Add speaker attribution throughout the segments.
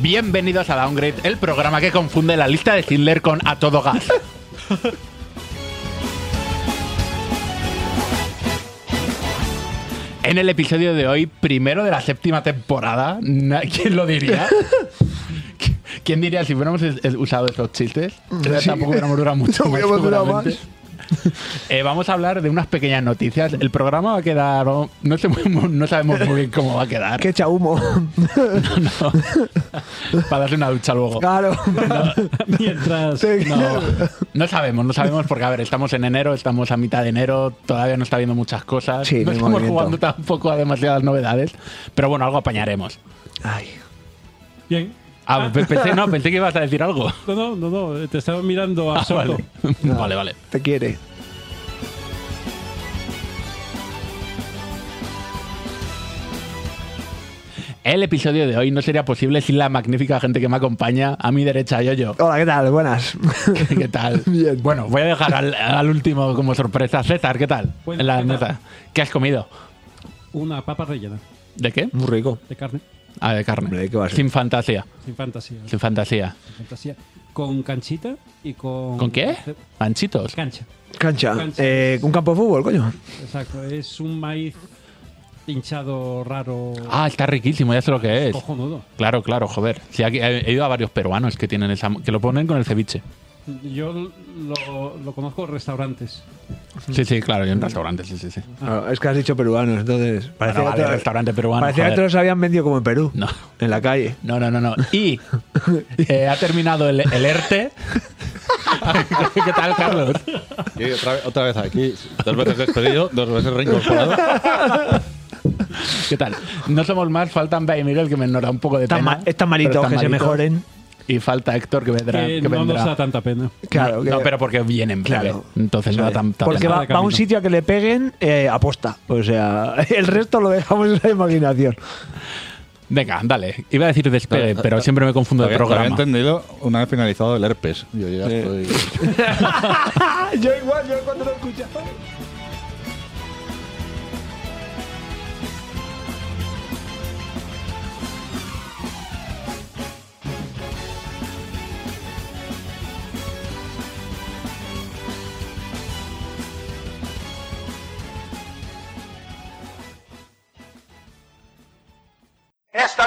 Speaker 1: Bienvenidos a Downgrade, el programa que confunde la lista de Schindler con A Todo Gas. En el episodio de hoy, primero de la séptima temporada, na- ¿quién lo diría? ¿Qui- ¿Quién diría si hubiéramos es- es- usado esos chistes? Pero
Speaker 2: Sí.
Speaker 1: Tampoco hubiéramos durado mucho.
Speaker 2: No
Speaker 1: más,
Speaker 2: hubiéramos durado más.
Speaker 1: seguramente. Eh, vamos a hablar de unas pequeñas noticias. El programa va a quedar. No, no sé muy- no sabemos muy bien cómo va a quedar.
Speaker 2: Que echa humo.
Speaker 1: Para darse una ducha luego.
Speaker 2: Claro.
Speaker 3: Mientras.
Speaker 2: Te-
Speaker 1: No, no sabemos, no sabemos porque, a ver, estamos en enero, estamos a mitad de enero, todavía no está viendo muchas cosas.
Speaker 2: Sí,
Speaker 1: no
Speaker 2: no hay
Speaker 1: estamos
Speaker 2: movimiento.
Speaker 1: jugando tampoco a demasiadas novedades, pero bueno, algo apañaremos.
Speaker 2: Ay.
Speaker 3: Bien.
Speaker 1: Ah, pe- pensé, no, pensé que ibas a decir algo.
Speaker 3: No, no, no, no, te estaba mirando
Speaker 1: Ah,
Speaker 3: absorto.
Speaker 1: vale. vale, vale.
Speaker 2: Te quiere.
Speaker 1: El episodio de hoy no sería posible sin la magnífica gente que me acompaña a mi derecha, yo, yo.
Speaker 2: Hola, ¿qué tal? Buenas.
Speaker 1: ¿Qué tal?
Speaker 2: Bien.
Speaker 1: Bueno, voy a dejar al, al último como sorpresa. César, ¿qué tal?
Speaker 3: Bueno,
Speaker 1: En la
Speaker 3: ¿qué tal?
Speaker 1: mesa. ¿Qué has comido?
Speaker 3: Una papa rellena
Speaker 1: ¿De qué?
Speaker 2: Muy rico.
Speaker 3: de carne,
Speaker 1: Ah, de carne.
Speaker 2: Hombre, ¿qué va a ser?
Speaker 1: Sin fantasía.
Speaker 3: sin fantasía.
Speaker 1: Sin fantasía.
Speaker 3: sin fantasía. Con canchita y con.
Speaker 1: ¿Con qué? Manchitos.
Speaker 3: Cancha.
Speaker 2: Cancha.
Speaker 3: Cancha.
Speaker 2: Eh, un campo de fútbol, coño.
Speaker 3: Exacto. Es un maíz hinchado raro.
Speaker 1: Ah, está riquísimo, ya sé lo que es.
Speaker 3: Cojonudo.
Speaker 1: Claro, claro, joder. Sí, aquí he he ido a varios peruanos que tienen esa, que lo ponen con el ceviche.
Speaker 3: Yo lo, lo conozco en restaurantes.
Speaker 1: Sí, sí, claro, y en restaurantes, sí, sí, sí.
Speaker 2: Claro, Ah, es que has dicho peruanos, entonces. Parecía,
Speaker 1: Bueno,
Speaker 2: que,
Speaker 1: vale,
Speaker 2: te-
Speaker 1: restaurante peruano.
Speaker 2: parecía que
Speaker 1: joder.
Speaker 2: te los habían vendido como en Perú.
Speaker 1: No.
Speaker 2: En la calle.
Speaker 1: No, no, no, no. Y eh, ha terminado el, el ERTE. ¿Qué tal, Carlos?
Speaker 4: Y otra, vez- otra vez aquí, dos veces despedido, dos veces reincorporado.
Speaker 1: ¿Qué tal? No somos más, faltan Bay y Miguel que me da un poco de
Speaker 2: Están,
Speaker 1: pena.
Speaker 2: ma- están malitos,
Speaker 1: pero
Speaker 2: que
Speaker 1: están
Speaker 2: se
Speaker 1: malitos.
Speaker 2: mejoren.
Speaker 1: Y falta Héctor que vendrá.
Speaker 3: que
Speaker 1: que
Speaker 3: no nos
Speaker 1: vendrá.
Speaker 3: da tanta pena.
Speaker 2: Claro. que-
Speaker 1: no, pero porque vienen,
Speaker 2: Claro.
Speaker 1: Entonces no da tan, tan
Speaker 2: Porque
Speaker 1: pena.
Speaker 3: nada
Speaker 2: va,
Speaker 3: de
Speaker 2: va a un
Speaker 3: camino.
Speaker 2: sitio a que le peguen eh, aposta. O sea, el resto lo dejamos en la imaginación.
Speaker 1: Venga, dale. Iba a decir despegue, pero siempre me confundo de
Speaker 4: Lo había- lo había
Speaker 1: programa.
Speaker 4: entendido una vez finalizado el herpes. Yo ya estoy.
Speaker 2: yo igual, yo cuando lo escuchaba.
Speaker 5: Esta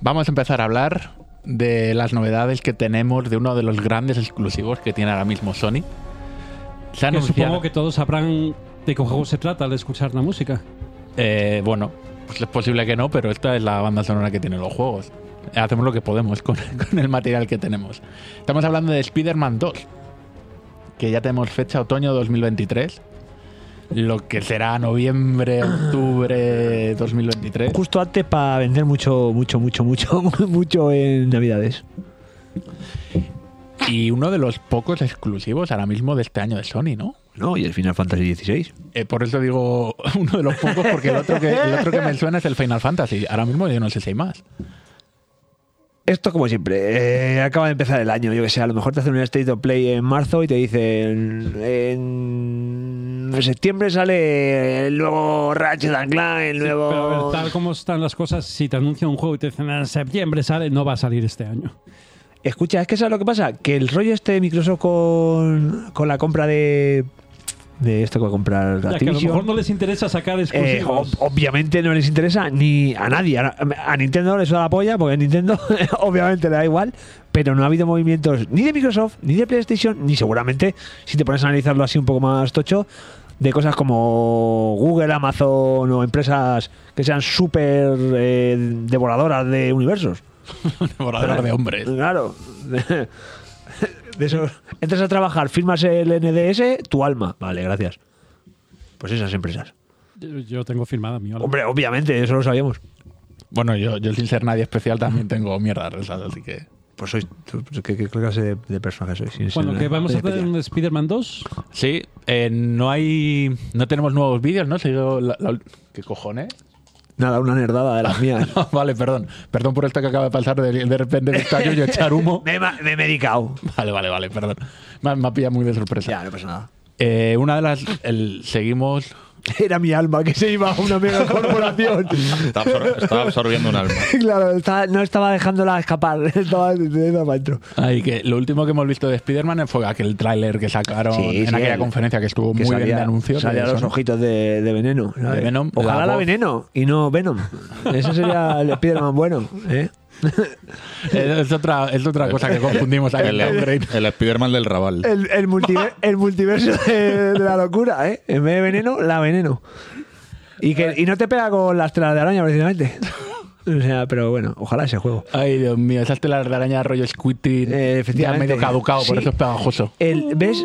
Speaker 1: Vamos a empezar a hablar de las novedades que tenemos de uno de los grandes exclusivos que tiene ahora mismo Sony. Se ha
Speaker 3: Que
Speaker 1: anunciado.
Speaker 3: supongo que todos sabrán de qué juego se trata al escuchar la música.
Speaker 1: eh, bueno, pues es posible que no, pero esta es la banda sonora que tienen los juegos. Hacemos lo que podemos con, con el material que tenemos. Estamos hablando de Spider-Man 2, que ya tenemos fecha otoño 2023. Lo que será noviembre, octubre 2023.
Speaker 2: Justo antes para vender mucho, mucho, mucho, mucho, mucho en Navidades.
Speaker 1: Y uno de los pocos exclusivos ahora mismo de este año de Sony, ¿no?
Speaker 2: No, y el Final Fantasy XVI.
Speaker 1: Eh, por eso digo uno de los pocos, porque el otro, que, el otro que me suena es el Final Fantasy. Ahora mismo yo no sé si hay más.
Speaker 2: Esto como siempre, eh, acaba de empezar el año, yo que sé, a lo mejor te hacen un State of Play en marzo y te dicen en, en septiembre sale el nuevo Ratchet and Clank, el nuevo...
Speaker 3: Pero a ver, tal como están las cosas, si te anuncia un juego y te dicen en septiembre sale, no va a salir este año.
Speaker 2: Escucha, es que ¿sabes lo que pasa? Que el rollo este de Microsoft con, con la compra de... De esto que va a comprar
Speaker 3: Ya que a lo
Speaker 2: Activision.
Speaker 3: mejor no les interesa sacar
Speaker 2: Eh, ob-
Speaker 3: exclusivos.
Speaker 2: obviamente no les interesa ni a nadie. A, a Nintendo les da la polla, porque a Nintendo obviamente le da igual, pero no ha habido movimientos ni de Microsoft, ni de PlayStation, ni seguramente, si te pones a analizarlo así un poco más tocho, de cosas como Google, Amazon o empresas que sean súper eh, devoradoras de universos.
Speaker 1: Devorador de hombres.
Speaker 2: Claro. De eso. Entras a trabajar, firmas el NDS, tu alma. Vale, gracias. Pues esas empresas.
Speaker 3: Yo- Yo tengo firmada mi hora.
Speaker 2: Hombre, obviamente, eso lo sabíamos.
Speaker 1: Bueno, yo, yo sin ser nadie especial también tengo mierdas de esas, así que.
Speaker 2: Pues sois. tú- ¿Qué, qué clase de, de personaje sois? Sin
Speaker 3: Bueno,
Speaker 2: ser-
Speaker 3: que vamos a
Speaker 2: de-
Speaker 3: tener un Spider-Man 2.
Speaker 1: Sí, eh, no hay. No tenemos nuevos vídeos, ¿no? Sigo la- la- ¿Qué cojones?
Speaker 2: Nada, una nerdada de las mías.
Speaker 1: Ah, vale, perdón. Perdón por esto que acaba de pasar de, de repente de estar yo y echar humo.
Speaker 2: me, he ma- me he medicado.
Speaker 1: Vale, vale, vale, perdón. Me, ha- me ha pillado muy de sorpresa.
Speaker 2: Ya, no pasa nada.
Speaker 1: Eh, una de las. el- seguimos.
Speaker 2: Era mi alma que se iba a una mega corporación.
Speaker 4: Está absor- está absorbiendo un alma.
Speaker 2: claro, estaba- no estaba dejándola escapar. Estaba teniendo para adentro.
Speaker 1: Ay, que lo último que hemos visto de Spider-Man fue aquel tráiler que sacaron
Speaker 2: Sí,
Speaker 1: en
Speaker 2: sí,
Speaker 1: aquella
Speaker 2: el-
Speaker 1: conferencia que estuvo muy bien de anuncio. de
Speaker 2: Salía los
Speaker 1: Sony.
Speaker 2: ojitos de, de veneno. ¿sabes?
Speaker 1: De Venom,
Speaker 2: Ojalá
Speaker 1: la
Speaker 2: la,
Speaker 1: voz.
Speaker 2: veneno y no Venom. Ese sería el Spider-Man bueno. ¿eh?
Speaker 1: Eh, Es otra, es otra cosa que confundimos aquí.
Speaker 4: El,
Speaker 1: hombre.
Speaker 4: el Spiderman del Raval.
Speaker 2: El, el multiver- el multiverso de, de la locura, ¿eh? En vez de veneno, la veneno. Y, que, y no te pega con las telas de araña, precisamente. O sea, pero bueno, ojalá ese juego.
Speaker 1: Ay, Dios mío, esas telas de araña rollo Squirty
Speaker 2: Eh,
Speaker 1: ya
Speaker 2: efectivamente.
Speaker 1: medio caducado, por
Speaker 2: Sí.
Speaker 1: eso es pegajoso.
Speaker 2: El, ¿Ves?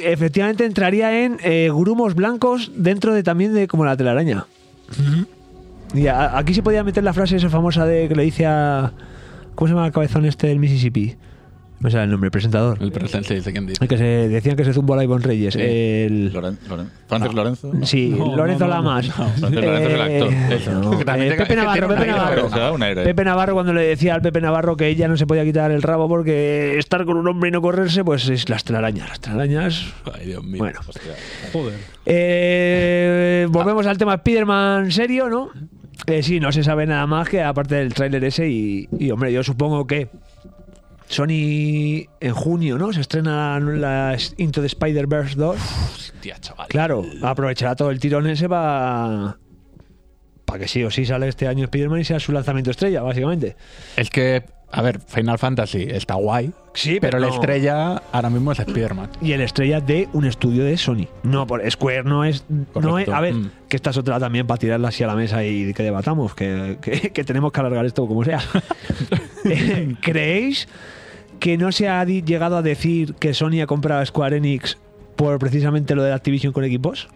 Speaker 2: Efectivamente entraría en eh, grumos blancos dentro de también de como la telaraña. Y a- aquí se podía meter la frase esa famosa de que le dice a. ¿Cómo se llama el cabezón este del Mississippi? No sé el nombre, el presentador.
Speaker 1: El presente dice quién dice.
Speaker 2: El que se decían que se zumbó a Ivonne Reyes.
Speaker 1: Sí.
Speaker 2: El.
Speaker 4: Loren- Loren-
Speaker 1: Ah.
Speaker 4: Francis Lorenzo.
Speaker 2: Sí,
Speaker 3: No,
Speaker 2: Lorenzo
Speaker 3: no, no,
Speaker 2: Lamas.
Speaker 4: Francis Lorenzo es el actor.
Speaker 2: Eh,
Speaker 4: Eso.
Speaker 2: no.
Speaker 1: Que también
Speaker 2: Eh,
Speaker 1: tenga-
Speaker 2: Pepe
Speaker 1: es que
Speaker 2: Navarro,
Speaker 1: tiene un
Speaker 2: Pepe
Speaker 1: aire,
Speaker 2: Navarro.
Speaker 4: pero se da un aire.
Speaker 2: Pepe Navarro, cuando le decía al Pepe Navarro que ella no se podía quitar el rabo porque estar con un hombre y no correrse, pues es las telarañas. Las telarañas.
Speaker 1: Ay, Dios mío.
Speaker 2: Bueno.
Speaker 3: Joder.
Speaker 2: Eh, volvemos al tema Spider-Man serio, ¿no? Eh, sí, no se sabe nada más que aparte del tráiler ese y, y, hombre, yo supongo que Sony en junio, ¿no? Se estrena la, la Into the Spider-Verse 2.
Speaker 1: Hostia, chaval.
Speaker 2: Claro, aprovechará todo el tirón ese para que sí o sí sale este año Spider-Man y sea su lanzamiento estrella, básicamente.
Speaker 1: Es que, a ver, Final Fantasy está guay,
Speaker 2: Sí,
Speaker 1: pero la
Speaker 2: no.
Speaker 1: estrella ahora mismo es Spider-Man.
Speaker 2: y el estrella de un estudio de Sony. No, por Square no es. No es
Speaker 1: Correcto.
Speaker 2: a ver,
Speaker 1: Mm.
Speaker 2: que esta es otra también para tirarla así a la mesa y que debatamos, que, que- que tenemos que alargar esto como sea. Eh, ¿Creéis que no se ha di- llegado a decir que Sony ha comprado a Square Enix por precisamente lo de la Activision con equipos?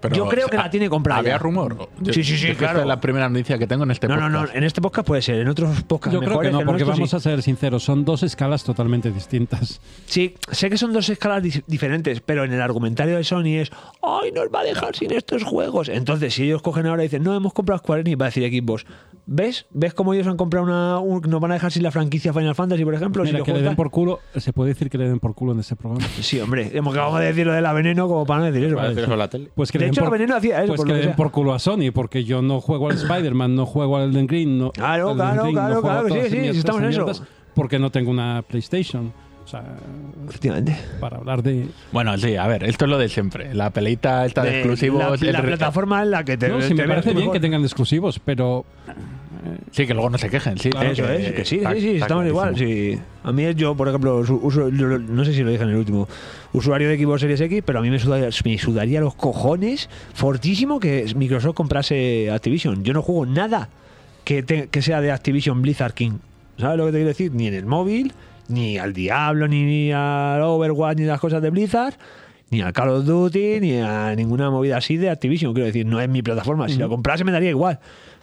Speaker 1: Pero-
Speaker 2: Yo creo que la
Speaker 1: ah,
Speaker 2: tiene comprada
Speaker 1: ¿Había
Speaker 2: ya.
Speaker 1: rumor?
Speaker 2: Sí, sí, sí,
Speaker 1: yo creo que
Speaker 2: claro.
Speaker 1: Esta es la primera noticia que tengo en este
Speaker 2: No, no,
Speaker 1: podcast.
Speaker 2: no. En este podcast puede ser, en otros podcasts
Speaker 3: Yo creo que
Speaker 2: mejores,
Speaker 3: no,
Speaker 2: el
Speaker 3: porque
Speaker 2: nuestro
Speaker 3: vamos
Speaker 2: sí.
Speaker 3: a ser sinceros, son dos escalas totalmente distintas.
Speaker 2: Sí, sé que son dos escalas dif- diferentes, pero en el argumentario de Sony es, ¡ay, nos va a dejar sin estos juegos! Entonces, si ellos cogen ahora y dicen, no, hemos comprado Square Enix, va a decir equipos, ¿ves? ¿Ves cómo ellos han comprado una... un- nos van a dejar sin la franquicia Final Fantasy, por ejemplo? si
Speaker 3: Mira,
Speaker 2: los
Speaker 3: que le den
Speaker 2: juegos
Speaker 3: por culo, se puede decir que le den por culo en ese programa.
Speaker 2: tal- Sí, hombre, hemos acabado de decir lo de la Veneno como para no decir eso.
Speaker 4: Para decir eso en la tele.
Speaker 3: Pues que
Speaker 2: De
Speaker 3: le den
Speaker 2: hecho,
Speaker 3: por-
Speaker 2: Veneno hacía eso, eh,
Speaker 3: Pues
Speaker 2: por
Speaker 3: que
Speaker 2: lo
Speaker 3: le
Speaker 2: que
Speaker 3: den
Speaker 2: sea.
Speaker 3: por culo a Sony, porque yo no juego al Spider-Man, no juego al Elden Green. No,
Speaker 2: Claro,
Speaker 3: al
Speaker 2: claro,
Speaker 3: Elden Ring,
Speaker 2: claro,
Speaker 3: no juego a
Speaker 2: claro,
Speaker 3: todas
Speaker 2: sí,
Speaker 3: esas
Speaker 2: sí,
Speaker 3: mierdas,
Speaker 2: estamos en
Speaker 3: esas
Speaker 2: eso.
Speaker 3: mierdas, Porque no tengo una PlayStation. O sea,
Speaker 2: Efectivamente.
Speaker 3: para hablar de.
Speaker 1: Bueno, sí, a ver, esto es lo de siempre. La peleita esta de,
Speaker 2: De
Speaker 1: exclusivos.
Speaker 2: La,
Speaker 1: el
Speaker 2: la
Speaker 1: re-
Speaker 2: plataforma en la que te...
Speaker 3: No, si
Speaker 2: te
Speaker 3: me
Speaker 2: ves
Speaker 3: parece bien
Speaker 2: mejor. Pues
Speaker 3: que tengan exclusivos, pero
Speaker 1: Sí, que luego no se quejen, sí. Eh,
Speaker 3: Claro,
Speaker 2: Eso es, que sí,
Speaker 1: está-
Speaker 2: sí, sí,
Speaker 1: está
Speaker 2: estamos igual.
Speaker 1: clarísimo.
Speaker 2: Sí. A mí, yo, por ejemplo, su- uso- yo lo- no sé si lo dije en el último, usuario de Xbox Series X, pero a mí me sudaría, me sudaría los cojones fortísimo que Microsoft comprase Activision. Yo no juego nada que, te- que sea de Activision Blizzard King. ¿Sabes lo que te quiero decir? Ni en el móvil, ni al Diablo, ni, ni al Overwatch, ni las cosas de Blizzard. Ni al Call of Duty, ni a ninguna movida así de Activision. Quiero decir, no es mi plataforma. Si lo comprase me daría igual.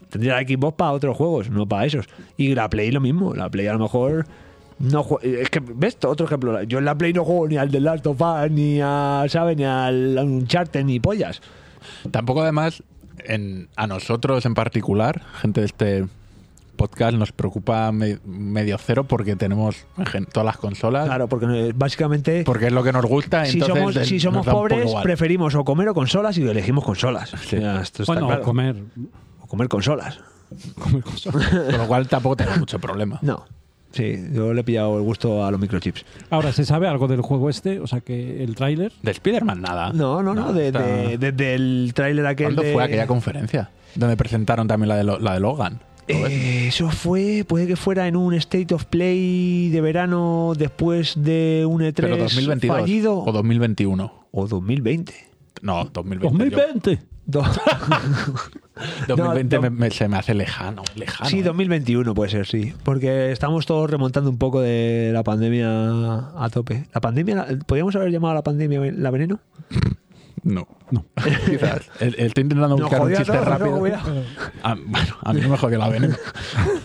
Speaker 2: Tendría la Xbox para otros juegos, no para esos. Y la Play lo mismo. La Play a lo mejor no jue- Es que, ¿ves? Otro ejemplo. Yo en la Play no juego ni al The Last of Us, ni a, ¿sabes? Ni al Uncharted, ni pollas.
Speaker 1: Tampoco, además, en, a nosotros en particular, gente de este podcast nos preocupa me- medio cero porque tenemos en gen- todas las consolas,
Speaker 2: Claro, porque eh, básicamente
Speaker 1: porque es lo que nos gusta.
Speaker 2: si
Speaker 1: Ah. entonces
Speaker 2: somos,
Speaker 1: eh,
Speaker 2: si
Speaker 1: nos
Speaker 2: somos
Speaker 1: da un poco
Speaker 2: pobres,
Speaker 1: igual.
Speaker 2: preferimos o comer o consolas y elegimos consolas.
Speaker 1: Sí.
Speaker 2: Ya, esto está
Speaker 3: Bueno,
Speaker 2: claro.
Speaker 3: comer,
Speaker 2: O comer consolas.
Speaker 3: comer cosas.
Speaker 1: Con lo cual tampoco tenemos mucho problema.
Speaker 2: No. Sí, yo le he pillado el gusto a los microchips.
Speaker 3: Ahora, ¿se sabe algo del juego este? O sea, que el tráiler...
Speaker 1: De Spider-Man nada.
Speaker 2: No, no, no. de-
Speaker 1: está-
Speaker 2: de- desde el tráiler aquel.
Speaker 1: ¿Cuándo
Speaker 2: de-
Speaker 1: fue aquella conferencia? Donde presentaron también la de, Lo- la de Logan.
Speaker 2: Eh, eso fue, puede que fuera en un State of Play de verano después de un E3
Speaker 1: Pero 2022
Speaker 2: fallido.
Speaker 1: o 2021.
Speaker 2: O 2020.
Speaker 1: No, 2020. yo-
Speaker 3: ¡2020!
Speaker 2: Do-
Speaker 1: 2020
Speaker 2: No,
Speaker 1: me-
Speaker 2: no.
Speaker 1: me- se me hace lejano, lejano.
Speaker 2: sí,
Speaker 1: ¿eh?
Speaker 2: 2021 puede ser, sí. Porque estamos todos remontando un poco de la pandemia a tope. ¿La pandemia, la- podríamos haber llamado a la pandemia la veneno?
Speaker 1: No. Quizás. Eh, Estoy intentando
Speaker 2: Nos
Speaker 1: buscar un
Speaker 2: jodió a
Speaker 1: chiste
Speaker 2: todos,
Speaker 1: rápido.
Speaker 2: ¿no? Cuidado.
Speaker 1: Ah, bueno, a mí no me jodió la veneno.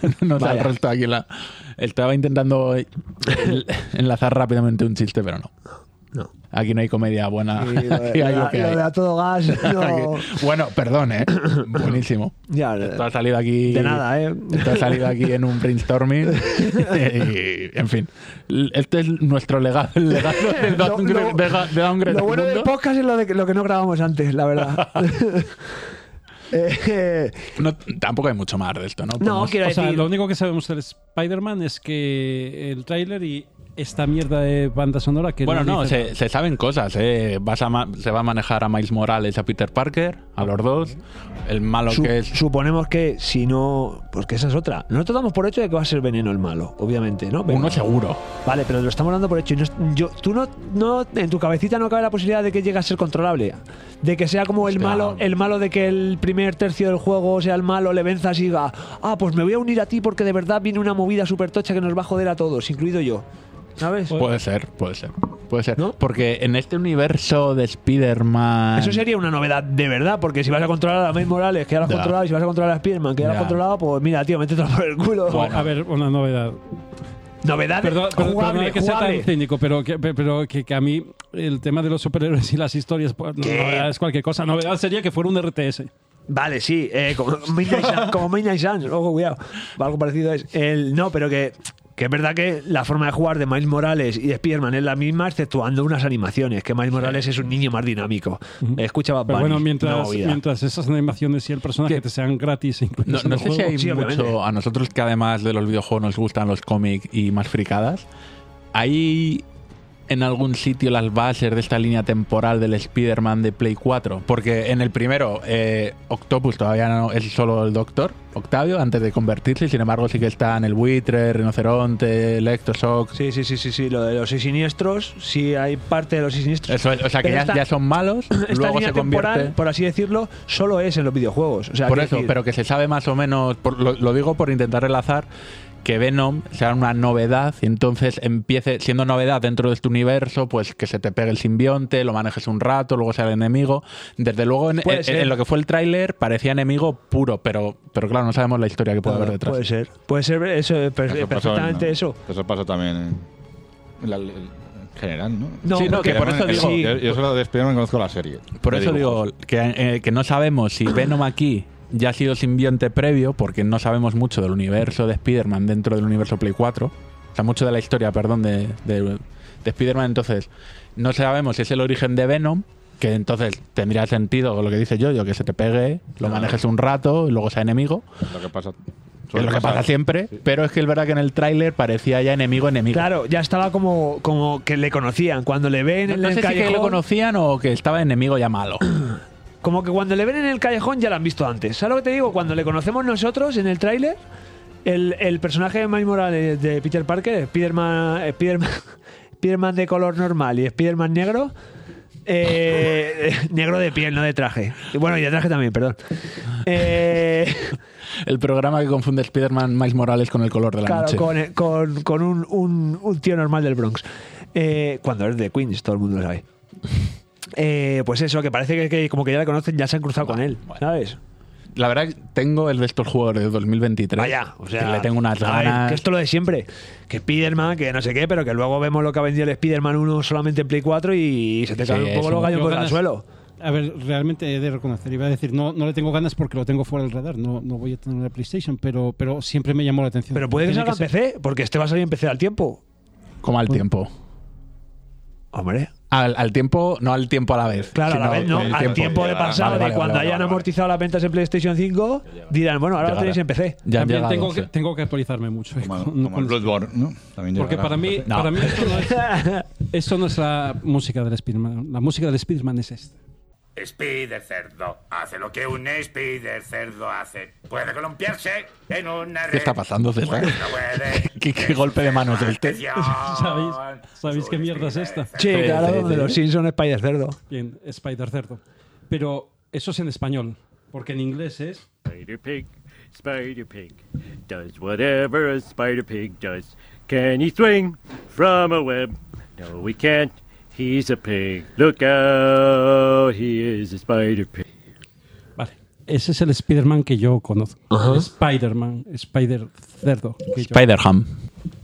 Speaker 1: no sé, al
Speaker 2: Vaya.
Speaker 1: resto aquí la... Estaba intentando el- enlazar rápidamente un chiste, pero no.
Speaker 2: No.
Speaker 1: Aquí no hay comedia buena.
Speaker 2: Y lo de-
Speaker 1: Aquí hay
Speaker 2: lo
Speaker 1: lo
Speaker 2: de-
Speaker 1: que
Speaker 2: lo
Speaker 1: hay.
Speaker 2: de a todo gas. no.
Speaker 1: Aquí- Bueno, perdón, ¿eh? Buenísimo.
Speaker 2: Ya,
Speaker 1: Esto ha salido aquí...
Speaker 2: Eh, de nada, ¿eh?
Speaker 1: Esto ha salido aquí en un brainstorming. y, en fin, L- este es nuestro legado, el legado del
Speaker 2: Lo-
Speaker 1: downgrade,
Speaker 2: lo-
Speaker 1: de ga- de downgrade
Speaker 2: Lo
Speaker 1: del
Speaker 2: bueno del
Speaker 1: mundo.
Speaker 2: podcast es lo, de, lo que no grabamos antes, la verdad. Eh, pues,
Speaker 1: No, tampoco hay mucho más de esto, ¿no?
Speaker 2: no,
Speaker 1: Podemos-
Speaker 2: quiero
Speaker 3: O sea,
Speaker 2: decir.
Speaker 3: lo único que sabemos del Spider-Man es que el tráiler y esta mierda de banda sonora que...
Speaker 1: Bueno, no,
Speaker 3: dice-
Speaker 1: se, se saben cosas. ¿eh? Vas a ma- se va a manejar a Miles Morales, a Peter Parker, a los dos. El malo
Speaker 2: su-
Speaker 1: que es.
Speaker 2: Suponemos que si no. Porque esa es otra. Nosotros damos por hecho de que va a ser veneno el malo, obviamente, ¿no? Pero-
Speaker 1: Uno seguro.
Speaker 2: Vale, pero lo estamos dando por hecho. y no- yo, tú no, no. En tu cabecita no cabe la posibilidad de que llegue a ser controlable. De que sea como el
Speaker 1: Hostia.
Speaker 2: malo, el malo de que el primer tercio del juego sea el malo, le venzas y diga, ah, pues me voy a unir a ti porque de verdad viene una movida súper tocha que nos va a joder a todos, incluido yo. ¿Sabes?
Speaker 1: Puede ser, puede ser. Puede ser.
Speaker 2: ¿No?
Speaker 1: Porque en este universo de Spider-Man.
Speaker 2: Eso sería una novedad de verdad, porque si vas a controlar a Miles Morales, que ya lo has
Speaker 1: Ya.
Speaker 2: controlado, y si vas a controlar a Spiderman, que ya lo has
Speaker 1: Ya.
Speaker 2: controlado, pues mira, tío, métetelo por el culo.
Speaker 3: O- A ver, una novedad.
Speaker 2: Novedad
Speaker 3: Perdón, perdón,
Speaker 2: jugable,
Speaker 3: perdonad que sea
Speaker 2: jugable.
Speaker 3: tan cínico, pero, que, pe- pero que, que a mí el tema de los superhéroes y las historias pues, no, novedad es cualquier cosa. Novedad sería que fuera un RTS.
Speaker 2: Vale, sí, eh, como Midnight Suns, como Midnight Suns, ojo, cuidado. Algo parecido es. El, no, pero que, que es verdad que la forma de jugar de Miles Morales y de Spiderman es la misma, exceptuando unas animaciones, que Miles Morales es un niño más dinámico. Escucha Bad
Speaker 3: Pero
Speaker 2: Bunny,
Speaker 3: bueno,
Speaker 2: una
Speaker 3: mientras,
Speaker 2: movida.
Speaker 3: mientras esas animaciones y el personaje te sean gratis, e
Speaker 1: No,
Speaker 3: incluidos en
Speaker 1: no
Speaker 3: el
Speaker 1: sé si
Speaker 3: juego,
Speaker 1: hay
Speaker 2: Sí, obviamente.
Speaker 1: mucho. A nosotros, que además de los videojuegos nos gustan los cómics y más fricadas, ¿hay en algún sitio las bases de esta línea temporal del Spider-Man de Play 4? Porque en el primero, eh, Octopus todavía no es solo el Doctor, Octavio, antes de convertirse, y sin embargo, sí que están el Buitre, Rinoceronte, Electroshock.
Speaker 2: Sí, sí, sí, sí, sí, lo de los seis siniestros, sí hay parte de los seis siniestros.
Speaker 1: Eso es, o sea, que
Speaker 2: Pero
Speaker 1: ya,
Speaker 2: esta-
Speaker 1: ya son malos,
Speaker 2: Esta
Speaker 1: luego
Speaker 2: línea
Speaker 1: se convierte.
Speaker 2: temporal, por así decirlo, solo es en los videojuegos. O sea,
Speaker 1: Por
Speaker 2: quiero
Speaker 1: eso,
Speaker 2: decir-
Speaker 1: pero que se sabe más o menos, por- lo, lo digo por intentar relazar que Venom sea una novedad y entonces empiece siendo novedad dentro de este universo, pues que se te pegue el simbionte, lo manejes un rato, luego sea el enemigo. Desde luego en,
Speaker 2: Puede
Speaker 1: en-
Speaker 2: ser.
Speaker 1: en lo que fue el tráiler parecía enemigo puro, pero, pero claro, no sabemos la historia que puede haber detrás.
Speaker 2: Puede ser, puede ser eso, eh,
Speaker 1: Pues
Speaker 2: per-
Speaker 4: Eso pasó
Speaker 2: perfectamente
Speaker 4: en-
Speaker 2: eso.
Speaker 4: Eso pasa también en, en la- en general, ¿no?
Speaker 2: No,
Speaker 1: Sí, no,
Speaker 2: porque-
Speaker 1: que por eso
Speaker 4: Spider-Man-
Speaker 1: digo-
Speaker 4: Yo, yo solo de Spider-Man conozco la serie.
Speaker 1: Por
Speaker 4: De
Speaker 1: eso digo
Speaker 4: dibujos.
Speaker 1: que, eh, que no sabemos si Venom aquí ya ha sido simbionte previo, porque no sabemos mucho del universo de Spider-Man dentro del universo Play 4. O sea, mucho de la historia, perdón, de, de, de Spider-Man. Entonces, no sabemos si es el origen de Venom, que entonces tendría sentido lo que dice yo, yo que se te pegue, lo manejes un rato y luego sea enemigo.
Speaker 4: Lo que pasa.
Speaker 1: que Es lo que pasa siempre. Pero es que es verdad que en el tráiler parecía ya enemigo, enemigo.
Speaker 2: Claro, ya estaba como, como que le conocían. Cuando le ven
Speaker 1: No,
Speaker 2: en
Speaker 1: no
Speaker 2: el
Speaker 1: sé si que
Speaker 2: callejón.
Speaker 1: lo conocían o que estaba enemigo ya malo.
Speaker 2: Como que cuando le ven en el callejón ya lo han visto antes. ¿Sabes lo que te digo? Cuando le conocemos nosotros en el tráiler, el, el personaje de Miles Morales de Peter Parker, Spiderman, Spiderman, Spiderman de color normal y Spiderman negro. eh, negro de piel, no de traje. Y Bueno, y de traje también, perdón. Eh,
Speaker 1: El programa que confunde Spider-Man Miles Morales con el color de la
Speaker 2: Claro,
Speaker 1: noche.
Speaker 2: con, con- con un, un- un tío normal del Bronx. Eh, cuando eres de Queens, todo el mundo lo sabe. Eh, pues eso, que parece que, que como que ya le conocen, ya se han cruzado con él, ¿sabes?
Speaker 1: La verdad, que tengo el de estos jugadores de 2023.
Speaker 2: Vaya, o sea,
Speaker 1: que le tengo unas
Speaker 2: a ver,
Speaker 1: ganas.
Speaker 2: que esto lo de siempre, que Spiderman, que no sé qué, pero que luego vemos lo que ha vendido el Spiderman 1 solamente en Play 4 y se te
Speaker 1: Sí,
Speaker 2: caen un
Speaker 1: es
Speaker 2: poco los
Speaker 1: un-
Speaker 2: gallos
Speaker 3: yo
Speaker 2: por el
Speaker 3: ganas-
Speaker 2: suelo.
Speaker 3: A ver, realmente he de reconocer, iba a decir, no, no le tengo ganas porque lo tengo fuera del radar, no, no voy a tener una PlayStation, pero, pero siempre me llamó la atención.
Speaker 2: Pero puede que
Speaker 3: Tiene
Speaker 2: salga en
Speaker 3: ser-
Speaker 2: PC, porque este va a salir en PC al tiempo.
Speaker 1: Como al tiempo.
Speaker 2: Hombre.
Speaker 1: Al, al tiempo, no al tiempo a la vez.
Speaker 2: Claro, a la
Speaker 1: sino
Speaker 2: vez, ¿no?
Speaker 1: el
Speaker 2: Al tiempo de
Speaker 1: Llegará.
Speaker 2: pasado,
Speaker 1: Vale, vale,
Speaker 2: de cuando
Speaker 1: vale,
Speaker 2: hayan
Speaker 1: vale, vale.
Speaker 2: amortizado las ventas en PlayStation 5, dirán, bueno, ahora lo
Speaker 1: Llegará.
Speaker 2: tenéis en PC.
Speaker 1: Ya han
Speaker 3: También
Speaker 1: llegado,
Speaker 3: tengo, que,
Speaker 1: sí.
Speaker 3: tengo que actualizarme mucho. eh,
Speaker 6: Como,
Speaker 3: con-
Speaker 6: como el
Speaker 3: con-
Speaker 6: Bloodborne, ¿no? También
Speaker 3: porque
Speaker 6: llegará.
Speaker 3: para mí,
Speaker 1: No.
Speaker 3: para mí esto, no es, esto no es la música del Spider-Man. La música del Spider-Man es esta.
Speaker 7: Spider cerdo hace lo que un spider cerdo hace. Puede columpiarse en una red.
Speaker 1: ¿Qué está pasando, César?
Speaker 7: Puede, puede.
Speaker 1: ¿Qué, qué golpe de manos este?
Speaker 6: Ah,
Speaker 3: ¿Sabéis, ¿sabéis qué mierda es esta?
Speaker 2: Sí,
Speaker 1: Sí,
Speaker 2: claro,
Speaker 1: sí,
Speaker 2: de
Speaker 1: sí.
Speaker 2: los Simpsons Spider Cerdo.
Speaker 3: Bien, Spider Cerdo. Pero eso es en español, porque en inglés es.
Speaker 4: Spider Pig, Spider Pig, does whatever a Spider Pig does. Can he swing from a web? No, we can't. He's a pig. Look out, he is a Spider Pig.
Speaker 3: Vale. Ese es el Spider-Man que yo conozco. Spider-Man, Spider Cerdo. que yo-
Speaker 1: Spider-Ham.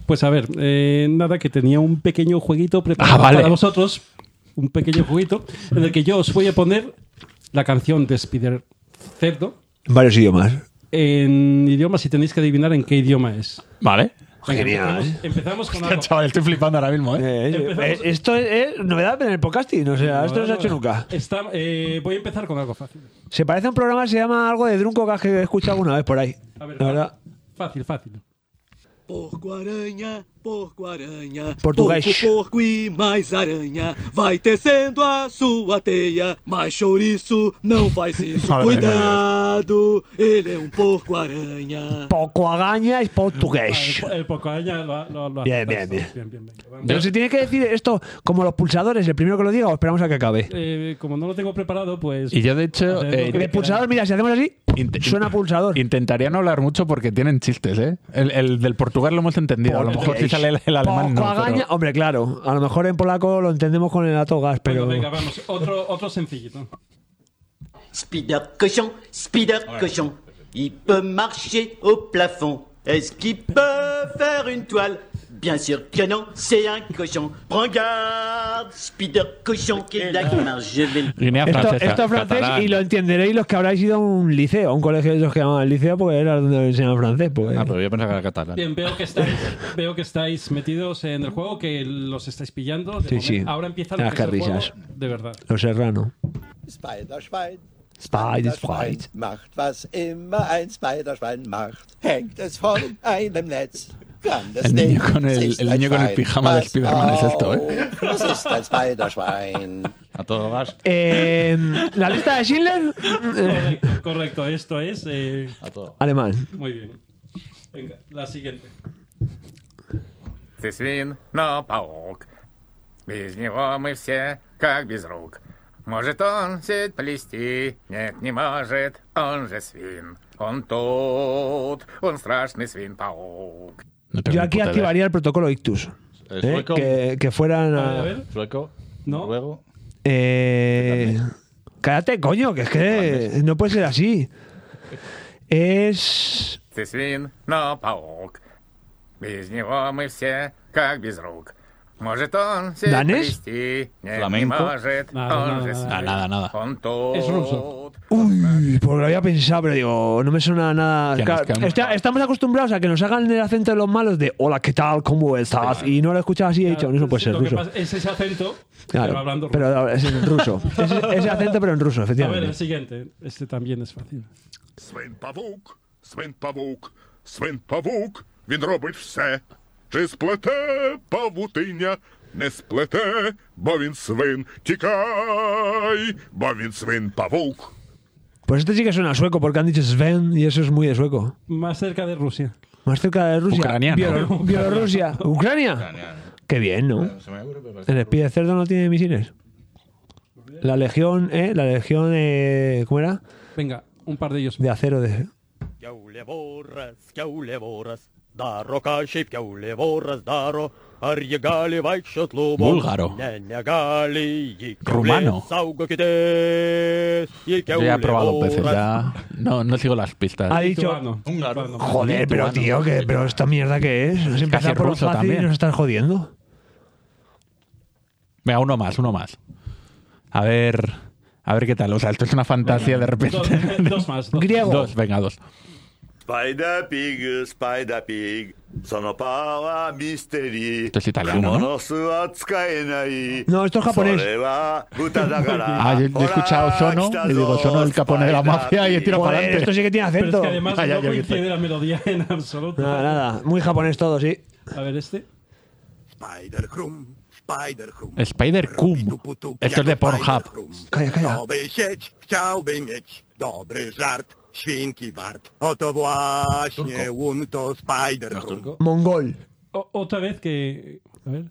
Speaker 3: Pues a ver, eh, nada, que tenía un pequeño jueguito preparado
Speaker 1: Ah, vale.
Speaker 3: para vosotros. Un pequeño jueguito en el que yo os voy a poner la canción de Spider Cerdo
Speaker 2: Varios idiomas.
Speaker 3: en idiomas y tenéis que adivinar en qué idioma es.
Speaker 1: Vale.
Speaker 3: Venga,
Speaker 2: Genial.
Speaker 3: empezamos- Empezamos con
Speaker 1: Hostia,
Speaker 3: algo.
Speaker 1: chaval, estoy flipando ahora mismo, ¿eh?
Speaker 2: Eh, eh, esto es, es novedad en el podcasting, o sea, esto no se ha hecho nunca.
Speaker 3: Está- eh, voy a empezar con algo fácil.
Speaker 2: Se parece a un programa que se llama algo de Drunco Gas que he escuchado alguna vez por ahí.
Speaker 3: A ver,
Speaker 2: La verdad,
Speaker 3: Fácil, fácil.
Speaker 8: Porco aranha, porco aranha,
Speaker 2: Português.
Speaker 8: porco, porco e mais aranha, vai tecendo a sua teia, mas chouriço não faz isso.
Speaker 1: Madre
Speaker 8: Cuidado, ele é um porco aranha.
Speaker 2: poco agaña es portugués.
Speaker 3: Ah, El, el Pocoaña lo, lo, lo
Speaker 2: Bien,
Speaker 3: aceptas.
Speaker 2: bien,
Speaker 3: bien, bien, venga, vamos.
Speaker 2: Pero se tiene que decir esto como los pulsadores, el primero que lo diga o esperamos a que acabe.
Speaker 3: Eh, como no lo tengo preparado, pues.
Speaker 1: Y yo, de hecho,
Speaker 3: Hacer lo
Speaker 1: eh,
Speaker 3: que-
Speaker 2: El pulsador, mira, si hacemos así,
Speaker 1: Int-
Speaker 2: suena pulsador.
Speaker 1: intentaría no hablar mucho porque tienen chistes, ¿eh? El, el del portugués lo hemos entendido. A lo mejor si sale el, el alemán,
Speaker 2: Poco
Speaker 1: no. pero-
Speaker 2: agaña- Hombre, claro, a lo mejor en polaco lo entendemos con el ato gas,
Speaker 3: Venga,
Speaker 2: pero.
Speaker 3: venga, vamos. Otro, otro sencillito.
Speaker 8: Spider cochon, spider cochon, il peut marcher au plafond. Est-ce qu'il peut faire une toile Bien sûr que non, c'est un cochon. Regarde, spider cochon, qu'il a je vais le
Speaker 1: Guinea
Speaker 2: Esto,
Speaker 1: francesa.
Speaker 2: esto es francés
Speaker 1: catalán.
Speaker 2: y lo entenderéis los que habráis ido a un liceo, a un colegio de esos que llamaban liceo, porque era donde enseñaban francés. pues, Porque...
Speaker 4: pues.
Speaker 6: Ah, pero yo pensaba que era catalán.
Speaker 3: Bien, veo que estáis, veo que estáis metidos en el juego, que los estáis pillando. De
Speaker 2: Sí, sí.
Speaker 3: Ahora empieza lo
Speaker 2: Ah,
Speaker 3: que
Speaker 2: qué
Speaker 3: es el juego,
Speaker 2: risas.
Speaker 3: de verdad.
Speaker 2: Los serrano.
Speaker 7: Spider-Schwein.
Speaker 2: Spider
Speaker 7: Schwein
Speaker 2: Fight.
Speaker 7: macht, was immer ein Spiderschwein macht, hängt es von einem Netz. Kann das
Speaker 1: El niño
Speaker 7: Ding
Speaker 1: con el-
Speaker 7: sich
Speaker 1: el niño con el
Speaker 7: entfalten.
Speaker 1: pijama de
Speaker 7: Pass
Speaker 1: Spiderman es esto,
Speaker 7: auf, Das ist ein Spiderschwein.
Speaker 6: A todo gas.
Speaker 2: Eh, la lista de Schindler,
Speaker 3: Correcto, correcto, esto es. eh,
Speaker 6: A todo.
Speaker 2: alemán.
Speaker 3: muy bien. Venga, la siguiente.
Speaker 4: Ты свин, но паук. Без него мы все как без рук. Может он сеть плести? Нет, не может. Он же свин. Он тут. Он страшный свин-паук.
Speaker 1: No tengo
Speaker 2: Yo
Speaker 1: ni puta
Speaker 2: aquí
Speaker 1: idea.
Speaker 2: activaría el protocolo Ictus.
Speaker 6: El
Speaker 2: ¿eh?
Speaker 6: sueco.
Speaker 2: Que, que fueran
Speaker 3: A ver, a
Speaker 2: a.
Speaker 3: ver.
Speaker 6: Sueco.
Speaker 3: No.
Speaker 6: Noruego.
Speaker 2: Eh, cállate, coño, que es que no puede ser así. Es.
Speaker 4: Ты свин, но паук. Без него мы все как без рук. Может он сеть
Speaker 2: ¿Danés?
Speaker 4: плести? Нет,
Speaker 6: Flamenco.
Speaker 4: не может.
Speaker 3: Nada,
Speaker 4: он
Speaker 3: nada, nada.
Speaker 4: же
Speaker 1: Ah,
Speaker 4: свин.
Speaker 1: nada, nada.
Speaker 4: Он тут.
Speaker 3: Es
Speaker 2: Oh.
Speaker 3: ruso.
Speaker 2: Uy, porque lo había pensado, pero digo, no me suena nada.
Speaker 1: Que nos
Speaker 2: Claro,
Speaker 1: quedamos-
Speaker 2: está- estamos acostumbrados a que nos hagan el acento de los malos de hola, ¿qué tal? ¿Cómo estás? Y no lo he escuchado así y he dicho, no, eso puede ser
Speaker 3: Lo que
Speaker 2: ruso.
Speaker 3: pasa es ese acento, pero hablando
Speaker 2: Claro, pero
Speaker 3: ruso.
Speaker 2: es en ruso. Ese, ese acento, pero en ruso,
Speaker 3: A ver, el
Speaker 2: efectivamente.
Speaker 3: siguiente. Este también es fácil.
Speaker 4: Свин павук, свин павук, свин павук, він робить все. Чи сплете павутиня, не сплете, бо він свин. Тікай, бо він свин павук.
Speaker 2: Pues este sí que suena a sueco, porque han dicho Sven y eso es muy de sueco.
Speaker 3: Más cerca de Rusia.
Speaker 2: Más cerca de Rusia.
Speaker 1: Ucraniano.
Speaker 2: Bielo- Bielorrusia. ¿Ucrania? Qué bien, ¿no?
Speaker 6: Se me ocurre, pero parece-
Speaker 2: El espía de cerdo no tiene misiles. La legión, ¿eh? La legión, eh, ¿cómo era?
Speaker 3: Venga, un par de ellos.
Speaker 2: De acero. De...
Speaker 8: Пяулеворос, пяулеворос, даро каши, пяулеворос, даро, арьегали вайшот лубо.
Speaker 1: Búlgaro.
Speaker 8: Нянягали, и
Speaker 1: Rumano.
Speaker 8: Saugo китес, и
Speaker 1: Yo ya he probado
Speaker 8: пяулеворос.
Speaker 1: peces, ya. No, no sigo las pistas.
Speaker 2: Ha dicho.
Speaker 3: Lituano. Lituano.
Speaker 2: Joder, pero tío, que, pero esta mierda que es. Nos empezar por lo
Speaker 1: ruso
Speaker 2: fácil
Speaker 1: también.
Speaker 2: y nos estás jodiendo.
Speaker 1: Venga, uno más, uno más. A ver. A ver qué tal. O sea, esto es una fantasía de repente.
Speaker 3: Dos, dos más. dos.
Speaker 1: Dos, venga, dos.
Speaker 9: Spider Pig, Spider Pig, そのパワーミステリー。
Speaker 1: Esto es italiano, ¿no?
Speaker 9: モノスは使えない。
Speaker 2: No, esto es japonés.
Speaker 9: それは歌だから
Speaker 1: Ah, yo, yo he escuchado Sono y digo, Sono el capone de la mafia y he tirado para
Speaker 2: Joder,
Speaker 1: adelante.
Speaker 2: esto sí que tiene
Speaker 3: Pero es
Speaker 2: acento.
Speaker 3: que además
Speaker 1: Ah, ya, ya,
Speaker 3: no
Speaker 1: ya.
Speaker 3: coincide la melodía en absoluto.
Speaker 2: Nada, nada. Muy japonés todo, sí.
Speaker 3: A ver este.
Speaker 9: Spider Crum, Spider Crum.
Speaker 1: Spider Cum. Esto es de Pornhub.
Speaker 2: Calla, calla.
Speaker 9: Nowy sieć, chciałby mieć dobry żart. Świnki wart. Oto właśnie unto Spider Crum.
Speaker 2: Mongol.
Speaker 3: O- otra vez que. A ver.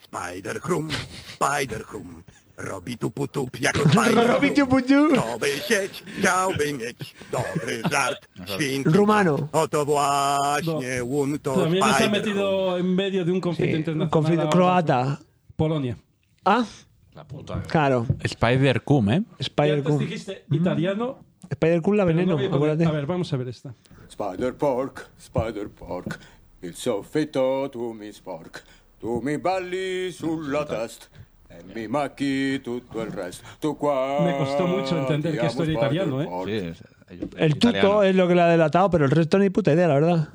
Speaker 9: Spider Crum, Spider Crum. Robi tu putup jako Spider
Speaker 2: Robi tu putup.
Speaker 9: Nowy sieć, chciałby mieć dobry żart. Świnki
Speaker 2: Rumano.
Speaker 9: wart. Oto właśnie
Speaker 2: No.
Speaker 9: unto
Speaker 3: También se ha
Speaker 9: Spider Crum.
Speaker 3: metido en medio de un conflicto
Speaker 2: Sí,
Speaker 3: internacional.
Speaker 2: conflicto
Speaker 3: ahora.
Speaker 2: croata.
Speaker 3: Polonia.
Speaker 2: Ah,
Speaker 1: eh.
Speaker 2: claro.
Speaker 1: Spider Cum, ¿eh?
Speaker 3: Y
Speaker 2: Spider
Speaker 3: antes
Speaker 2: Kun.
Speaker 3: dijiste italiano.
Speaker 2: Spider Kun la
Speaker 3: pero
Speaker 2: Mm. veneno,
Speaker 3: no había-
Speaker 2: acuérdate.
Speaker 3: a ver, vamos a ver esta.
Speaker 9: Spider pork, spider pork, il soffitto tu mi sporc, tu mi balli sulla testa e mi macchi tutto il resto. Tu qua
Speaker 3: Me costó mucho entender que esto era
Speaker 9: Spider
Speaker 3: italiano, ¿eh?
Speaker 9: pork.
Speaker 4: Sí, es- hay un-
Speaker 2: El tuto
Speaker 4: italiano.
Speaker 2: es lo que le ha delatado, pero el resto ni puta idea, la verdad.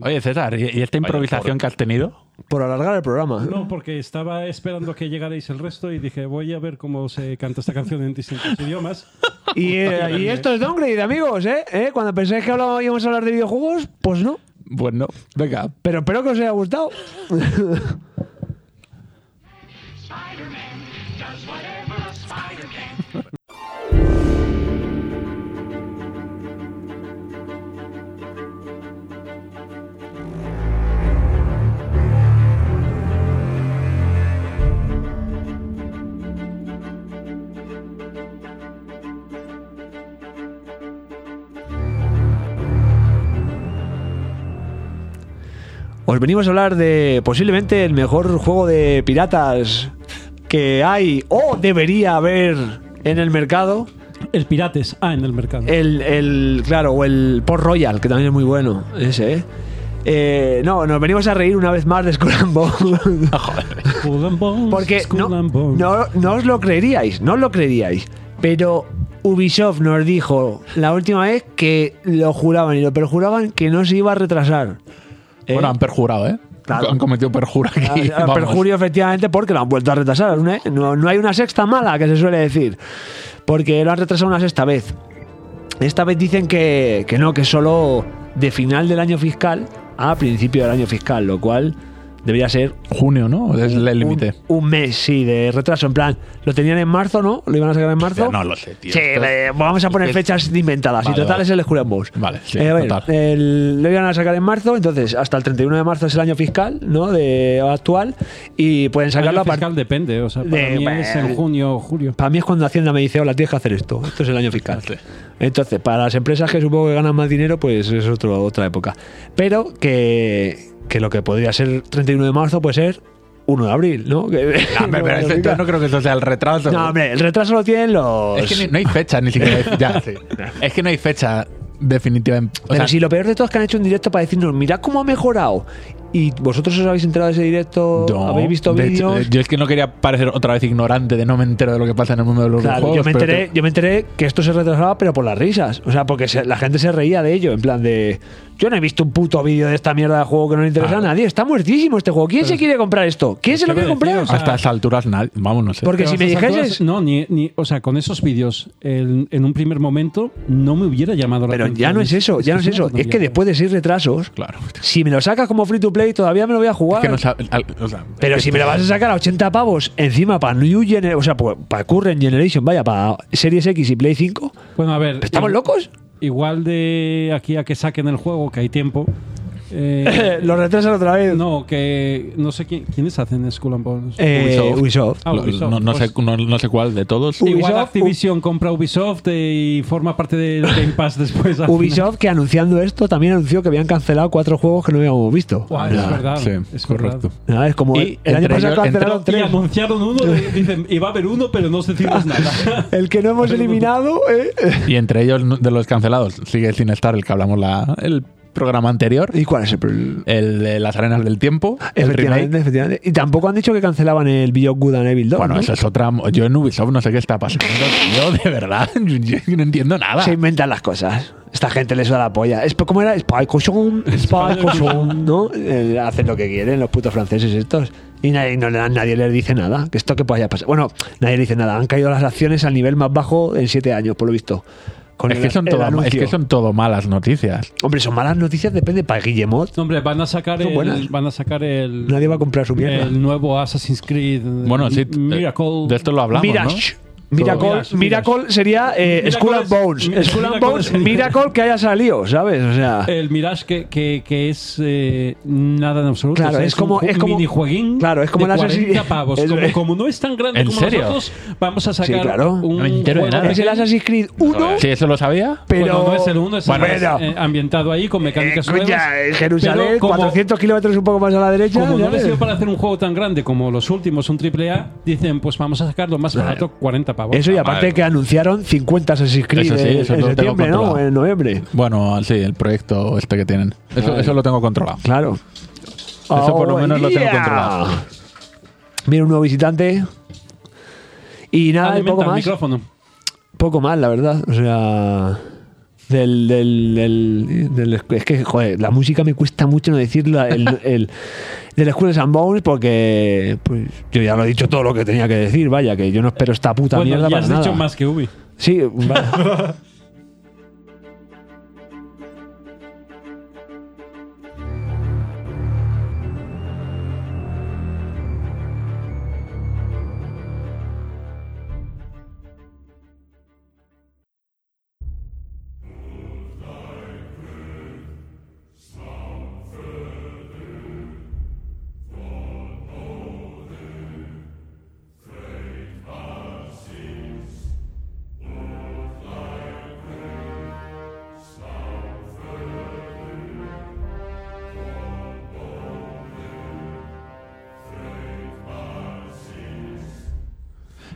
Speaker 1: Oye, César, ¿y y esta improvisación que has tenido?
Speaker 2: Por alargar el programa.
Speaker 3: No, porque estaba esperando que llegarais el resto y dije, voy a ver cómo se canta esta canción en distintos idiomas.
Speaker 2: Y, eh, y esto es downgrade, amigos, ¿eh? ¿Eh? Cuando pensáis que hablábamos- íbamos a hablar de videojuegos, pues no.
Speaker 1: Bueno, venga.
Speaker 2: Pero espero que os haya gustado. Os venimos a hablar de posiblemente el mejor juego de piratas que hay o debería haber en el mercado.
Speaker 3: El Pirates, ah, en el mercado.
Speaker 2: El, el- claro, o el Port Royal, que también es muy bueno. Ese, ¿eh? Eh, no, nos venimos a reír una vez más de Skull and Bones.
Speaker 3: Skull and Bones,
Speaker 2: Porque
Speaker 3: Skull
Speaker 2: no,
Speaker 3: and Bones.
Speaker 2: no, no os lo creeríais, no os lo creeríais. Pero Ubisoft nos dijo la última vez que lo juraban y lo perjuraban que no se iba a retrasar. ¿eh?
Speaker 1: Bueno, han perjurado, ¿eh?
Speaker 2: Claro.
Speaker 1: Han cometido perjura
Speaker 2: Ah,
Speaker 1: aquí.
Speaker 2: ah,
Speaker 1: vamos.
Speaker 2: perjurio efectivamente porque lo han vuelto a retrasar. ¿no? No, no hay una sexta mala que se suele decir. Porque lo han retrasado una sexta vez. Esta vez dicen que, que no, que solo de final del año fiscal a principio del año fiscal, lo cual debería ser
Speaker 1: Junio, ¿no? Es el límite.
Speaker 2: un, un mes, sí, de retraso. En plan, lo tenían en marzo, ¿no? Lo iban a sacar en marzo.
Speaker 1: No lo sé, tío.
Speaker 2: Sí,
Speaker 1: Esto-
Speaker 2: le- vamos a poner
Speaker 1: es que-
Speaker 2: fechas inventadas. y
Speaker 1: Vale,
Speaker 2: total
Speaker 1: vale.
Speaker 2: es el Skull and Bones.
Speaker 1: Vale, sí,
Speaker 2: Eh, a ver,
Speaker 1: total.
Speaker 2: el- lo iban a sacar en marzo, entonces hasta el 31 de marzo es el año fiscal, ¿no? De actual. Y pueden sacarlo
Speaker 3: Año
Speaker 2: a partir.
Speaker 3: fiscal depende, o sea, para
Speaker 2: De-
Speaker 3: mí es en junio o julio.
Speaker 2: Para mí es cuando Hacienda me dice, hola, tienes que hacer esto. Esto es el año fiscal. Entonces, para las empresas que supongo que ganan más dinero, pues es otro, otra época. Pero que, que lo que podría ser 31 de marzo puede ser 1 de abril, ¿no? Que-
Speaker 1: No, Ah, hombre, pero esto- entonces no creo que eso sea el retraso.
Speaker 2: No, hombre, el retraso lo tienen los...
Speaker 1: Es que ni- Pues, no hay fecha, ni siquiera. hay- ya, sí. Es que no hay fecha definitiva. en- O
Speaker 2: Pero
Speaker 1: sea,
Speaker 2: si lo peor de todo es que han hecho un directo para decirnos, mirad cómo ha mejorado. Y vosotros os habéis enterado de ese directo,
Speaker 1: no,
Speaker 2: habéis visto
Speaker 1: de hecho,
Speaker 2: vídeos.
Speaker 1: eh, Yo es que no quería parecer otra vez ignorante de no me entero de lo que pasa en el mundo de los
Speaker 2: Claro,
Speaker 1: videojuegos.
Speaker 2: yo me,
Speaker 1: pero
Speaker 2: enteré,
Speaker 1: te-
Speaker 2: yo me enteré que esto se retrasaba, pero por las risas. O sea, porque se- la gente se reía de ello. En plan de. Yo no he visto un puto vídeo de esta mierda de juego que no le interesa a nadie. Está muertísimo este juego. ¿Quién se quiere comprar esto? ¿Quién se lo
Speaker 3: ¿qué
Speaker 2: quiere
Speaker 3: me decís?
Speaker 2: comprar?
Speaker 3: O sea,
Speaker 1: Hasta esas alturas, nadie. Vamos, no sé.
Speaker 2: Porque
Speaker 3: Pero
Speaker 2: si me
Speaker 3: esas
Speaker 2: dijeses.
Speaker 3: alturas, No, ni, ni- o sea, con esos vídeos, el- en un primer momento, no me hubiera llamado la
Speaker 2: Pero
Speaker 3: atención.
Speaker 2: ya no es eso, ya no es
Speaker 3: una
Speaker 2: eso. Es
Speaker 3: tontería.
Speaker 2: que después de seis retrasos,
Speaker 1: Claro.
Speaker 2: si me lo sacas como free to play, todavía me lo voy a
Speaker 1: Es
Speaker 2: jugar.
Speaker 1: que no sabe- al- o sea,
Speaker 2: Pero
Speaker 1: es
Speaker 2: si
Speaker 1: que-
Speaker 2: me la vas a sacar a 80 pavos encima para New Generation, o sea, pues, para Current Generation, vaya, para Series X y Play 5,
Speaker 3: Bueno, a ver.
Speaker 2: ¿estamos
Speaker 3: i-
Speaker 2: locos?
Speaker 3: Igual de aquí a que saquen el juego, que hay tiempo. eh,
Speaker 2: Lo retrasan otra vez.
Speaker 3: no, que no sé quién, quiénes hacen Skull and Bones.
Speaker 2: Eh, Ubisoft.
Speaker 3: Ah,
Speaker 1: Lo-
Speaker 3: Ubisoft,
Speaker 1: no, no
Speaker 3: pues-
Speaker 1: sé, no, no sé cuál de todos.
Speaker 2: Uy.
Speaker 3: Igual
Speaker 2: Ubisoft,
Speaker 3: Activision compra Ubisoft eh, y forma parte del Game Pass después. al
Speaker 2: Ah, Ubisoft, que anunciando esto, también anunció que habían cancelado cuatro juegos que no habíamos visto.
Speaker 3: final. Guau, es
Speaker 1: Ah,
Speaker 3: verdad.
Speaker 1: sí,
Speaker 3: es
Speaker 1: correcto.
Speaker 3: verdad.
Speaker 2: Nada, es como
Speaker 1: Y
Speaker 2: el, el año
Speaker 1: entre
Speaker 2: pasado
Speaker 1: ellos-
Speaker 2: cancelaron
Speaker 3: Y
Speaker 2: tres.
Speaker 3: anunciaron uno, de- dicen, iba a haber uno, pero no os decimos nada.
Speaker 2: El que no hemos eliminado, eh,
Speaker 1: Y entre ellos, de los cancelados, sigue sin estar el que hablamos la, el programa anterior.
Speaker 2: ¿Y cuál es el
Speaker 1: El de las arenas del tiempo. El
Speaker 2: Efectivamente,
Speaker 1: remake.
Speaker 2: efectivamente. Y tampoco han dicho que cancelaban el Beyond Good and Evil 2.
Speaker 1: Bueno,
Speaker 2: ¿no?
Speaker 1: eso es otra. Yo en Ubisoft no sé qué está pasando, tío, de verdad. Yo no entiendo nada.
Speaker 2: Se inventan las cosas. Esta gente les da la polla. Es- ¿Cómo era? Spycochon, Spycochon, ¿no? Eh, hacen lo que quieren los putos franceses estos. Y nadie, no le dan- nadie les dice nada. Que esto que pueda pasar. Bueno, nadie le dice nada. Han caído las acciones al nivel más bajo en siete años, por lo visto. Con
Speaker 1: es,
Speaker 2: el-
Speaker 1: que son
Speaker 2: el
Speaker 1: todo, es
Speaker 2: anuncio.
Speaker 1: que son todo malas noticias.
Speaker 2: Hombre, son malas noticias, depende para Guillemot.
Speaker 3: No, Hombre, van a sacar
Speaker 2: Son
Speaker 3: el,
Speaker 2: buenas.
Speaker 3: van a sacar el,
Speaker 2: Nadie va a comprar su mierda.
Speaker 3: el nuevo Assassin's Creed.
Speaker 1: Bueno, sí, eh,
Speaker 3: M- Miracle.
Speaker 1: de esto lo hablamos,
Speaker 2: Mirage.
Speaker 1: ¿no?
Speaker 2: Miracle,
Speaker 1: Mirage,
Speaker 2: Miracle sería eh,
Speaker 3: Miracle
Speaker 2: Skull and
Speaker 3: es-
Speaker 2: Bones.
Speaker 3: Miracle
Speaker 2: Skull and
Speaker 3: es- Eh,
Speaker 2: Bones, Miracle que haya salido, ¿sabes? O sea.
Speaker 3: El Mirage que, que, que es eh, nada en absoluto.
Speaker 2: Claro,
Speaker 3: O sea,
Speaker 2: es como-
Speaker 3: un ju-
Speaker 2: es como-
Speaker 3: minijueguín
Speaker 2: claro, es como
Speaker 3: de
Speaker 2: el Assassin's-
Speaker 3: 40 pavos.
Speaker 2: es-
Speaker 3: como, como no es tan grande
Speaker 1: ¿En
Speaker 3: como
Speaker 1: serio?
Speaker 3: nosotros, vamos a
Speaker 2: Sí,
Speaker 3: sacar
Speaker 2: claro.
Speaker 3: un
Speaker 1: No me entero de
Speaker 3: juego
Speaker 1: nada.
Speaker 2: Es el
Speaker 3: pequeño.
Speaker 2: Assassin's Creed 1,
Speaker 1: Si eso lo sabía.
Speaker 2: pero.
Speaker 3: Bueno, no es el uno, es el
Speaker 2: Bueno,
Speaker 3: dos, eh, ambientado ahí con mecánicas
Speaker 2: Coño,
Speaker 3: nuevas.
Speaker 2: en Eh, Jerusalén,
Speaker 3: Pero como-
Speaker 2: 400 kilómetros un poco más a la derecha.
Speaker 3: Como no
Speaker 2: ¿sabes?
Speaker 3: les dio para hacer un juego tan grande como los últimos, un triple A, dicen, pues vamos a sacarlo más barato, 40 pavos.
Speaker 2: Eso y aparte
Speaker 4: madre.
Speaker 2: que anunciaron 50 Assassin's Creed
Speaker 1: Ah, Eso sí,
Speaker 2: en-
Speaker 1: eso
Speaker 2: en
Speaker 1: lo tengo
Speaker 2: septiembre, ¿no?
Speaker 1: controlado.
Speaker 2: En noviembre.
Speaker 1: Bueno, sí, el proyecto este que tienen. Eso, eso lo tengo controlado.
Speaker 2: Claro.
Speaker 1: Eso por lo menos lo tengo controlado.
Speaker 2: Mira, un nuevo visitante. Y nada, y
Speaker 3: Alimenta
Speaker 2: poco
Speaker 3: el
Speaker 2: más.
Speaker 3: micrófono.
Speaker 2: Poco más, la verdad. O sea. Del, del, del- del- Es que, joder, la música me cuesta mucho no decirlo. El, el, del School and Bones, porque. Pues yo ya lo he dicho todo lo que tenía que decir. Vaya, que yo no espero esta puta
Speaker 3: Bueno,
Speaker 2: mierda
Speaker 3: ya
Speaker 2: para
Speaker 3: has
Speaker 2: nada.
Speaker 3: dicho más que Ubi.
Speaker 1: Pues
Speaker 2: Sí, vale.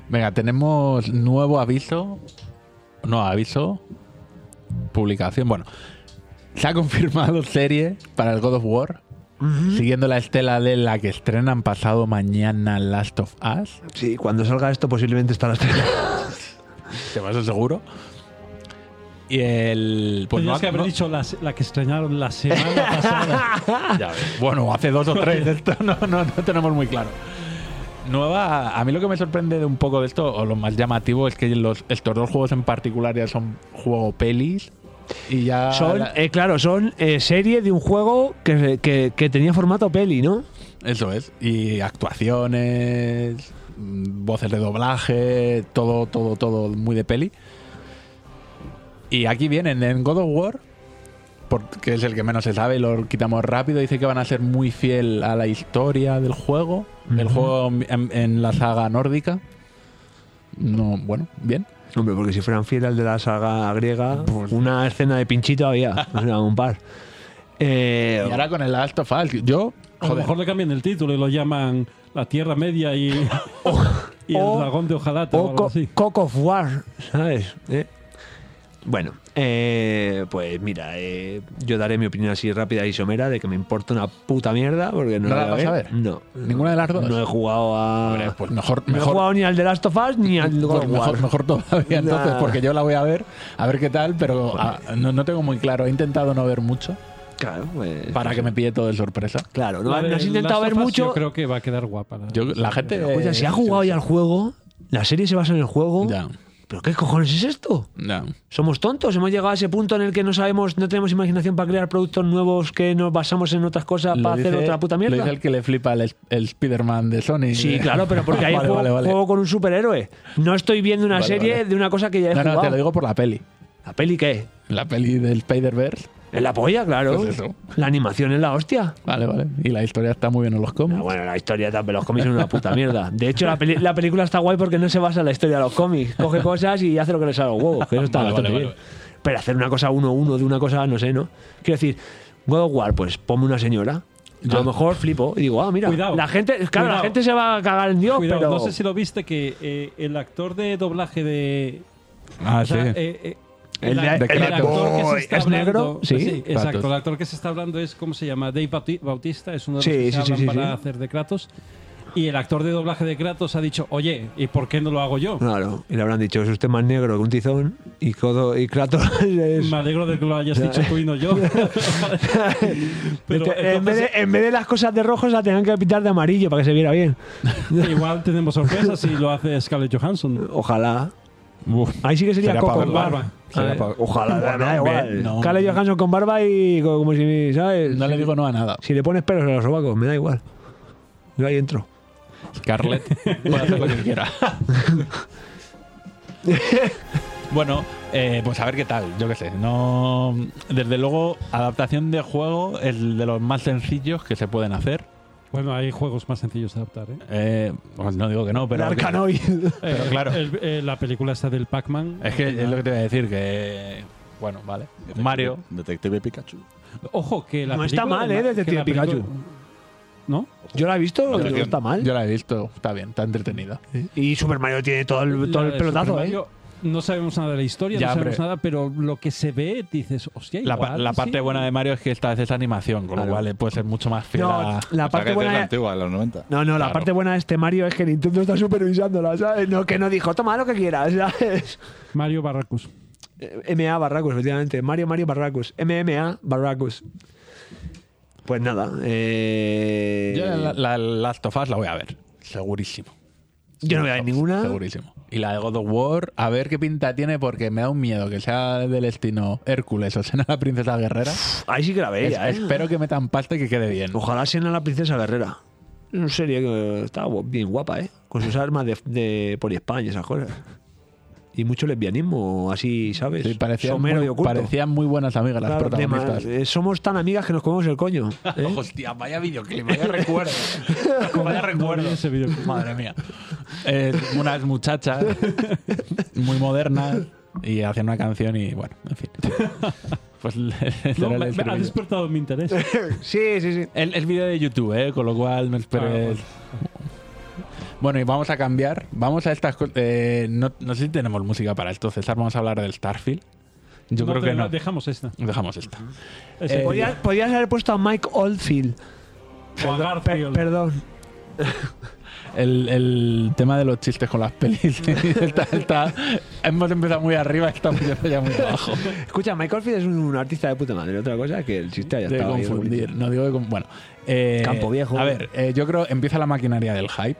Speaker 1: Venga, tenemos nuevo aviso. No, aviso. Publicación. Bueno, se ha confirmado serie para el God of War. Siguiendo la estela de la que estrenan pasado mañana Last of Us.
Speaker 2: Sí, cuando salga esto posiblemente estará
Speaker 1: Te vas seguro. Y el. Pues no
Speaker 3: Tenías
Speaker 1: ha-
Speaker 3: que haber
Speaker 1: no-
Speaker 3: dicho las- la, que estrenaron la semana pasada.
Speaker 1: Ya ves. Bueno, hace dos o tres. Esto no, no, no tenemos muy claro. Nueva. A mí lo que me sorprende de un poco de esto, o lo más llamativo, es que los, estos dos juegos en particular ya son juego pelis. Y ya.
Speaker 2: Son,
Speaker 1: la-
Speaker 2: eh, claro, son eh, serie de un juego que, que- que tenía formato peli, ¿no?
Speaker 1: Eso es. Y actuaciones, mm, voces de doblaje, todo, todo, todo muy de peli. Y aquí vienen en God of War, porque es el que menos se sabe y lo quitamos rápido. Dice que van a ser muy fiel a la historia del juego, el juego en, en la saga nórdica. No, bueno, bien.
Speaker 2: Hombre, porque si fueran fieles al de la saga griega, una escena de pinchito había, o sea, un par. Eh,
Speaker 1: Y ahora con el Last of Us, yo,
Speaker 3: A lo
Speaker 1: joder,
Speaker 3: mejor le cambian el título y lo llaman La Tierra Media y, y el
Speaker 2: o-
Speaker 3: Dragón de Ojalata o,
Speaker 2: o
Speaker 3: algo
Speaker 2: Co-
Speaker 3: así.
Speaker 2: Cock of War, ¿sabes? Eh, Bueno, eh, pues mira, eh, yo daré mi opinión así rápida y somera de que me importa una puta mierda porque no,
Speaker 1: ¿No
Speaker 2: la
Speaker 1: la
Speaker 2: voy
Speaker 1: vas a ver?
Speaker 2: No.
Speaker 1: ninguna de las dos.
Speaker 2: No he jugado a...
Speaker 1: Hombre, pues mejor,
Speaker 2: no he
Speaker 1: mejor,
Speaker 2: jugado ni al The Last of Us ni al
Speaker 1: Pues
Speaker 2: God of War.
Speaker 1: mejor, mejor todavía entonces,
Speaker 2: Nah.
Speaker 1: porque yo la voy a ver, a ver qué tal, pero ah, no, no tengo muy claro. He intentado no ver mucho
Speaker 2: Claro, pues-
Speaker 1: para que me pille todo de sorpresa.
Speaker 2: Claro, no,
Speaker 3: La de
Speaker 2: no has intentado
Speaker 3: Last
Speaker 2: ver
Speaker 3: of Us
Speaker 2: mucho.
Speaker 3: Yo creo que va a quedar guapa. la-
Speaker 1: Yo, la gente...
Speaker 2: O sea, si ha jugado ya al juego, la serie se basa en el juego.
Speaker 1: Ya,
Speaker 2: ¿Pero qué cojones es esto?
Speaker 1: ya.
Speaker 2: Somos tontos, hemos llegado a ese punto en el que no sabemos, no tenemos imaginación para crear productos nuevos que nos basamos en otras cosas
Speaker 1: Lo
Speaker 2: para hacer
Speaker 1: dice-
Speaker 2: otra puta mierda.
Speaker 1: Lo dice el que le flipa el, el Spider-Man de Sony.
Speaker 2: Sí, claro, pero porque hay
Speaker 1: Vale,
Speaker 2: juego,
Speaker 1: vale, vale.
Speaker 2: juego con un superhéroe. No estoy viendo una
Speaker 1: Vale,
Speaker 2: serie
Speaker 1: vale.
Speaker 2: de una cosa que ya he
Speaker 1: No, no,
Speaker 2: jugado.
Speaker 1: te lo digo por la peli.
Speaker 2: ¿La peli qué?
Speaker 1: La peli del Spider-Verse.
Speaker 2: Es la polla, claro.
Speaker 1: Pues eso.
Speaker 2: La animación es la hostia.
Speaker 1: Vale, vale. Y la historia está muy bien en los
Speaker 2: Ah,
Speaker 3: ¿Mm?
Speaker 1: cómics.
Speaker 2: Bueno, la historia también los cómics son una puta mierda. De hecho, la, peli- la película está guay porque no se basa en la historia de los cómics. Coge cosas y hace lo que le sale a los huevos, que eso está
Speaker 1: Vale,
Speaker 2: bastante
Speaker 1: vale,
Speaker 2: bien. Pero hacer una cosa uno uno de una cosa, no sé, ¿no? Quiero decir, God of War, pues ponme una señora. a lo mejor flipo y digo, ah, mira,
Speaker 3: Cuidado.
Speaker 2: la gente, claro,
Speaker 3: Cuidado.
Speaker 2: la gente se va a cagar en Dios,
Speaker 3: Cuidado,
Speaker 2: pero
Speaker 3: no sé si lo viste que eh, el actor de doblaje de...
Speaker 1: Ah,
Speaker 3: o sea,
Speaker 1: sí.
Speaker 3: eh, eh,
Speaker 2: El, el actor que se está es
Speaker 3: hablando-
Speaker 2: negro, sí.
Speaker 3: exacto. El actor que se está hablando es, ¿cómo se llama? Dave Bauti- Bautista, es uno de los
Speaker 2: Sí,
Speaker 3: que
Speaker 2: sí,
Speaker 3: se
Speaker 2: sí,
Speaker 3: hablan
Speaker 2: sí,
Speaker 3: para
Speaker 2: sí.
Speaker 3: hacer de Kratos. Y el actor de doblaje de Kratos ha dicho, oye, ¿y por qué no lo hago yo?
Speaker 2: Claro, y le habrán dicho, es usted más negro que un tizón y codo y Kratos es...
Speaker 3: Me alegro de que lo hayas
Speaker 2: Ya.
Speaker 3: dicho tú y no yo. Pero
Speaker 2: Este, en, vez
Speaker 3: entonces-
Speaker 2: de, en vez de las cosas de rojos la tenían que pintar de amarillo para que se viera bien.
Speaker 3: Igual tenemos sorpresas si lo hace Scarlett Johansson.
Speaker 2: Ojalá. Ahí sí que sería,
Speaker 3: Sería
Speaker 2: Coco
Speaker 3: pa'
Speaker 2: con
Speaker 3: verla.
Speaker 2: barba.
Speaker 3: Sería
Speaker 2: Eh,
Speaker 3: pa-
Speaker 2: Ojalá,
Speaker 3: Bueno,
Speaker 2: me da igual.
Speaker 3: ve, no.
Speaker 2: Scarlett Johansson con barba y co- como si, ¿sabes? No
Speaker 1: le digo no a nada.
Speaker 2: Si le pones pelos a los sobacos, me da igual. Yo ahí entro.
Speaker 1: Scarlett puede hacer lo que quiera. bueno, eh, pues a ver qué tal, yo qué sé. No, desde luego, adaptación de juego es de los más sencillos que se pueden hacer.
Speaker 3: Bueno, hay juegos más sencillos de adaptar, ¿eh?
Speaker 1: Eh, pues no digo que no, pero. Pero
Speaker 3: Eh,
Speaker 1: claro.
Speaker 3: el- eh, la película está del Pac-Man.
Speaker 1: Es que es lo que te voy a decir, que. Bueno, vale. Mario.
Speaker 4: Detective Pikachu.
Speaker 3: Ojo, que la
Speaker 2: No está
Speaker 3: película
Speaker 2: mal,
Speaker 3: de
Speaker 2: ¿eh?
Speaker 3: Ma-
Speaker 2: Detective
Speaker 3: que la película-
Speaker 2: Pikachu.
Speaker 3: ¿No?
Speaker 2: Yo la he visto,
Speaker 1: Yo-
Speaker 2: no está mal.
Speaker 1: Yo la he visto, está bien, está entretenida.
Speaker 2: Y Super Mario tiene todo el, todo
Speaker 3: La
Speaker 2: el
Speaker 3: de
Speaker 2: pelotazo,
Speaker 3: Super
Speaker 2: ¿eh?
Speaker 3: Mario, No sabemos nada de la historia,
Speaker 1: Ya,
Speaker 3: no sabemos
Speaker 1: hombre.
Speaker 3: nada, pero lo que se ve, dices, hostia,
Speaker 1: La, pa-
Speaker 3: igual,
Speaker 1: la parte
Speaker 3: sí.
Speaker 1: buena de Mario es que esta vez es animación, con
Speaker 2: Claro.
Speaker 1: lo cual eh, puede ser mucho más fiel
Speaker 2: No,
Speaker 1: a-
Speaker 2: la
Speaker 1: O sea,
Speaker 2: parte
Speaker 1: que-
Speaker 2: buena-
Speaker 4: Es la antigua, de los 90.
Speaker 2: No, no, la parte buena de este Mario es que Nintendo está supervisándola, ¿sabes? No, que no dijo, toma lo que quieras, ¿sabes?
Speaker 3: Mario Barracus.
Speaker 2: Eh, MA Barracus, efectivamente. Mario Mario Barracus. MMA Barracus. Pues nada. eh,
Speaker 1: Yo la, la Last of Us la voy a ver, segurísimo.
Speaker 2: yo no voy a ver ninguna.
Speaker 1: Segurísimo. Y la de God of War, a ver qué pinta tiene, porque me da un miedo que sea del destino Hércules o sea la princesa guerrera.
Speaker 2: Ahí sí que la veía,
Speaker 1: Es-
Speaker 2: ¿eh?
Speaker 1: Espero que metan pasta y que quede bien.
Speaker 2: Ojalá sea la princesa guerrera. Es una serie que está gu- bien guapa, ¿eh? Con sus armas de, de por España y esas cosas. Y mucho lesbianismo, así, ¿sabes?
Speaker 1: Sí, parecían,
Speaker 2: Somero
Speaker 1: muy,
Speaker 2: y oculto.
Speaker 1: parecían muy buenas amigas las
Speaker 2: Claro, de ma-
Speaker 1: protagonistas.
Speaker 2: eh, somos tan amigas que nos comemos el coño. ¿eh?
Speaker 1: Hostia, vaya videoclip, vaya recuerdo. vaya recuerdo.
Speaker 3: vi ese videoclip.
Speaker 1: Madre mía. Eh, unas muchachas muy modernas y hacían una canción y bueno, en fin. Pues este era
Speaker 3: No,
Speaker 1: el
Speaker 3: me- me- ha
Speaker 1: estribillo.
Speaker 3: despertado mi interés.
Speaker 2: sí, sí, sí.
Speaker 1: El, el vídeo de YouTube, ¿eh? con lo cual no
Speaker 2: Ah,
Speaker 1: esperes. Bueno, y vamos a cambiar. Vamos a estas cosas. no, no sé si tenemos música para esto, César. Vamos a hablar del Starfield. Yo creo que
Speaker 3: tenemos-
Speaker 1: no.
Speaker 3: Dejamos esta.
Speaker 1: Dejamos esta.
Speaker 3: Ese-
Speaker 2: Podías, podías haber puesto Eh, a Mike Oldfield.
Speaker 3: o a
Speaker 2: Pe-
Speaker 3: Garfield.
Speaker 2: perdón.
Speaker 1: El, el tema de los chistes con las pelis. está, está- hemos empezado muy arriba, estamos yendo ya muy abajo.
Speaker 2: Escucha, Mike Oldfield es un, un artista de puta madre. Otra cosa es que el chiste haya
Speaker 1: De
Speaker 2: estado ahí en el
Speaker 1: confundir. No digo que. con- Bueno. Eh,
Speaker 2: Campo Viejo.
Speaker 1: A ver, eh, yo creo empieza la maquinaria del hype.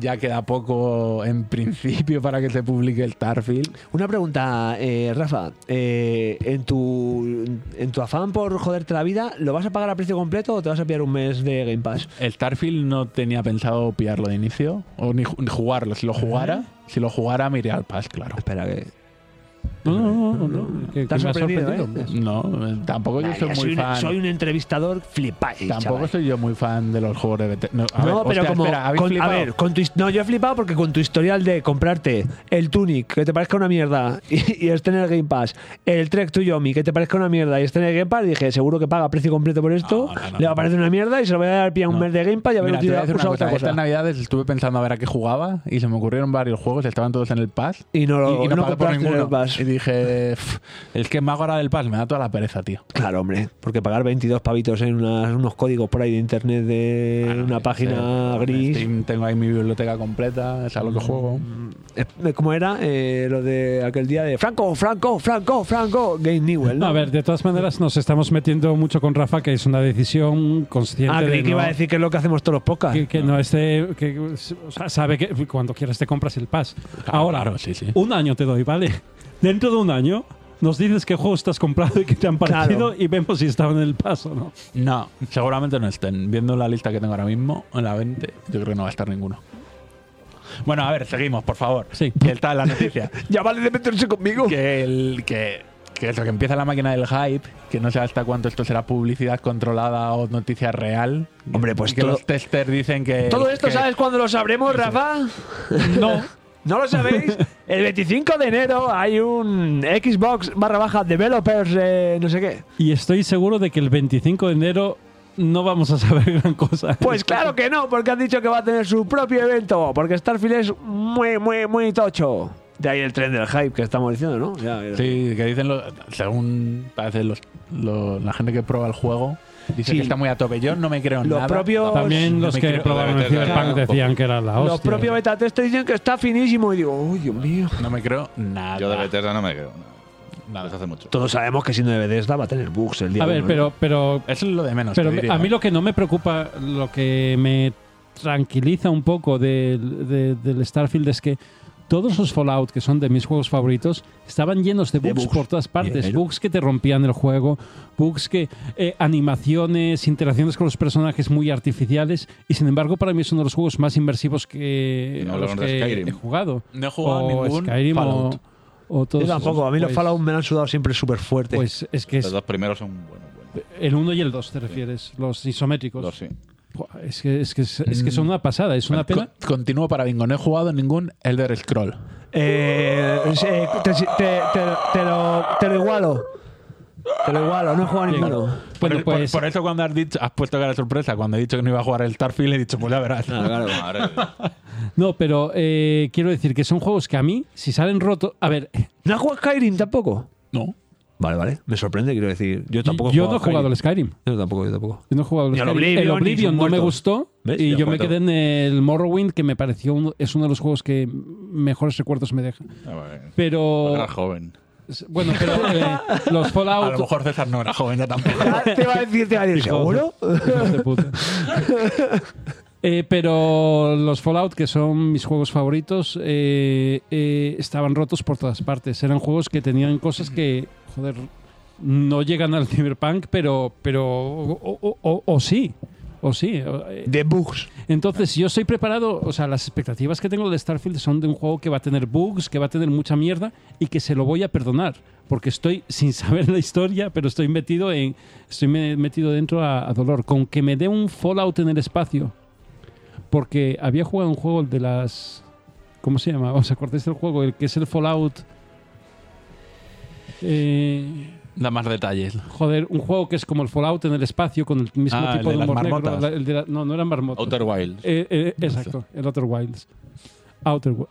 Speaker 1: Ya queda poco en principio para que se publique el Starfield.
Speaker 2: Una pregunta, eh, Rafa. Eh, en, tu, en tu afán por joderte la vida, ¿lo vas a pagar a precio completo o te vas a pillar un mes de Game Pass?
Speaker 1: El Starfield no tenía pensado pillarlo de inicio. O ni, ju- ni jugarlo. Si lo jugara,
Speaker 2: ¿Eh?
Speaker 1: si lo jugara, me iría al Pass, claro.
Speaker 2: Espera, que.
Speaker 3: No, no, no. no, no. Que-
Speaker 2: Te has
Speaker 3: que me ha
Speaker 2: sorprendido, ¿eh?
Speaker 1: No, eh, tampoco yo
Speaker 2: Vale,
Speaker 1: soy muy
Speaker 2: un,
Speaker 1: fan.
Speaker 2: soy un entrevistador flipado.
Speaker 1: Tampoco soy yo muy fan de los juegos de Bethesda. No, a ver,
Speaker 2: no, pero
Speaker 1: hostia,
Speaker 2: como.
Speaker 1: espera, ¿habéis
Speaker 2: con- a
Speaker 1: flipado?
Speaker 2: ver, con tu, his- no, yo he flipado porque con tu historial de comprarte el Tunic, que te parezca una mierda, y, y esté en el Game Pass, el Trek to Yomi, que te parezca una mierda, y esté en el Game Pass, dije, seguro que paga precio completo por esto,
Speaker 1: No, no, no,
Speaker 2: le
Speaker 1: no.
Speaker 2: va a parecer una mierda y se lo voy a dar pilla un
Speaker 1: No.
Speaker 2: mes de Game Pass y a ver
Speaker 1: Mira, te voy a decir una
Speaker 2: usado
Speaker 1: cosa.
Speaker 2: otra cosa.
Speaker 1: Estas navidades estuve pensando a ver a qué jugaba y se me ocurrieron varios juegos, estaban todos en el Pass
Speaker 2: Y no lo
Speaker 1: y, y no,
Speaker 2: no
Speaker 1: pagué por
Speaker 2: compraste
Speaker 1: ninguno.
Speaker 2: el Pass.
Speaker 1: Y dije, "Pff, es que mago ahora del Pass me da toda la pereza, tío.
Speaker 2: Claro, hombre, porque pagar 22 pavitos en unas- unos códigos por ahí de internet de
Speaker 1: Ah, no,
Speaker 2: una
Speaker 1: sí,
Speaker 2: página
Speaker 1: en
Speaker 2: gris.
Speaker 1: Steam tengo ahí mi biblioteca completa, es a lo que juego.
Speaker 2: Eh, ¿Cómo era Eh, lo de aquel día de Franco, Franco, Franco, Franco, Game Newell? ¿no?
Speaker 3: A ver, de todas maneras, nos estamos metiendo mucho con Rafa, que es una decisión consciente.
Speaker 2: Ah,
Speaker 3: de
Speaker 2: creí que
Speaker 3: no-
Speaker 2: iba a decir Ah, que es lo que hacemos todos los podcasts.
Speaker 3: Que, que no esté. Que, o sea, sabe que cuando quieras te compras el pass. Ahora,
Speaker 1: claro, sí, sí.
Speaker 3: un año te doy, ¿vale? Dentro de un año nos dices qué juegos estás comprado y qué te han parecido
Speaker 2: Claro.
Speaker 3: y vemos si estaban en el paso o no.
Speaker 1: No, seguramente no estén. Viendo la lista que tengo ahora mismo, en la 20, yo creo que no va a estar ninguno. Bueno, a ver, seguimos, por favor.
Speaker 3: Sí.
Speaker 1: Que está la noticia.
Speaker 2: Ya vale de meterse conmigo.
Speaker 1: que el que que eso, que empieza la máquina del hype, que no sé hasta cuánto esto será publicidad controlada o noticia real.
Speaker 2: Hombre, pues
Speaker 1: que
Speaker 2: todo-
Speaker 1: los testers dicen que
Speaker 2: ¿Todo esto
Speaker 1: que-
Speaker 2: sabes cuándo lo sabremos, Rafa? No. ¿No lo sabéis? El 25 de enero hay un Xbox barra baja developers, eh, no sé qué.
Speaker 3: Y estoy seguro de que el 25 de enero no vamos a saber gran cosa.
Speaker 2: Pues claro que no, porque han dicho que va a tener su propio evento, porque Starfield es muy, muy, muy tocho. De ahí el tren del hype que estamos diciendo, ¿no? Ya, ya.
Speaker 1: Sí, que dicen, los- según parece los, lo- la gente que prueba el juego, dice
Speaker 2: Sí.
Speaker 1: que está muy a tope. Yo no me creo en
Speaker 2: Los
Speaker 1: nada.
Speaker 2: propios-
Speaker 3: También
Speaker 1: No
Speaker 3: los
Speaker 1: me
Speaker 3: que
Speaker 1: creo-
Speaker 3: probaban el Cyberpunk decían que era la
Speaker 2: Los
Speaker 3: hostia.
Speaker 2: propios beta testers dicen que está finísimo. Y digo, uy, Dios mío.
Speaker 1: No me creo nada.
Speaker 4: Yo de Bethesda no me creo. No, Nada. Desde hace mucho.
Speaker 2: Todos sabemos que siendo de Bethesda va a tener bugs el día
Speaker 3: A
Speaker 2: uno,
Speaker 3: ver,
Speaker 2: ¿no?
Speaker 3: pero, pero,
Speaker 1: Eso es lo de menos.
Speaker 3: pero
Speaker 1: te diría, ¿eh?
Speaker 3: a mí
Speaker 1: ¿no?
Speaker 3: lo que no me preocupa, lo que me tranquiliza un poco del, de- del Starfield es que todos los Fallout, que son de mis juegos favoritos, estaban llenos de bugs,
Speaker 2: De bugs.
Speaker 3: por todas partes.
Speaker 2: Bien.
Speaker 3: Bugs que te rompían el juego, bugs que eh, animaciones, interacciones con los personajes muy artificiales. Y sin embargo, para mí es uno de los juegos más inmersivos que,
Speaker 4: No
Speaker 3: a los
Speaker 4: hablamos de
Speaker 3: que
Speaker 4: Skyrim.
Speaker 3: he jugado.
Speaker 1: No he jugado
Speaker 3: o
Speaker 1: ningún
Speaker 3: Skyrim o,
Speaker 1: Fallout.
Speaker 3: o todos
Speaker 2: Yo
Speaker 3: esos.
Speaker 2: tampoco. A mí los
Speaker 3: Pues-
Speaker 2: Fallout me han sudado siempre súper fuerte.
Speaker 3: Pues es que es
Speaker 4: Los dos primeros son buenos. buenos.
Speaker 3: el 1 y el 2 te refieres, los isométricos.
Speaker 4: Los sí.
Speaker 3: Buah, Es que, es, que, es, es que
Speaker 2: Mm.
Speaker 3: son una pasada, es una
Speaker 1: Bueno,
Speaker 3: pena.
Speaker 1: co- continúo para bingo. No he jugado ningún Elder Scroll.
Speaker 2: Eh, eh, te, te- te- te lo, te lo igualo. Te lo igualo. No he jugado a ninguno.
Speaker 3: Bueno,
Speaker 1: por, por-
Speaker 3: pues-
Speaker 1: por eso cuando has dicho, has puesto cara de sorpresa, cuando he dicho que no iba a jugar el Starfield, he dicho, pues ya verás.
Speaker 4: Ahora,
Speaker 3: No, pero eh, quiero decir que son juegos que a mí, si salen rotos. A ver,
Speaker 2: ¿No has jugado a Skyrim tampoco?
Speaker 1: No.
Speaker 2: Vale, vale. Me sorprende, quiero decir. Yo tampoco
Speaker 3: yo no he jugado
Speaker 2: a
Speaker 3: al Skyrim.
Speaker 2: Skyrim. Yo tampoco, yo tampoco.
Speaker 3: Yo no he jugado al
Speaker 2: Ni al
Speaker 3: Skyrim.
Speaker 2: Oblivion,
Speaker 3: el
Speaker 2: ni
Speaker 3: Oblivion
Speaker 2: son
Speaker 3: no me
Speaker 2: muertos.
Speaker 3: gustó.
Speaker 2: ¿Ves?
Speaker 3: Y
Speaker 2: Ya
Speaker 3: yo me
Speaker 2: muerto.
Speaker 3: quedé en el Morrowind, que me pareció un- es uno de los juegos que mejores recuerdos me deja.
Speaker 4: Ah, vale.
Speaker 3: Pero.
Speaker 4: Era joven.
Speaker 3: Bueno, pero eh, los
Speaker 1: A lo
Speaker 3: Fallout.
Speaker 1: mejor César no era joven ya tampoco.
Speaker 2: Ah, Te va a decir, te va a decir, ¿seguro?
Speaker 3: Hijos de puta. Eh, pero los Fallout, que son mis juegos favoritos, eh, eh, estaban rotos por todas partes. Eran juegos que tenían cosas que, joder, no llegan al cyberpunk, pero, pero o, o- o- o sí. O sí. O, eh,
Speaker 2: De bugs.
Speaker 3: Entonces, yo estoy preparado. O sea, las expectativas que tengo de Starfield son de un juego que va a tener bugs, que va a tener mucha mierda y que se lo voy a perdonar. Porque estoy sin saber la historia, pero estoy metido en. Estoy me- metido dentro a, a dolor. Con que me dé un Fallout en el espacio. Porque había jugado un juego el de las. ¿Cómo se llama? ¿Os acordáis del juego? El que es el Fallout. Eh,
Speaker 1: Da más detalles.
Speaker 3: joder, un juego que es como el Fallout en el espacio con el mismo
Speaker 1: Ah, el
Speaker 3: tipo
Speaker 1: de
Speaker 3: de
Speaker 1: las
Speaker 3: humor negro,
Speaker 1: marmotas.
Speaker 3: la- el de la- no, no eran marmotas.
Speaker 4: Outer Wilds.
Speaker 3: Eh, eh, exacto, el Outer Wilds. Outer Wi-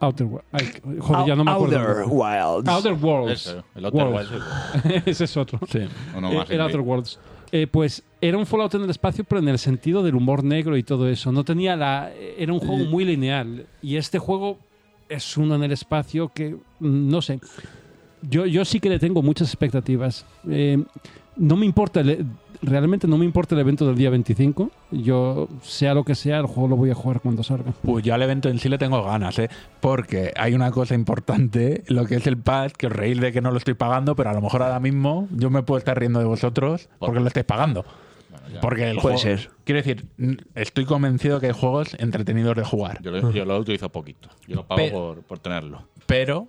Speaker 3: Outer Wi- ay, joder, ya no me acuerdo.
Speaker 2: Outer Wilds.
Speaker 3: Outer Worlds.
Speaker 4: Ese, el Outer
Speaker 3: Worlds.
Speaker 4: Wilds.
Speaker 3: Ese es otro.
Speaker 1: Sí.
Speaker 4: Uno
Speaker 3: Pues, Eh,
Speaker 4: pues. más.
Speaker 3: el Outer Worlds. Eh, pues era un Fallout en el espacio, pero en el sentido del humor negro y todo eso. No tenía la. Era un juego muy lineal. Y este juego es uno en el espacio que. mm, No sé. Yo, yo sí que le tengo muchas expectativas. Eh, no me importa. el- e, realmente no me importa el evento del día 25. Yo, sea lo que sea, el juego lo voy a jugar cuando salga.
Speaker 1: Pues yo al evento en sí le tengo ganas, ¿eh? Porque hay una cosa importante, lo que es el pad, que os reís de que no lo estoy pagando, pero a lo mejor ahora mismo yo me puedo estar riendo de vosotros porque lo estáis pagando. Porque el
Speaker 2: Puede
Speaker 1: juego-
Speaker 2: ser.
Speaker 1: Quiero decir, n- estoy convencido que hay juegos entretenidos de jugar.
Speaker 4: Yo lo, yo lo utilizo poquito. Yo lo pago
Speaker 1: Pero-
Speaker 4: por, por tenerlo.
Speaker 1: pero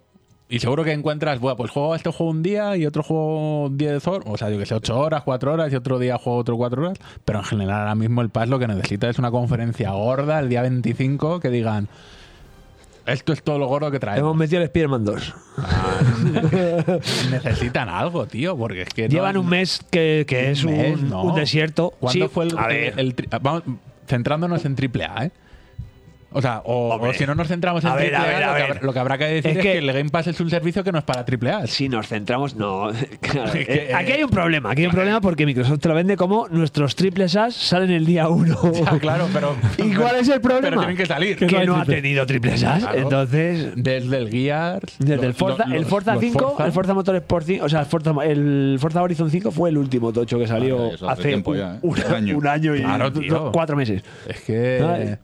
Speaker 1: y seguro que encuentras, bueno, pues juego este juego un día y otro juego 10 horas, o sea, yo que sé, 8 horas, 4 horas y otro día juego otro 4 horas, pero en general ahora mismo el PAS lo que necesita es una conferencia gorda el día 25 que digan, esto es todo lo gordo que
Speaker 2: Hemos
Speaker 1: traemos.
Speaker 2: metido el Spider-Man 2.
Speaker 1: Necesitan algo, tío, porque es que... no-
Speaker 2: Llevan un mes que, que es un,
Speaker 1: mes, no.
Speaker 2: un desierto.
Speaker 1: ¿Cuándo
Speaker 2: Sí,
Speaker 1: fue el,
Speaker 2: a ver,
Speaker 1: el tri- vamos, centrándonos en AAA, ¿eh? O sea, o,
Speaker 2: Hombre.
Speaker 1: o si no nos centramos en
Speaker 2: A ver, a
Speaker 1: AAA,
Speaker 2: ver, a
Speaker 1: lo, que
Speaker 2: ver.
Speaker 1: habrá, lo que habrá que decir
Speaker 2: Es
Speaker 1: es,
Speaker 2: que-
Speaker 1: que el Game Pass es un servicio que no es para AAA.
Speaker 2: Si nos centramos, no. claro,
Speaker 1: Es que-
Speaker 2: eh, aquí hay un problema. Aquí hay un problema porque Microsoft te lo vende como nuestros triples As salen el día 1.
Speaker 1: Ya, claro, pero.
Speaker 2: ¿Y cuál es el problema?
Speaker 1: Pero tienen que salir.
Speaker 2: Que, no ha tenido triples As.
Speaker 1: Claro.
Speaker 2: Entonces,
Speaker 1: Desde el Gears.
Speaker 2: desde
Speaker 1: los-
Speaker 2: el Forza,
Speaker 1: los-
Speaker 2: el Forza
Speaker 1: los
Speaker 2: 5,
Speaker 1: Forza.
Speaker 2: el Forza Motorsport 5, o sea, el Forza, el Forza Horizon 5 fue el último tocho que salió
Speaker 4: Vale, eso hace
Speaker 2: hace
Speaker 4: tiempo
Speaker 2: un,
Speaker 4: ya, ¿eh?
Speaker 2: un-
Speaker 4: Un año.
Speaker 2: un año y
Speaker 1: Claro, tío. Eh,
Speaker 2: cuatro meses.
Speaker 1: Es que.
Speaker 2: Vale.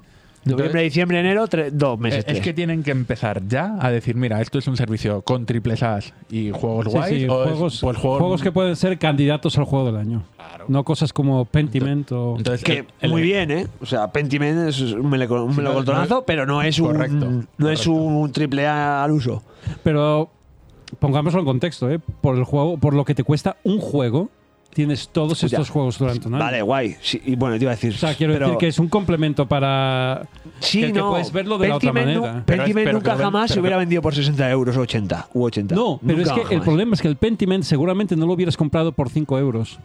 Speaker 2: Noviembre, diciembre, enero, tres- dos meses.
Speaker 1: Es, Eh, es
Speaker 2: tres.
Speaker 1: que tienen que empezar ya a decir, mira, esto es un servicio con triples As y juegos
Speaker 3: Sí,
Speaker 1: guays.
Speaker 3: sí,
Speaker 1: o es- pues
Speaker 3: juegos,
Speaker 1: o el juego-
Speaker 3: juegos que pueden ser candidatos al juego del año. No cosas como Pentiment o.
Speaker 1: Entonces,
Speaker 2: que
Speaker 1: el- el-
Speaker 2: muy bien, ¿eh? O sea, Pentiment es un meleco- un
Speaker 1: Sí, no,
Speaker 2: melocotonazo,
Speaker 1: no es-
Speaker 2: pero no es un
Speaker 1: Correcto,
Speaker 2: no es
Speaker 1: correcto.
Speaker 2: un triple A al uso.
Speaker 3: Pero pongámoslo en contexto, ¿eh? Por el juego, por lo que te cuesta un juego, tienes todos
Speaker 2: Ya.
Speaker 3: estos juegos durante un año.
Speaker 2: Vale, guay. Sí, y bueno, te iba a decir.
Speaker 3: O sea, quiero
Speaker 2: pero-
Speaker 3: decir que es un complemento para.
Speaker 2: sí,
Speaker 3: que- que
Speaker 2: no.
Speaker 3: puedes verlo de la otra
Speaker 2: Pentiment nu-
Speaker 3: manera.
Speaker 1: Pero es-
Speaker 2: Pentiment
Speaker 1: pero
Speaker 2: nunca
Speaker 1: que lo ven-
Speaker 2: jamás se
Speaker 1: pero
Speaker 2: hubiera
Speaker 1: que-
Speaker 2: vendido por 60 euros o 80 u 80.
Speaker 3: No, pero
Speaker 2: Nunca
Speaker 3: es que el
Speaker 2: jamás.
Speaker 3: problema es que el Pentiment seguramente no lo hubieras comprado por 5 euros.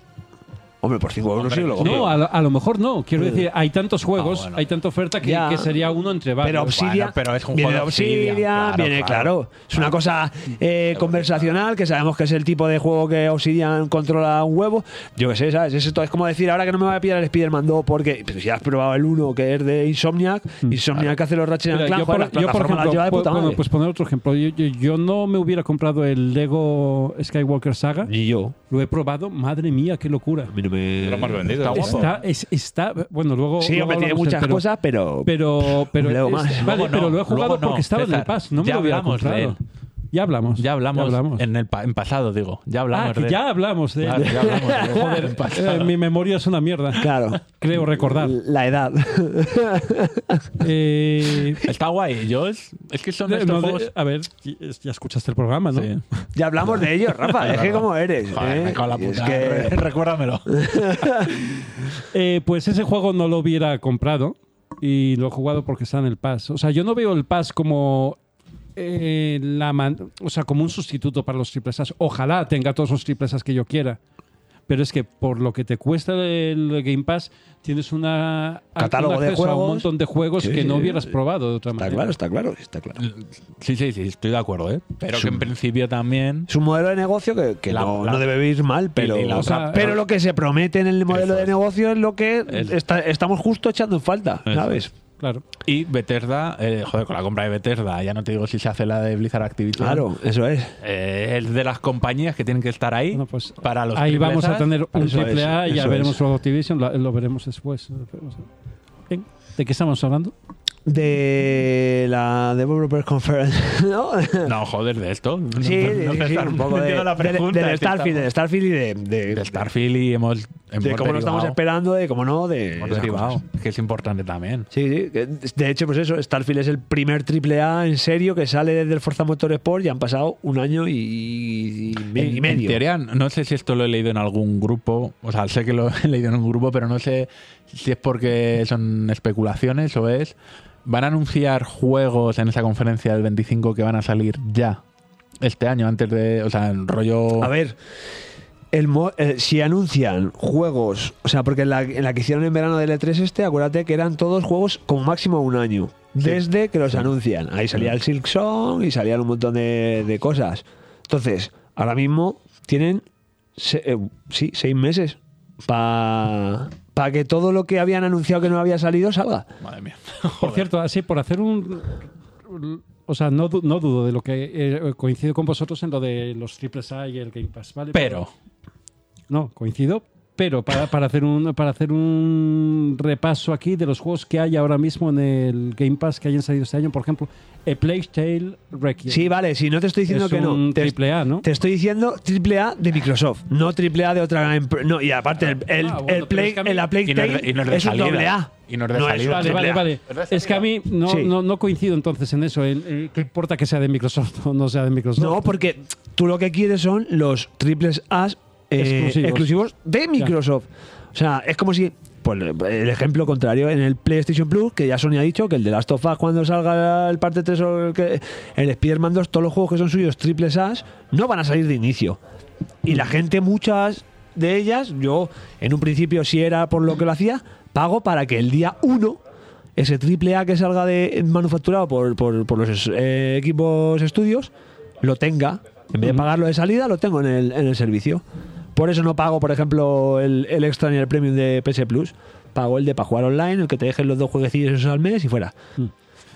Speaker 2: Hombre, por 5 euros sí que lo compro.
Speaker 3: No, a lo, a lo mejor no. Quiero
Speaker 2: Eh.
Speaker 3: decir, hay tantos juegos, hay tanta oferta que,
Speaker 2: Ya.
Speaker 3: que sería uno entre varios.
Speaker 2: Pero Obsidian, viene de Obsidian, viene claro. Es una cosa eh, conversacional que sabemos que es el tipo de juego que Obsidian controla un huevo. Yo qué sé, ¿sabes? Es, esto, es como decir ahora que no me voy a pillar el Spider-Man 2 porque pero si has probado el 1 que es de Insomniac, Insomniac hace los Ratchet and
Speaker 3: Mm. Mira,
Speaker 2: Clank,
Speaker 3: yo,
Speaker 2: joder, las
Speaker 3: por, yo, por
Speaker 2: plataformas las
Speaker 3: ejemplo,
Speaker 2: lleva de
Speaker 3: pu-
Speaker 2: puta
Speaker 3: bueno,
Speaker 2: madre.
Speaker 3: pues poner otro ejemplo. Yo, yo- yo no me hubiera comprado el Lego Skywalker Saga.
Speaker 2: Y yo.
Speaker 3: Lo he probado. Madre mía, qué locura.
Speaker 2: Lo
Speaker 4: más vendido.
Speaker 3: Está,
Speaker 4: Está guapo.
Speaker 3: es- está- bueno, luego.
Speaker 2: Sí,
Speaker 3: luego
Speaker 2: hombre, tiene
Speaker 3: hablamos de-
Speaker 2: muchas
Speaker 3: pero-
Speaker 2: cosas, pero.
Speaker 3: Pero, pero,
Speaker 2: Leo
Speaker 3: es-
Speaker 2: más.
Speaker 3: vale,
Speaker 1: Luego no,
Speaker 3: pero lo he
Speaker 1: luego
Speaker 3: jugado
Speaker 1: no,
Speaker 3: porque estaba en el
Speaker 1: César.
Speaker 3: pass. No me
Speaker 1: Ya
Speaker 3: lo hubiera
Speaker 1: hablamos de
Speaker 3: comprado.
Speaker 1: él.
Speaker 3: Ya hablamos.
Speaker 1: Ya hablamos,
Speaker 3: Ya hablamos.
Speaker 1: En, el pa- en pasado, digo. Ya hablamos
Speaker 3: Ah, que
Speaker 1: de él.
Speaker 3: ya hablamos de él.
Speaker 1: Claro, ya hablamos de él. Joder, en pasado.
Speaker 3: Eh, mi memoria es una mierda.
Speaker 2: Claro.
Speaker 3: Creo recordar.
Speaker 2: La edad.
Speaker 1: Está guay. Yo es, es que son de
Speaker 3: Eh, No,
Speaker 1: estos
Speaker 3: de-
Speaker 1: juegos.
Speaker 3: a ver, ya escuchaste el programa, ¿no?
Speaker 2: Ya hablamos de ellos, Rafa. Es que cómo eres.
Speaker 1: Joder,
Speaker 2: ¿eh?
Speaker 1: me cago en la
Speaker 2: Es
Speaker 1: puta.
Speaker 2: que-
Speaker 1: Recuérdamelo.
Speaker 3: Eh, pues ese juego no lo hubiera comprado y lo he jugado porque está en el Pass. O sea, yo no veo el Pass como eh, la man- o sea, como un sustituto para los triples As. Ojalá tenga todos los triples As que yo quiera. Pero es que por lo que te cuesta el Game Pass, tienes una
Speaker 2: Catálogo
Speaker 3: un
Speaker 2: de
Speaker 3: acceso a un
Speaker 2: juegos.
Speaker 3: montón de juegos
Speaker 2: Sí,
Speaker 3: que no
Speaker 2: sí.
Speaker 3: hubieras probado de otra manera.
Speaker 2: está claro, está claro.
Speaker 1: Sí, sí, sí, estoy de acuerdo, ¿eh? Pero
Speaker 2: Es
Speaker 1: que en
Speaker 2: un-
Speaker 1: principio también.
Speaker 2: Es un modelo de negocio que, que
Speaker 1: La-
Speaker 2: no,
Speaker 1: la-
Speaker 2: no debe ir mal, pero,
Speaker 1: y la
Speaker 2: o sea,
Speaker 1: otra-
Speaker 2: pero lo que se promete en el modelo de negocio es lo que
Speaker 1: Es-
Speaker 2: está- estamos justo echando en falta,
Speaker 1: Eso
Speaker 2: ¿sabes?
Speaker 1: es.
Speaker 3: Claro.
Speaker 1: Y Bethesda, eh, joder, con la compra de Bethesda, ya no te digo si se hace la de Blizzard Activision.
Speaker 2: Claro, eso es.
Speaker 1: Eh, es de las compañías que tienen que estar ahí
Speaker 2: pues
Speaker 1: para los
Speaker 3: Ahí
Speaker 1: triples
Speaker 3: vamos a
Speaker 1: As.
Speaker 3: tener un
Speaker 2: Eso es,
Speaker 3: triple A y ya
Speaker 2: eso
Speaker 3: veremos
Speaker 2: es.
Speaker 3: luego Activision, lo, lo veremos después. Bien, ¿De qué estamos hablando?
Speaker 2: De la Developers Conference, ¿no?
Speaker 1: No, joder, de esto. No-
Speaker 2: Sí,
Speaker 1: no-
Speaker 2: sí,
Speaker 1: no
Speaker 2: sí,
Speaker 1: estás
Speaker 2: un poco de,
Speaker 1: entendiendo la
Speaker 2: del-
Speaker 1: pregunta,
Speaker 2: del
Speaker 1: es que
Speaker 2: Starfield, del
Speaker 1: estamos-
Speaker 2: Starfield y de, de,
Speaker 1: del Starfield y hemos. hemos
Speaker 2: de cómo lo estamos
Speaker 1: derivado.
Speaker 2: esperando, de cómo no, de
Speaker 1: Hemos
Speaker 2: esas
Speaker 1: derivado,
Speaker 2: cosas.
Speaker 1: que es importante también.
Speaker 2: Sí, sí. que De hecho, pues eso, Starfield es el primer AAA en serio que sale desde el Forza Motorsport y han pasado un año y, y me- y
Speaker 1: En-
Speaker 2: medio.
Speaker 1: En teoría, no sé si esto lo he leído en algún grupo, o sea, sé que lo he leído en un grupo, pero no sé si es porque son especulaciones o es... Van a anunciar juegos en esa conferencia del 25 que van a salir ya este año, antes de... O sea, en rollo...
Speaker 3: Oh.
Speaker 2: A ver, el mo- eh, si anuncian juegos, o sea, porque en la, en la que hicieron en verano del E3 este, acuérdate que eran todos juegos con máximo un año. Desde que los anuncian. Ahí salía el Silk Song y salían un montón de, de cosas. Entonces, ahora mismo tienen se- eh, sí, seis meses para que todo lo que habían anunciado que no había salido salga.
Speaker 1: Madre mía.
Speaker 3: Por cierto, así por hacer un. O sea, no, du- no dudo de lo que eh, coincido con vosotros en lo de los triples A y el Game Pass, ¿vale?
Speaker 1: Pero...
Speaker 3: No, coincido. Pero para, para hacer un, para hacer un repaso aquí de los juegos que hay ahora mismo en el Game Pass que hayan salido este año, por ejemplo, A Plague Tale Requiem.
Speaker 2: Sí, vale, si no te estoy diciendo
Speaker 3: Es
Speaker 2: que no.
Speaker 3: un
Speaker 2: Te-
Speaker 3: triple A, ¿no?
Speaker 2: Te estoy diciendo triple A de Microsoft, no triple A de otra gran empresa. No, y aparte, el, el,
Speaker 3: Ah, bueno,
Speaker 2: el
Speaker 3: pero
Speaker 2: Play,
Speaker 3: es que a mí-
Speaker 2: la Play
Speaker 1: Y no es de- y no es de
Speaker 2: es un
Speaker 1: salida.
Speaker 2: doble A.
Speaker 1: Y no es de
Speaker 2: es
Speaker 1: salida.
Speaker 2: un
Speaker 3: Vale,
Speaker 2: triple
Speaker 3: vale,
Speaker 2: A.
Speaker 3: vale. Es que a mí no,
Speaker 2: Sí.
Speaker 3: no, no coincido entonces en eso. En, en- ¿Qué importa que sea de Microsoft o no sea de Microsoft?
Speaker 2: No, porque tú lo que quieres son los triples A
Speaker 3: Exclusivos.
Speaker 2: exclusivos. de Microsoft. O sea, es como si. Pues el ejemplo contrario en el PlayStation Plus, que ya Sony ha dicho que el de Last of Us, cuando salga el parte 3 o el, que, el Spider-Man 2, todos los juegos que son suyos triples A no van a salir de inicio. Y la gente, muchas de ellas, yo en un principio si era por lo que lo hacía, pago para que el día 1 ese triple A que salga de manufacturado por, por- por los eh, equipos estudios lo tenga. En vez de pagarlo de salida, lo tengo en el, en el servicio. Por eso no pago, por ejemplo, el, el extra ni el premium de PS Plus. Pago el de para jugar online, el que te dejen los dos jueguecillos esos al mes y fuera.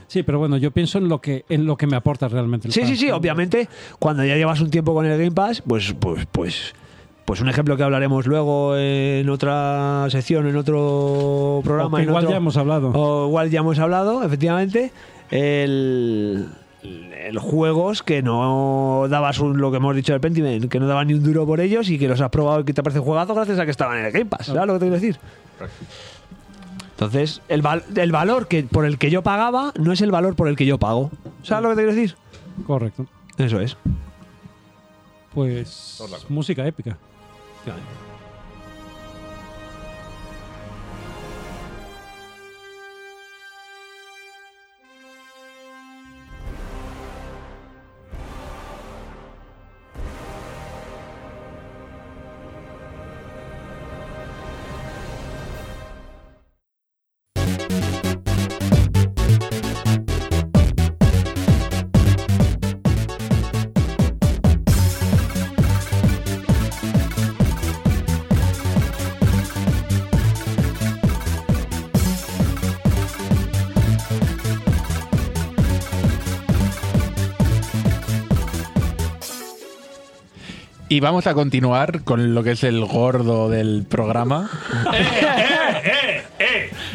Speaker 3: Sí, pero bueno, yo pienso en lo que, en lo que me aporta realmente el
Speaker 2: Sí,
Speaker 3: Pass,
Speaker 2: sí, sí,
Speaker 3: ¿no?
Speaker 2: obviamente, cuando ya llevas un tiempo con el Game Pass, pues, pues, pues, pues un ejemplo que hablaremos luego en otra sección, en otro
Speaker 3: O
Speaker 2: programa.
Speaker 3: que
Speaker 2: en
Speaker 3: igual
Speaker 2: otro-
Speaker 3: ya hemos hablado.
Speaker 2: O igual ya hemos hablado, efectivamente, el, el juegos que no dabas un- lo que hemos dicho del Pentiment, que no daban ni un duro por ellos y que los has probado y que te parece jugazo gracias a que estaban en el Game Pass, ¿sabes lo que te quiero decir? Entonces, el, val- el valor que por el que yo pagaba no es el valor por el que yo pago. ¿Sabes lo que te quiero decir?
Speaker 3: Correcto.
Speaker 2: Eso es.
Speaker 3: Pues música épica.
Speaker 1: Y vamos a continuar con lo que es el gordo del programa.
Speaker 8: Eh,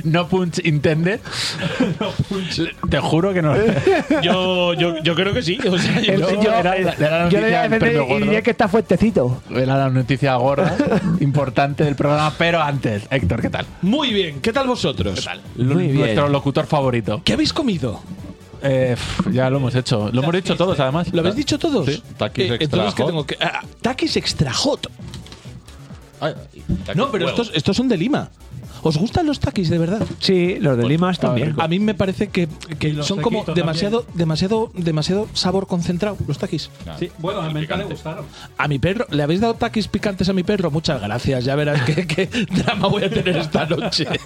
Speaker 1: No punch intended. Te juro que no.
Speaker 8: Yo, yo, yo creo que sí. O sea, yo,
Speaker 1: Yo- era la- era la noticia
Speaker 8: yo le voy a
Speaker 1: del
Speaker 8: defender
Speaker 1: premio
Speaker 8: y diría
Speaker 1: gordo.
Speaker 8: que
Speaker 2: está fuertecito.
Speaker 1: Era la noticia gorda, importante del programa. Pero antes, Héctor, ¿qué tal?
Speaker 8: Muy bien, ¿qué tal vosotros?
Speaker 1: Lu- Nuestro locutor favorito.
Speaker 8: ¿Qué habéis comido?
Speaker 1: Eh, pf, ya lo hemos hecho. Lo hemos dicho todos, además.
Speaker 8: ¿Lo habéis dicho todos?
Speaker 1: Sí.
Speaker 8: Eh, entonces, ¿qué tengo que- ah, taquis extra hot. no, pero
Speaker 1: huevo.
Speaker 8: estos, estos son de Lima. ¿Os gustan los taquis de verdad?
Speaker 2: Sí, los de Limas también.
Speaker 8: A mí me parece que, que
Speaker 2: los
Speaker 8: son como
Speaker 2: taquitos
Speaker 8: demasiado, demasiado, demasiado sabor concentrado, los taquis.
Speaker 3: Sí, bueno, a Menta le gustaron.
Speaker 8: A mi perro, ¿le habéis dado taquis picantes a mi perro? Muchas gracias, ya verás qué, qué drama voy a tener esta noche.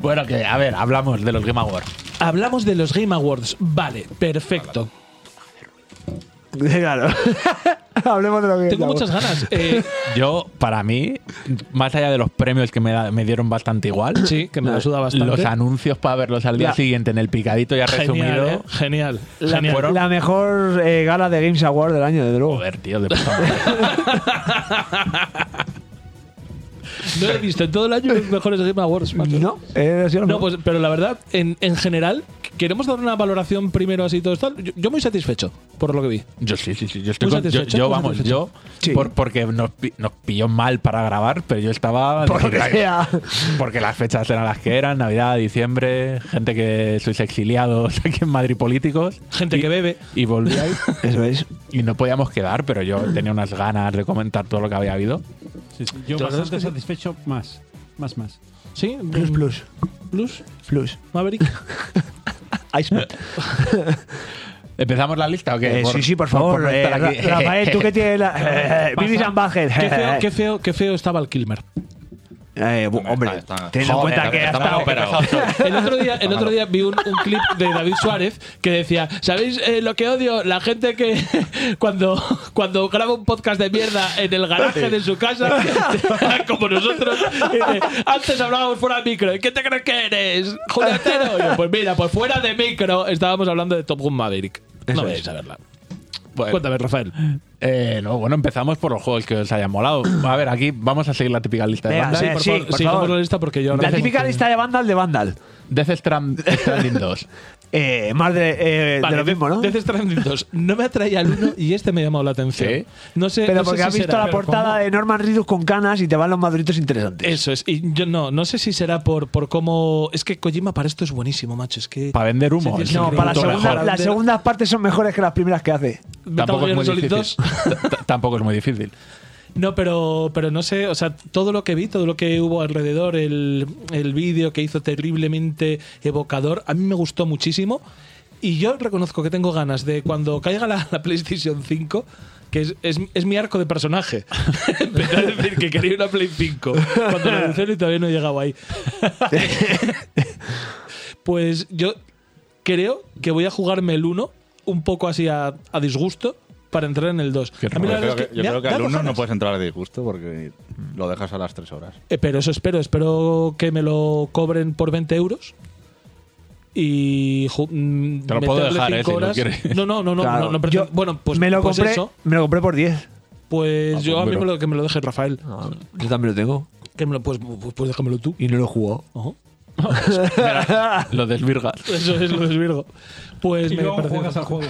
Speaker 1: Bueno, que a ver, hablamos de los Game Awards.
Speaker 8: Hablamos de los Game Awards. Vale, perfecto.
Speaker 2: Claro. Hablemos de lo que
Speaker 8: Tengo muchas ganas. Eh,
Speaker 1: Yo, para mí, más allá de los premios que me, da- me dieron bastante igual.
Speaker 8: Sí, que me la suda bastante.
Speaker 1: Los anuncios para verlos al día
Speaker 8: Ya.
Speaker 1: siguiente en el picadito ya
Speaker 8: genial,
Speaker 1: resumido.
Speaker 8: eh, genial.
Speaker 2: La,
Speaker 8: genial.
Speaker 2: me- la mejor eh, gala de Games Award del año, desde luego.
Speaker 1: Joder, tío, de puta madre.
Speaker 8: No he visto en todo el año los mejores Game Awards. macho.
Speaker 2: No, eh, sí,
Speaker 8: No, pues, pero la verdad, en, en general, queremos dar una valoración primero así todo esto. Yo, yo muy satisfecho por lo que vi.
Speaker 1: Yo sí, sí, sí. Yo estoy
Speaker 8: Muy
Speaker 1: con- yo,
Speaker 8: satisfecho,
Speaker 1: yo,
Speaker 8: muy
Speaker 1: vamos,
Speaker 8: satisfecho.
Speaker 1: yo. por- porque nos, pi- nos pilló mal para grabar, pero yo estaba.
Speaker 2: Por lo que
Speaker 1: porque-
Speaker 2: sea.
Speaker 1: Porque las fechas eran las que eran: Navidad, diciembre, gente que sois exiliados aquí en Madrid políticos.
Speaker 8: Gente que bebe.
Speaker 1: Y volvíais.
Speaker 2: Eso es.
Speaker 1: Y no podíamos quedar, pero yo tenía unas ganas de comentar todo lo que había habido.
Speaker 3: Sí, sí, Yo
Speaker 8: La verdad es
Speaker 3: bastante
Speaker 8: que sí.
Speaker 3: satisfecho más. Más, más.
Speaker 8: ¿Sí? mm,
Speaker 2: Plus, plus.
Speaker 8: Plus.
Speaker 2: Plus.
Speaker 8: Maverick.
Speaker 2: Iceman.
Speaker 1: ¿Empezamos la lista o qué?
Speaker 2: Eh,
Speaker 1: Por-
Speaker 2: sí, sí, por favor.
Speaker 1: no
Speaker 2: eh,
Speaker 1: estar aquí.
Speaker 2: Ra- Rafael, tú que tienes la. eh,
Speaker 8: Pasa.
Speaker 2: Vivi San Bajer.
Speaker 8: Qué feo, qué feo, qué feo estaba el Kilmer.
Speaker 2: Eh, bu- hombre, teniendo en cuenta que ha estado.
Speaker 8: El otro día, el otro día vi un, un clip de David Suárez que decía, ¿sabéis eh, lo que odio? La gente que cuando, cuando graba un podcast de mierda en el garaje de su casa, como nosotros, dice, antes hablábamos fuera de micro. ¿Qué te crees que eres? Juliatero. Y yo, Pues mira, pues fuera de micro estábamos hablando de Top Gun Maverick.
Speaker 2: Eso
Speaker 8: No
Speaker 2: es.
Speaker 8: vais a verla.
Speaker 1: Bueno.
Speaker 8: Cuéntame, Rafael.
Speaker 1: Eh, no, bueno, empezamos por los juegos que os hayan molado. A ver, aquí vamos a seguir la típica lista de
Speaker 2: Venga,
Speaker 1: bandas.
Speaker 2: sí, por favor, sigamos
Speaker 8: la lista porque yo
Speaker 2: La típica lista de Vandal de Vandal.
Speaker 1: Death Strand- Stranding 2.
Speaker 2: Eh, más de, eh,
Speaker 8: Vale,
Speaker 2: de lo mismo, ¿no?
Speaker 8: Death Stranding 2. No me atraía el uno y este me ha llamado la atención.
Speaker 1: Sí.
Speaker 8: No sé,
Speaker 2: Pero
Speaker 8: no sé
Speaker 2: porque
Speaker 8: si
Speaker 2: has visto
Speaker 8: será-
Speaker 2: la portada de Norman Reedus con canas y te van los maduritos interesantes.
Speaker 8: Eso es. Y yo no, no sé si será por, por cómo. Es que Kojima para esto es buenísimo, macho. Es que.
Speaker 1: Para vender humo.
Speaker 8: Sí, sí,
Speaker 1: es
Speaker 8: sí.
Speaker 2: No,
Speaker 1: el
Speaker 2: para la
Speaker 1: punto
Speaker 2: segunda-
Speaker 1: mejor.
Speaker 2: las segundas partes son mejores que las primeras que hace.
Speaker 8: Metal
Speaker 1: Tampoco es,
Speaker 8: Gear
Speaker 1: muy
Speaker 8: Solid 2.
Speaker 1: difícil. T- tampoco es muy difícil.
Speaker 8: No, pero, pero no sé. O sea, todo lo que vi, todo lo que hubo alrededor, el, el vídeo que hizo terriblemente evocador, a mí me gustó muchísimo. Y yo reconozco que tengo ganas de cuando caiga la, la PlayStation 5. Que es, es, es mi arco de personaje. Empezar a decir que quería una Play 5. Cuando lo anunciaron y todavía no he llegado ahí. Pues yo creo que voy a jugarme el 1 un poco así a, a disgusto para entrar en el 2.
Speaker 1: Qué
Speaker 8: A mí
Speaker 4: Yo
Speaker 8: la verdad
Speaker 4: creo
Speaker 8: es
Speaker 4: que, yo
Speaker 8: me ha
Speaker 4: creo que al
Speaker 8: dado
Speaker 4: uno no
Speaker 8: ganas.
Speaker 4: puedes entrar de disgusto porque lo dejas a las 3 horas.
Speaker 8: Eh, pero eso espero, espero que me lo cobren por 20 euros. Y ju- mm,
Speaker 1: Te lo puedo
Speaker 8: meterle
Speaker 1: dejar, eh,
Speaker 8: cinco
Speaker 1: si lo
Speaker 8: horas.
Speaker 1: quieres.
Speaker 8: No, no, no, no,
Speaker 2: Claro.
Speaker 8: no, no, pero-
Speaker 2: Yo
Speaker 8: bueno, pues
Speaker 2: me lo
Speaker 8: pues
Speaker 2: compré,
Speaker 8: eso,
Speaker 2: me lo compré por 10.
Speaker 8: pues yo a mí
Speaker 1: pero-
Speaker 8: me lo, que me lo deje Rafael.
Speaker 2: Ah, Yo también lo tengo.
Speaker 8: Que me lo, pues, pues, pues déjamelo tú.
Speaker 2: Y no lo jugó.
Speaker 8: Ajá.
Speaker 1: Lo desvirgas.
Speaker 8: Eso es lo desvirgo. Pues
Speaker 3: Y
Speaker 8: me
Speaker 3: luego
Speaker 8: parece
Speaker 3: juegas al juego.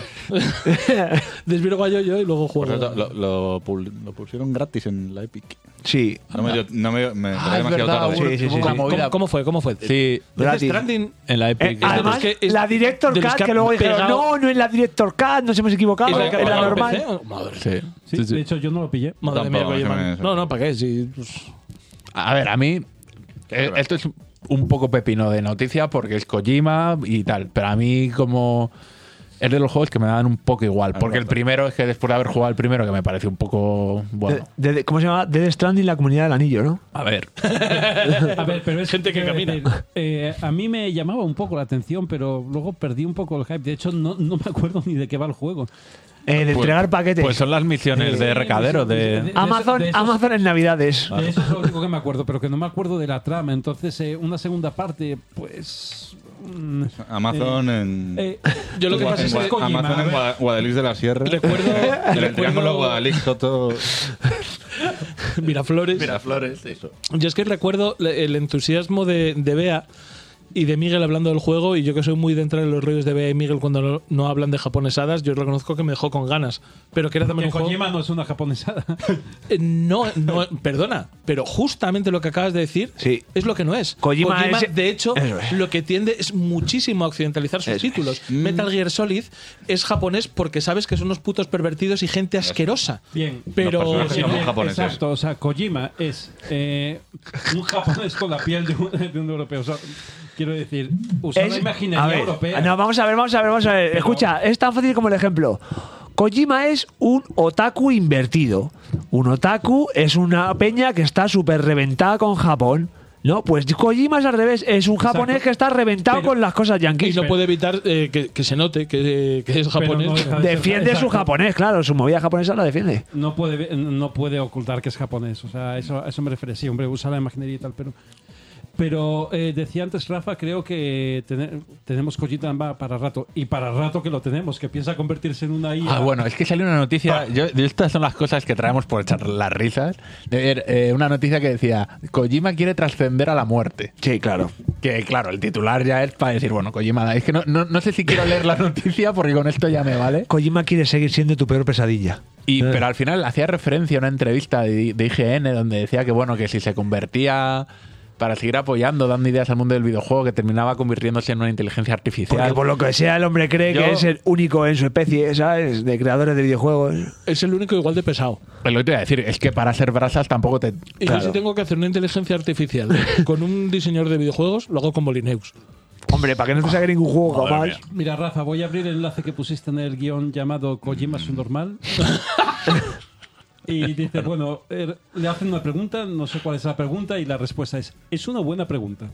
Speaker 8: desvirgo a yo yo y luego
Speaker 4: Por
Speaker 8: juego.
Speaker 4: cierto, lo, lo pul- lo pusieron gratis en la Epic.
Speaker 2: Sí.
Speaker 4: No me dio, no me dio- me
Speaker 1: Ah,
Speaker 4: enteré
Speaker 1: es
Speaker 4: demasiado
Speaker 1: verdad,
Speaker 4: tarde.
Speaker 1: hubo-
Speaker 2: Sí, sí,
Speaker 1: hubo
Speaker 2: sí,
Speaker 1: una
Speaker 2: sí.
Speaker 1: movida.
Speaker 8: ¿Cómo, cómo fue? ¿Cómo fue?
Speaker 1: Sí,
Speaker 8: Death
Speaker 2: Gratis.
Speaker 8: Stranding
Speaker 1: en la Epic.
Speaker 8: Eh,
Speaker 2: Además,
Speaker 8: Es que es
Speaker 2: la Director
Speaker 8: de los
Speaker 2: Cut,
Speaker 8: que
Speaker 2: que luego
Speaker 8: han
Speaker 2: dijeron,
Speaker 8: pegado-
Speaker 2: no, no es la Director Cut, nos hemos equivocado,
Speaker 8: ¿Es la que
Speaker 2: es la
Speaker 8: ha
Speaker 2: normal.
Speaker 8: pegado en PC? Madre,
Speaker 1: Sí,
Speaker 3: Sí,
Speaker 1: sí, sí.
Speaker 3: De hecho, yo no lo pillé.
Speaker 8: madre mía,
Speaker 4: Tampoco,
Speaker 8: Kojima.
Speaker 4: no se me-
Speaker 8: No, no, ¿para qué? Sí, pues,
Speaker 1: A ver, a mí. eh,
Speaker 4: horror.
Speaker 1: esto es un poco pepino de noticia porque es Kojima y tal. Pero a mí, como. Es de los juegos que me dan un poco igual. Porque el primero es que después de haber jugado el primero, que me parece un poco. Bueno.
Speaker 2: De- de- ¿Cómo se llama? Dead Stranding, la comunidad del anillo, ¿no?
Speaker 1: A ver.
Speaker 3: A ver, pero es
Speaker 8: Gente que
Speaker 3: eh,
Speaker 8: camina.
Speaker 3: eh, eh, a mí me llamaba un poco la atención, pero luego perdí un poco el hype. De hecho, no, no me acuerdo ni de qué va el juego.
Speaker 2: Eh, de entregar paquetes.
Speaker 1: Pues son las misiones de recadero. De...
Speaker 2: Amazon,
Speaker 3: de esos-
Speaker 2: Amazon en Navidades.
Speaker 3: De eso es lo único que me acuerdo, pero que no me acuerdo de la trama. Entonces, eh, una segunda parte, pues
Speaker 4: Amazon en.
Speaker 3: Eh,
Speaker 8: yo lo que
Speaker 4: Gua-
Speaker 8: pasa
Speaker 4: en
Speaker 8: es
Speaker 4: Gua-
Speaker 8: que- Kojima,
Speaker 4: Amazon en
Speaker 8: a ver.
Speaker 4: Gua- Guadalix de la Sierra.
Speaker 8: Recuerdo-
Speaker 4: Y le entregamos
Speaker 8: recuerdo-
Speaker 4: a Guadalix Soto.
Speaker 8: Miraflores.
Speaker 4: Miraflores, eso.
Speaker 8: Yo es que recuerdo le- el entusiasmo de, de Bea y de Miguel hablando del juego, y yo que soy muy de entrar en los rollos de Bea y Miguel cuando no, no hablan de japonesadas, yo reconozco que me dejó con ganas. Pero que era también
Speaker 3: Que
Speaker 8: un juego.
Speaker 3: Kojima no es una japonesada.
Speaker 8: Eh, No, no, perdona, pero justamente lo que acabas de decir es lo que no es.
Speaker 2: Kojima es-
Speaker 8: de hecho,
Speaker 2: eso es.
Speaker 8: lo que tiende es muchísimo a occidentalizar sus títulos.
Speaker 4: Mm.
Speaker 8: Metal Gear Solid es japonés porque sabes que son unos putos pervertidos y gente asquerosa.
Speaker 3: Bien,
Speaker 8: Pero-
Speaker 3: Kojima-
Speaker 8: personajes son japoneses.
Speaker 3: Exacto, o sea, Kojima es eh, un japonés con la piel de un, de un europeo. O sea, quiero decir, usar la
Speaker 2: Es-
Speaker 3: imaginación
Speaker 2: a ver,
Speaker 3: europea.
Speaker 2: No, vamos a ver, vamos a ver, vamos a ver.
Speaker 3: Pero-
Speaker 2: Escucha, es tan fácil como el ejemplo. Kojima es un otaku invertido. Un otaku es una peña que está súper reventada con Japón. No, pues Kojima es al revés. Es un japonés que está reventado con las cosas yankees.
Speaker 8: Y no puede evitar eh, que, que se note que, que es japonés.
Speaker 2: defiende su japonés, claro. Su movida japonesa la defiende.
Speaker 3: No puede, no puede ocultar que es japonés. O sea, eso, a eso me refería. Sí, hombre, usa la imaginería y tal, pero. Pero eh, decía antes Rafa, creo que tene- tenemos Kojitamba para rato. Y para rato que lo tenemos, que piensa convertirse en una IA.
Speaker 1: Ah, bueno, es que salió una
Speaker 2: Ah.
Speaker 1: noticia. Yo, yo- estas son las cosas que traemos por echar las risas. De ver, eh, una noticia que decía: Kojima quiere trascender a la muerte.
Speaker 2: Sí, claro.
Speaker 1: Que claro, el titular ya es para decir: bueno, Kojima, es que no, no, no sé si quiero leer la noticia porque con esto ya me vale.
Speaker 2: Kojima quiere seguir siendo tu peor pesadilla.
Speaker 1: Y, pero al final hacía referencia a una entrevista de, de IGN donde decía que bueno, que si se convertía para seguir apoyando, dando ideas al mundo del videojuego, que terminaba convirtiéndose en una inteligencia artificial.
Speaker 2: Porque por lo que sea, el hombre cree
Speaker 1: Yo-
Speaker 2: que es el único en su especie, ¿sabes? De creadores de videojuegos.
Speaker 8: Es el único igual de pesado.
Speaker 1: Pues lo que te iba a decir es que para hacer brasas tampoco te.
Speaker 8: Y yo si tengo que hacer una inteligencia artificial con un diseñador de videojuegos, lo hago con Molineux.
Speaker 2: Hombre, para que no te saque ningún juego jamás.
Speaker 3: Mira, Rafa, voy a abrir el enlace que pusiste en el guión llamado Kojima es un normal. y dice, bueno, er, le hacen una pregunta, no sé cuál es la pregunta, y la respuesta es, es una buena pregunta.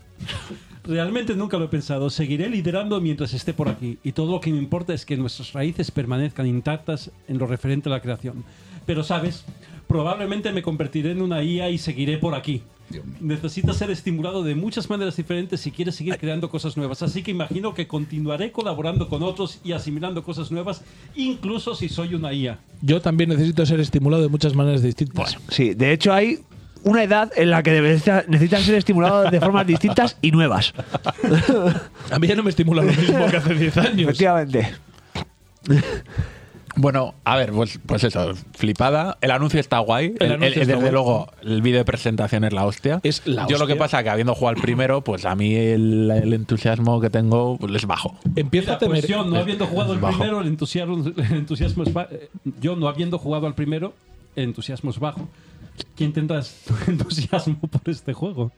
Speaker 3: Realmente nunca lo he pensado, seguiré liderando mientras esté por aquí, y todo lo que me importa es que nuestras raíces permanezcan intactas en lo referente a la creación. Pero sabes, probablemente me convertiré en una IA y seguiré por aquí. Necesitas ser estimulado de muchas maneras diferentes si quieres seguir creando cosas nuevas. Así que imagino que continuaré colaborando con otros y asimilando cosas nuevas, incluso si soy una IA.
Speaker 8: Yo también necesito ser estimulado de muchas maneras distintas.
Speaker 2: Sí, de hecho hay una edad en la que necesitas necesitas ser estimulado de formas distintas y nuevas.
Speaker 8: A mí ya no me estimula lo mismo que hace 10 años.
Speaker 2: Efectivamente.
Speaker 1: Bueno, a ver, pues, pues eso, flipada. El anuncio está guay.
Speaker 8: El
Speaker 1: El-
Speaker 8: anuncio
Speaker 1: el-
Speaker 8: está
Speaker 1: desde
Speaker 8: guay.
Speaker 1: luego, el vídeo de presentación es la hostia.
Speaker 8: Es la
Speaker 1: Yo lo
Speaker 8: hostia.
Speaker 1: que pasa que habiendo jugado al primero, pues a mí el, el entusiasmo que tengo pues, es bajo.
Speaker 8: Empieza
Speaker 3: La
Speaker 8: a temer.
Speaker 3: cuestión, no habiendo jugado el
Speaker 1: Bajo.
Speaker 3: primero, el entusiasmo, el entusiasmo es ba- eh, Yo no habiendo jugado al primero, el entusiasmo es bajo. ¿Quién tendrás tu entusiasmo por este juego?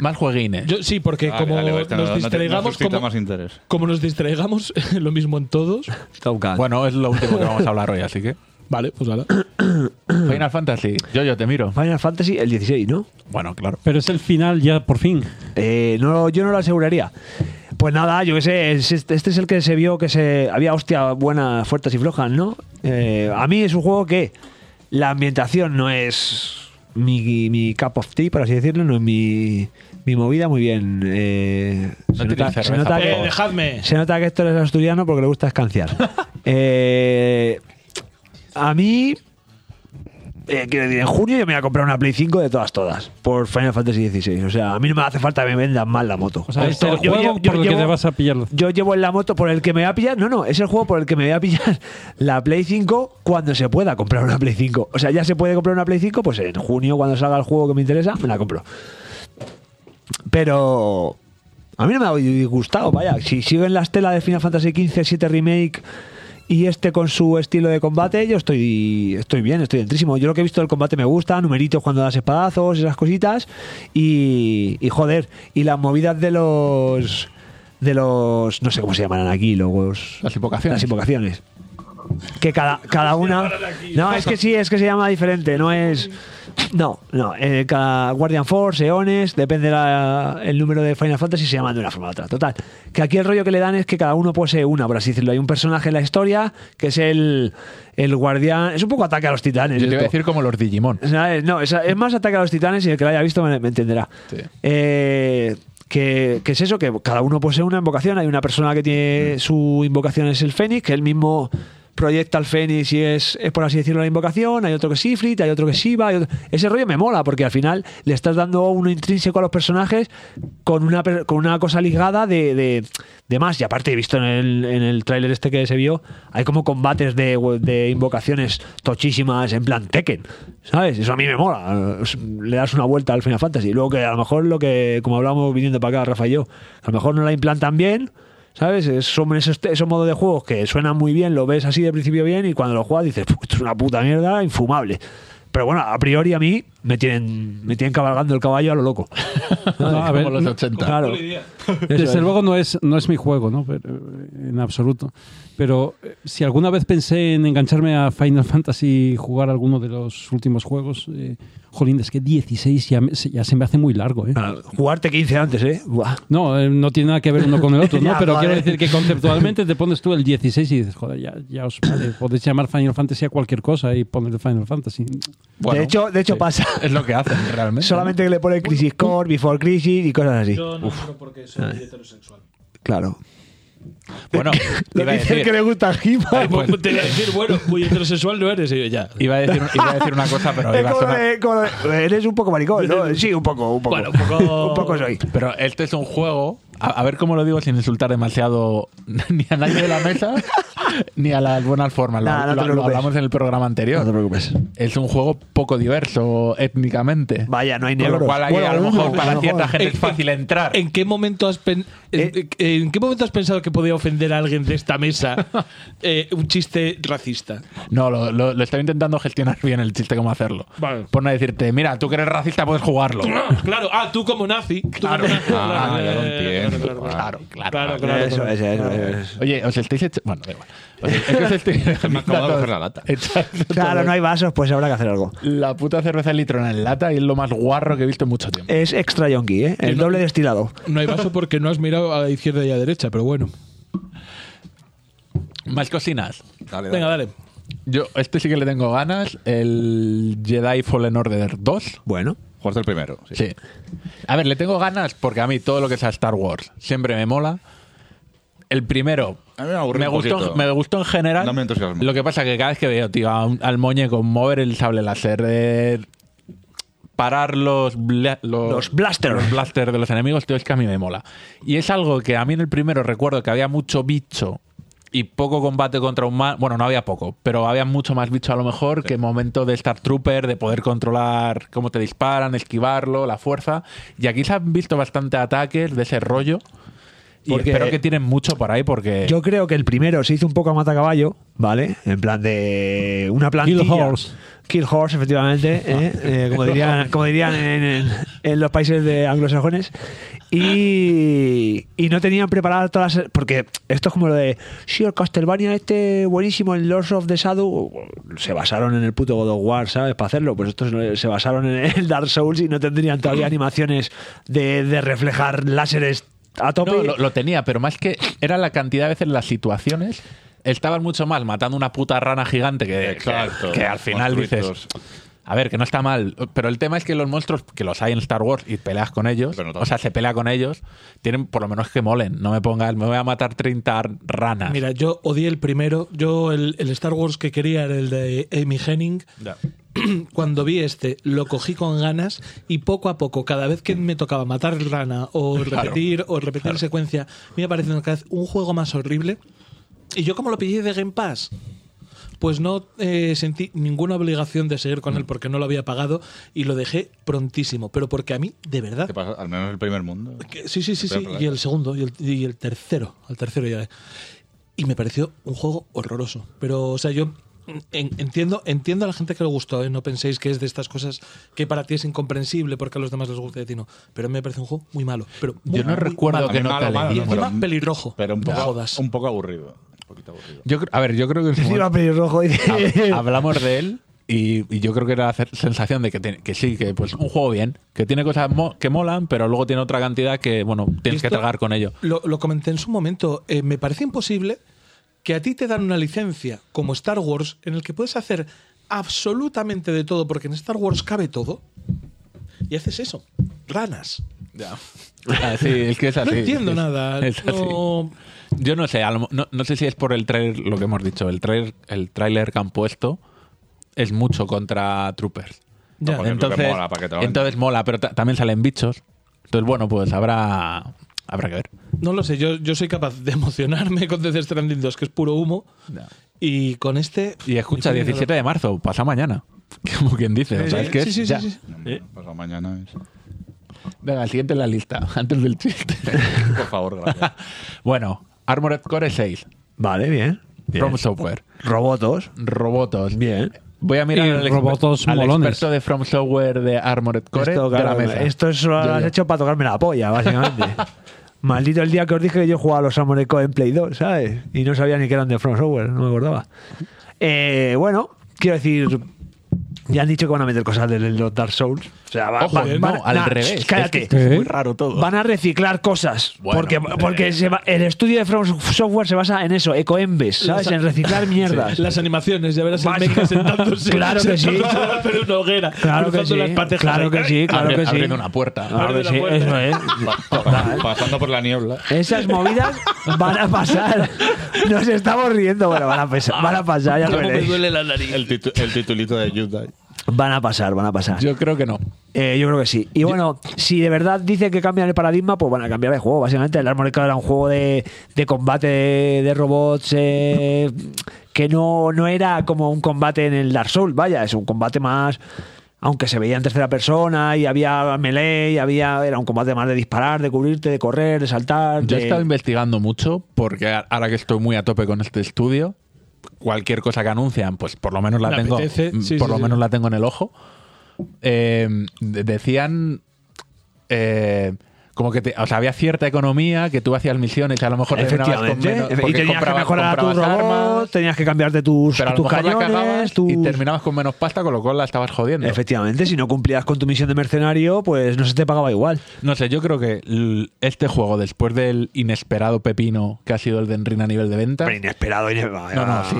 Speaker 1: Más jueguines.
Speaker 8: Yo- sí, porque
Speaker 4: Vale,
Speaker 8: como
Speaker 4: dale, vale, está,
Speaker 8: nos
Speaker 4: no te- no
Speaker 8: distraigamos,
Speaker 4: suscita
Speaker 8: como,
Speaker 4: más interés.
Speaker 8: como nos distraigamos lo mismo en todos.
Speaker 1: Bueno, es lo último que vamos a hablar hoy, así que.
Speaker 8: Vale, pues nada.
Speaker 1: Final Fantasy. Yo, yo te miro.
Speaker 2: Final Fantasy el 16, ¿no?
Speaker 1: Bueno, claro.
Speaker 3: Pero es el final ya, por fin.
Speaker 2: Eh, no, yo no lo aseguraría. Pues nada, yo qué sé, es- este este es el que se vio que se había hostia buenas, fuertes y flojas, ¿no? Eh, a mí es un juego que la ambientación no es mi, mi cup of tea, por así decirlo, no es mi, mi movida, muy bien. eh, se,
Speaker 1: tiene
Speaker 2: nota, se
Speaker 1: cerveza,
Speaker 2: nota
Speaker 1: por
Speaker 2: que,
Speaker 1: favor.
Speaker 8: dejadme.
Speaker 2: se nota que esto es asturiano porque le gusta escanciar. Eh, a mí, eh, quiero decir, en junio yo me voy a comprar una Play 5 de todas, todas, por Final Fantasy XVI. O sea, a mí no me hace falta que me vendan mal la moto.
Speaker 3: O sea, es el juego
Speaker 2: llevo-
Speaker 3: por el que te vas a pillar.
Speaker 2: yo llevo en la moto por el que me voy a pillar. No, no, es el juego por el que me voy a pillar la Play 5 cuando se pueda comprar una Play 5. O sea, ya se puede comprar una Play 5, pues en junio, cuando salga el juego que me interesa, me la compro. Pero. A mí no me ha disgustado, vaya. Si siguen las telas de Final Fantasy XV, 7 Remake y este con su estilo de combate, yo estoy, estoy bien, estoy dentrísimo. Yo lo que he visto del combate me gusta, numeritos cuando das espadazos, esas cositas. Y, y joder, y las movidas de los. De los. No sé cómo se llamarán aquí, los.
Speaker 1: Las invocaciones.
Speaker 2: Las invocaciones. Que cada, cada una. No, es que sí, es que se llama diferente, no es. No, no. eh, cada Guardian Force, Eones, depende la- el número de Final Fantasy, se llaman de una forma u otra. Total. Que aquí el rollo que le dan es que cada uno posee una, por así decirlo. Hay un personaje en la historia que es el, el guardián. Es un poco ataque a los titanes.
Speaker 1: Yo te iba a
Speaker 2: esto.
Speaker 1: decir como los Digimon.
Speaker 2: O sea, es- No, es, es más ataque a los titanes y el que lo haya visto me, me entenderá.
Speaker 1: Sí.
Speaker 2: Eh, que, que es eso, que cada uno posee una invocación. Hay una persona que tiene su invocación es el Fénix, que él mismo proyecta el Fénix y es, es por así decirlo la invocación, hay otro que es Ifrit, hay otro que es Shiva, hay otro- ese rollo me mola porque al final le estás dando uno intrínseco a los personajes con una, per- con una cosa ligada de, de- de más y aparte he visto en el, en el tráiler este que se vio hay como combates de, de invocaciones tochísimas en plan Tekken, ¿sabes? Eso a mí me mola, Es- le das una vuelta al Final Fantasy, luego que a lo mejor lo que, como hablábamos viniendo para acá Rafa y yo, a lo mejor no la implantan bien ¿Sabes? Es- Son esos, esos modos de juegos que suenan muy bien, lo ves así de principio bien y cuando lo juegas dices, "Puh, esto es una puta mierda infumable. Pero bueno, a priori a mí me tienen, me tienen cabalgando el caballo a lo loco.
Speaker 1: a ver, los
Speaker 2: no-
Speaker 1: 80.
Speaker 2: Claro. Eso
Speaker 3: Desde
Speaker 2: es.
Speaker 3: luego no es, no es mi juego, ¿no? Pero, eh, en absoluto. Pero eh, si alguna vez pensé en engancharme a Final Fantasy y jugar alguno de los últimos juegos, eh, jolín, es que 16 ya, me- se- ya se me hace muy largo, ¿eh?
Speaker 2: Jugarte 15 antes, ¿eh? Buah.
Speaker 3: No, eh, no tiene nada que ver uno con el otro, ¿no?
Speaker 2: Ya,
Speaker 3: Pero
Speaker 2: joder.
Speaker 3: quiero decir que conceptualmente te pones tú el 16 y dices, joder, ya, ya os vale, podéis llamar Final Fantasy a cualquier cosa y ponerle Final Fantasy.
Speaker 2: de hecho, de hecho pasa.
Speaker 1: Es lo que hacen realmente.
Speaker 2: Solamente que le pone Crisis Core, Before Crisis y cosas así.
Speaker 8: Yo no
Speaker 2: Uf,
Speaker 8: creo porque soy heterosexual.
Speaker 2: claro.
Speaker 1: Bueno,
Speaker 2: Lo
Speaker 1: iba a
Speaker 2: dice
Speaker 1: decir-
Speaker 2: el
Speaker 1: pues,
Speaker 2: que le gusta a He-Man.
Speaker 8: Te voy a decir, bueno, muy heterosexual no eres. Y yo, ya.
Speaker 1: Iba a decir, iba a decir una cosa, pero
Speaker 2: Es
Speaker 1: iba a
Speaker 2: como
Speaker 1: sonar-
Speaker 2: de- como de- eres un poco maricón, ¿no? Sí, un poco, un poco.
Speaker 1: Bueno, un poco-
Speaker 2: un poco soy.
Speaker 1: Pero este es un juego. A, a ver cómo lo digo sin insultar demasiado ni a nadie de la mesa ni a las buenas formas. Lo-
Speaker 2: Nah, no
Speaker 1: lo,
Speaker 2: te
Speaker 1: lo
Speaker 2: preocupes.
Speaker 1: hablamos en el programa anterior.
Speaker 2: No te preocupes.
Speaker 1: Es un juego poco diverso étnicamente.
Speaker 2: Vaya, no hay
Speaker 1: Con
Speaker 2: negros.
Speaker 1: lo cual ahí
Speaker 2: Bueno,
Speaker 1: a lo
Speaker 2: algunos,
Speaker 1: mejor
Speaker 2: a
Speaker 1: para
Speaker 2: lo
Speaker 1: cierta
Speaker 2: mejor.
Speaker 1: gente es fácil entrar.
Speaker 8: ¿En qué momento has pen-
Speaker 1: Eh.
Speaker 8: en- eh, en qué momento has pensado que podía ofender a alguien de esta mesa eh, un chiste racista?
Speaker 1: No, lo, lo, lo estaba intentando gestionar bien el chiste cómo hacerlo.
Speaker 8: Vale.
Speaker 1: Por no decirte, mira, tú que eres racista puedes jugarlo.
Speaker 8: Claro, ah, tú como nazi. tú
Speaker 1: Claro.
Speaker 8: como nazi,
Speaker 1: Ah,
Speaker 8: claro,
Speaker 1: ya lo
Speaker 8: eh,
Speaker 1: entiendo.
Speaker 8: claro, claro,
Speaker 1: Claro, claro.
Speaker 8: Claro, claro,
Speaker 2: Eso
Speaker 8: claro.
Speaker 2: es, eso es.
Speaker 1: Oye, os estáis echando. Bueno, da igual. Os- Es que os estáis
Speaker 4: Me acabo de coger la lata.
Speaker 1: echando
Speaker 2: Claro,
Speaker 1: todo-
Speaker 2: no hay vasos, pues habrá que hacer algo.
Speaker 1: La puta cerveza de litrona en lata y es lo más guarro que he visto en mucho tiempo.
Speaker 2: Es extra yonki, ¿eh? El
Speaker 8: no-
Speaker 2: doble destilado.
Speaker 8: No hay vaso porque no has mirado a la izquierda y a la derecha, pero bueno.
Speaker 1: Más cocinas.
Speaker 8: Venga, dale.
Speaker 1: Yo, este sí que le tengo ganas. El Jedi Fallen Order 2.
Speaker 2: Bueno.
Speaker 4: Jugaste el primero. Sí.
Speaker 1: Sí. A ver, le tengo ganas porque a mí todo lo que sea Star Wars siempre me mola. El primero
Speaker 4: A mí me aburrió un
Speaker 1: gustó,
Speaker 4: poquito.
Speaker 1: me gustó en general.
Speaker 4: No me entusiasmo.
Speaker 1: Lo que pasa que cada vez que veo, tío, a un- al muñeco mover el sable láser, eh, parar los, bla-
Speaker 2: Los blasters.
Speaker 1: los blasters de los enemigos, tío, es que a mí me mola. Y es algo que a mí en el primero recuerdo que había mucho bicho y poco combate contra humanos. Bueno, no había poco, pero había mucho más bicho a lo mejor que momento de Star Trooper, de poder controlar cómo te disparan, esquivarlo, la fuerza. Y aquí se han visto bastante ataques de ese rollo. Y
Speaker 2: Porque-
Speaker 1: espero que tienen mucho por ahí porque...
Speaker 2: Yo creo que el primero se hizo un poco a mata caballo, ¿vale? En plan de una plantilla.
Speaker 3: Kill horse.
Speaker 2: Kill horse, efectivamente,
Speaker 1: Ah.
Speaker 2: ¿eh? Eh, como dirían, como dirían en, en- en los países de anglosajones. Y, y no tenían preparadas todas las... Porque esto es como lo de... Sí, el Castlevania este buenísimo, el Lords of the Shadow... Se basaron en el puto God of War, ¿sabes? Para hacerlo. Pues estos se basaron en el Dark Souls y no tendrían todavía animaciones de, de reflejar láseres a tope.
Speaker 1: No, lo, lo tenía, pero más que era la cantidad de veces las situaciones. Estaban mucho mal matando una puta rana gigante que,
Speaker 4: Exacto.
Speaker 1: que, que al final dices.
Speaker 4: Monstruitos.
Speaker 1: A ver, que no está mal. Pero el tema es que los monstruos, que los hay en Star Wars y peleas con ellos,
Speaker 4: Pero no tanto.
Speaker 1: o sea, se pelea con ellos, tienen por lo menos que molen. No me pongas, me voy a matar 30 ranas.
Speaker 8: Mira, yo odié el primero. Yo el, el Star Wars que quería era el de Amy Henning. Cuando vi este, lo cogí con ganas y poco a poco, cada vez que me tocaba matar rana o repetir o repetir secuencia, me iba pareciendo cada vez un juego más horrible. Y yo como lo pillé de Game Pass, pues no eh, sentí ninguna obligación de seguir con él porque no lo había pagado y lo dejé prontísimo. Pero porque a mí, de verdad,
Speaker 4: ¿Qué pasa? Al menos el primer mundo.
Speaker 8: que- Sí, sí, sí,
Speaker 4: Pero,
Speaker 8: sí.
Speaker 4: claro.
Speaker 8: Y el segundo, y el, y el tercero. El tercero ya. eh. Y me pareció un juego horroroso. Pero, o sea, yo en- entiendo, entiendo a la gente que le gustó, ¿eh? no penséis que es de estas cosas que para ti es incomprensible porque a los demás les gusta y a ti no. Pero me parece un juego muy malo. Pero muy,
Speaker 1: Yo no
Speaker 8: muy
Speaker 1: recuerdo
Speaker 8: malo.
Speaker 1: que no
Speaker 4: malo,
Speaker 1: te
Speaker 4: malo,
Speaker 1: leí.
Speaker 8: Y
Speaker 4: no,
Speaker 8: encima
Speaker 4: pero-
Speaker 8: pelirrojo.
Speaker 4: Pero un
Speaker 8: No
Speaker 4: poco,
Speaker 8: jodas.
Speaker 4: un poco aburrido. Un poquito aburrido.
Speaker 1: Yo cre- a ver, yo creo que en su
Speaker 2: Encima
Speaker 1: momento-
Speaker 2: pelirrojo y
Speaker 1: Hab- hablamos de él y, y yo creo que era la cer- sensación de que, te- que sí, que pues un juego bien, que tiene cosas mo- que molan, pero luego tiene otra cantidad que, bueno, tienes que
Speaker 8: esto-
Speaker 1: tragar con ello.
Speaker 8: Lo, lo comenté en su momento. eh, me parece imposible que a ti te dan una licencia como Star Wars en el que puedes hacer absolutamente de todo, porque en Star Wars cabe todo, y haces eso. Ranas,
Speaker 1: Ya. Así, es que es así.
Speaker 8: No entiendo
Speaker 1: Es-
Speaker 8: nada.
Speaker 1: es así.
Speaker 8: No-
Speaker 1: Yo no sé, a lo mo- no, no sé si es por el trailer, lo que hemos dicho, el trailer, el tráiler que han puesto es mucho contra Troopers.
Speaker 4: Ya. porque Troopers
Speaker 1: Entonces,
Speaker 4: mola, para que te lo
Speaker 1: entonces mola, pero ta- también salen bichos. Entonces, bueno, pues habrá, habrá que ver.
Speaker 8: No lo sé, yo, yo soy capaz de emocionarme con Death Stranding 2, que es puro humo. Y con este.
Speaker 1: Y escucha,
Speaker 8: ni idea de lo
Speaker 1: 17 de marzo, pasa mañana. Como quien dice, o sea,
Speaker 8: eh,
Speaker 1: es que es ya.
Speaker 4: Pasado mañana es.
Speaker 1: Venga, el siguiente en la lista, antes del chiste.
Speaker 4: Por favor, gracias.
Speaker 1: bueno, Armored Core 6.
Speaker 2: Vale, bien. bien.
Speaker 1: From Software.
Speaker 2: Robotos.
Speaker 1: Robotos.
Speaker 2: Bien.
Speaker 1: Voy a mirar
Speaker 2: Y
Speaker 1: al, exper-
Speaker 2: robotos
Speaker 1: al
Speaker 2: molones.
Speaker 1: experto de From Software de Armored Core
Speaker 2: Esto, claro,
Speaker 1: de la mesa.
Speaker 2: esto es- lo
Speaker 1: Yo,
Speaker 2: has
Speaker 1: yo.
Speaker 2: hecho para tocarme la polla, básicamente. Maldito el día que os dije que yo jugaba a los Samurai Co en Play 2, ¿sabes? Y no sabía ni que eran de From Software, no me acordaba. Eh, bueno, quiero decir, ya han dicho que van a meter cosas de los Dark Souls. O sea, va-
Speaker 1: Ojo,
Speaker 2: va-
Speaker 1: eh,
Speaker 2: van-
Speaker 1: no, al
Speaker 2: nah,
Speaker 1: revés.
Speaker 2: shh,
Speaker 1: Es
Speaker 2: Cállate.
Speaker 1: que es muy raro todo.
Speaker 2: Van a reciclar cosas.
Speaker 1: Bueno, eh.
Speaker 2: porque porque se va- el estudio de From Software se basa en eso, ecoembes, ¿sabes?
Speaker 8: Las-
Speaker 2: En reciclar mierdas.
Speaker 8: Las animaciones, ya verás el mecha sentándose.
Speaker 2: Claro que sí.
Speaker 8: sentándose a hacer una hoguera.
Speaker 2: Claro que
Speaker 8: cruzando
Speaker 2: sí,
Speaker 8: las patejas.
Speaker 2: claro que sí, claro
Speaker 8: Abre-
Speaker 2: que sí.
Speaker 8: abriendo
Speaker 1: una puerta.
Speaker 2: Claro que sí, eso es.
Speaker 4: Pasando por la niebla.
Speaker 2: Esas movidas van a pasar. Nos estamos riendo, bueno, van a pasar, van a pasar, ya lo
Speaker 4: ¿Cómo me
Speaker 2: veréis.
Speaker 4: duele la nariz? El, titu- el titulito de Judas.
Speaker 2: Van a pasar, van a pasar.
Speaker 1: Yo creo que no.
Speaker 2: Eh, yo creo que sí. Y bueno, si de verdad dicen que cambian el paradigma, pues van a cambiar de juego. Básicamente, el Armored Core era un juego de, de combate de, de robots eh, que no, no era como un combate en el Dark Souls. Vaya, es un combate más. Aunque se veía en tercera persona y había melee, y había, era un combate más de disparar, de cubrirte, de correr, de saltar.
Speaker 1: Yo he
Speaker 2: de-
Speaker 1: estado investigando mucho porque a- ahora que estoy muy a tope con este estudio, cualquier cosa que anuncian, pues por lo menos la
Speaker 8: Me
Speaker 1: tengo,
Speaker 8: apetece,
Speaker 1: mm,
Speaker 8: sí,
Speaker 1: por
Speaker 8: sí,
Speaker 1: lo
Speaker 8: sí.
Speaker 1: menos la tengo en el ojo. Eh, de- decían eh, como que te- o sea, había cierta economía que tú hacías misiones y a lo mejor terminabas con
Speaker 2: Efectivamente.
Speaker 1: menos-
Speaker 2: y
Speaker 1: porque
Speaker 2: tenías que
Speaker 1: comprabas-
Speaker 2: mejorar tus
Speaker 1: comprabas
Speaker 2: robots,
Speaker 1: armas,
Speaker 2: tenías que cambiarte tus,
Speaker 1: pero a lo
Speaker 2: tus
Speaker 1: mejor la
Speaker 2: cañones,
Speaker 1: cagabas
Speaker 2: tus...
Speaker 1: y terminabas con menos pasta, con lo cual la estabas jodiendo.
Speaker 2: Efectivamente, si no cumplías con tu misión de mercenario, pues no se te pagaba igual.
Speaker 1: No sé, yo creo que l- este juego, después del inesperado pepino que ha sido el de Enrin a nivel de venta.
Speaker 2: inesperado, eh.
Speaker 1: No, no, sí.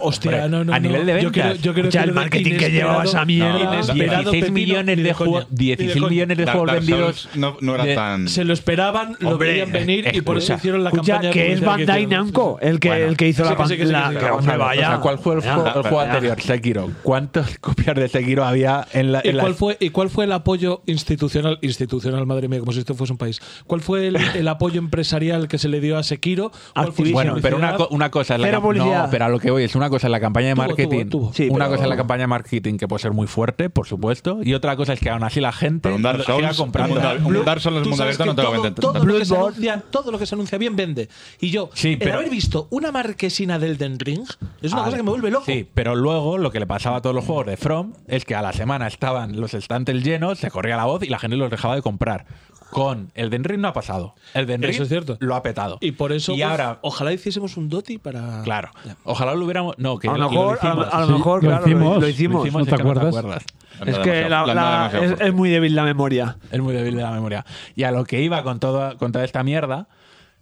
Speaker 8: Hostia,
Speaker 1: Hombre,
Speaker 8: no, no.
Speaker 1: a
Speaker 8: no.
Speaker 1: nivel de
Speaker 8: Yo
Speaker 1: ventas.
Speaker 8: creo- yo creo
Speaker 2: Ya
Speaker 8: que
Speaker 2: el
Speaker 8: lo de
Speaker 2: marketing que
Speaker 8: inesperado-
Speaker 2: llevaba esa mierda.
Speaker 8: No, inesperado
Speaker 1: 16
Speaker 8: pepino,
Speaker 1: millones
Speaker 8: ni
Speaker 1: de juegos,
Speaker 8: coña, ni
Speaker 1: 16
Speaker 8: coña.
Speaker 1: millones de
Speaker 4: Dark-
Speaker 1: juegos
Speaker 4: Dark
Speaker 1: vendidos.
Speaker 4: Souls no- no era
Speaker 1: de-
Speaker 4: tan-
Speaker 8: Se lo esperaban, lo
Speaker 1: Hombre,
Speaker 8: veían venir y por eso
Speaker 1: escucha.
Speaker 8: hicieron la
Speaker 2: Escucha,
Speaker 8: campaña. de
Speaker 2: que es
Speaker 8: publicidad que
Speaker 2: Bandai
Speaker 8: hicieron.
Speaker 2: Namco el que,
Speaker 1: Bueno.
Speaker 2: el que hizo
Speaker 8: Sí,
Speaker 2: la
Speaker 8: que sí, que sí,
Speaker 2: pantalla.
Speaker 8: que sí,
Speaker 1: Pero vamos a ver,
Speaker 2: vaya.
Speaker 1: o sea, ¿Cuál fue el
Speaker 2: Vaya.
Speaker 1: juego, el juego
Speaker 2: Vaya.
Speaker 1: anterior? Sekiro. ¿Cuántas copias de Sekiro había en la.
Speaker 8: ¿Y
Speaker 1: en la-
Speaker 8: cuál, fue, ¿Y cuál fue el apoyo institucional? Institucional, madre mía, como si esto fuese un país. ¿Cuál fue el, el apoyo empresarial que se le dio a Sekiro? ¿Cuál fue su
Speaker 1: Bueno, pero una, co-
Speaker 8: publicidad?
Speaker 1: una cosa es la
Speaker 8: Cero
Speaker 1: camp-
Speaker 8: publicidad.
Speaker 1: No, pero a lo que voy es una cosa es la campaña de
Speaker 8: Tuvo,
Speaker 1: marketing.
Speaker 8: tuvo, tuvo.
Speaker 2: Sí,
Speaker 1: una
Speaker 2: pero-
Speaker 1: cosa es la campaña de marketing que puede ser muy fuerte, por supuesto. Y otra cosa es que aún así la gente
Speaker 4: Pero un Dark
Speaker 1: siga
Speaker 4: Souls,
Speaker 1: comprando.
Speaker 4: un Dark- un Dark Souls en
Speaker 8: Tú
Speaker 4: el mundo
Speaker 8: sabes
Speaker 4: abierto no
Speaker 8: que
Speaker 4: te lo
Speaker 8: todo-
Speaker 4: venden.
Speaker 8: Todo lo, que se
Speaker 2: Bloodborne.
Speaker 8: anuncia, todo lo que se anuncia bien vende. Y yo,
Speaker 1: Sí,
Speaker 8: el
Speaker 1: pero-
Speaker 8: haber visto una marquesina del Den Ring es una
Speaker 1: Ah,
Speaker 8: cosa que me vuelve loco.
Speaker 1: Sí, pero luego lo que le pasaba a todos los juegos de From es que a la semana estaban los estantes llenos, se corría la voz y la gente los dejaba de comprar. Con el Den Ring no ha pasado. El Den Ring
Speaker 8: Eso es cierto.
Speaker 1: lo ha petado.
Speaker 8: Y por eso,
Speaker 1: Y
Speaker 8: pues,
Speaker 1: ahora-
Speaker 8: ojalá hiciésemos un doti para.
Speaker 1: Claro. Ojalá lo hubiéramos. No, que
Speaker 2: A
Speaker 1: yo-
Speaker 2: lo mejor, a lo-
Speaker 1: hicimos.
Speaker 2: a lo mejor,
Speaker 1: lo
Speaker 2: claro,
Speaker 1: hicimos,
Speaker 2: lo-
Speaker 1: lo
Speaker 2: lo hicimos.
Speaker 1: hicimos,
Speaker 2: ¿No te
Speaker 1: es que no te
Speaker 2: acuerdas?
Speaker 1: acuerdas.
Speaker 2: Es que la-
Speaker 4: Demasiado-
Speaker 2: la-
Speaker 4: demasiado
Speaker 8: eh,
Speaker 2: es,
Speaker 4: fuerte.
Speaker 2: es muy débil la memoria.
Speaker 1: Es muy débil de la memoria. Y a lo que iba con toda, con toda esta mierda,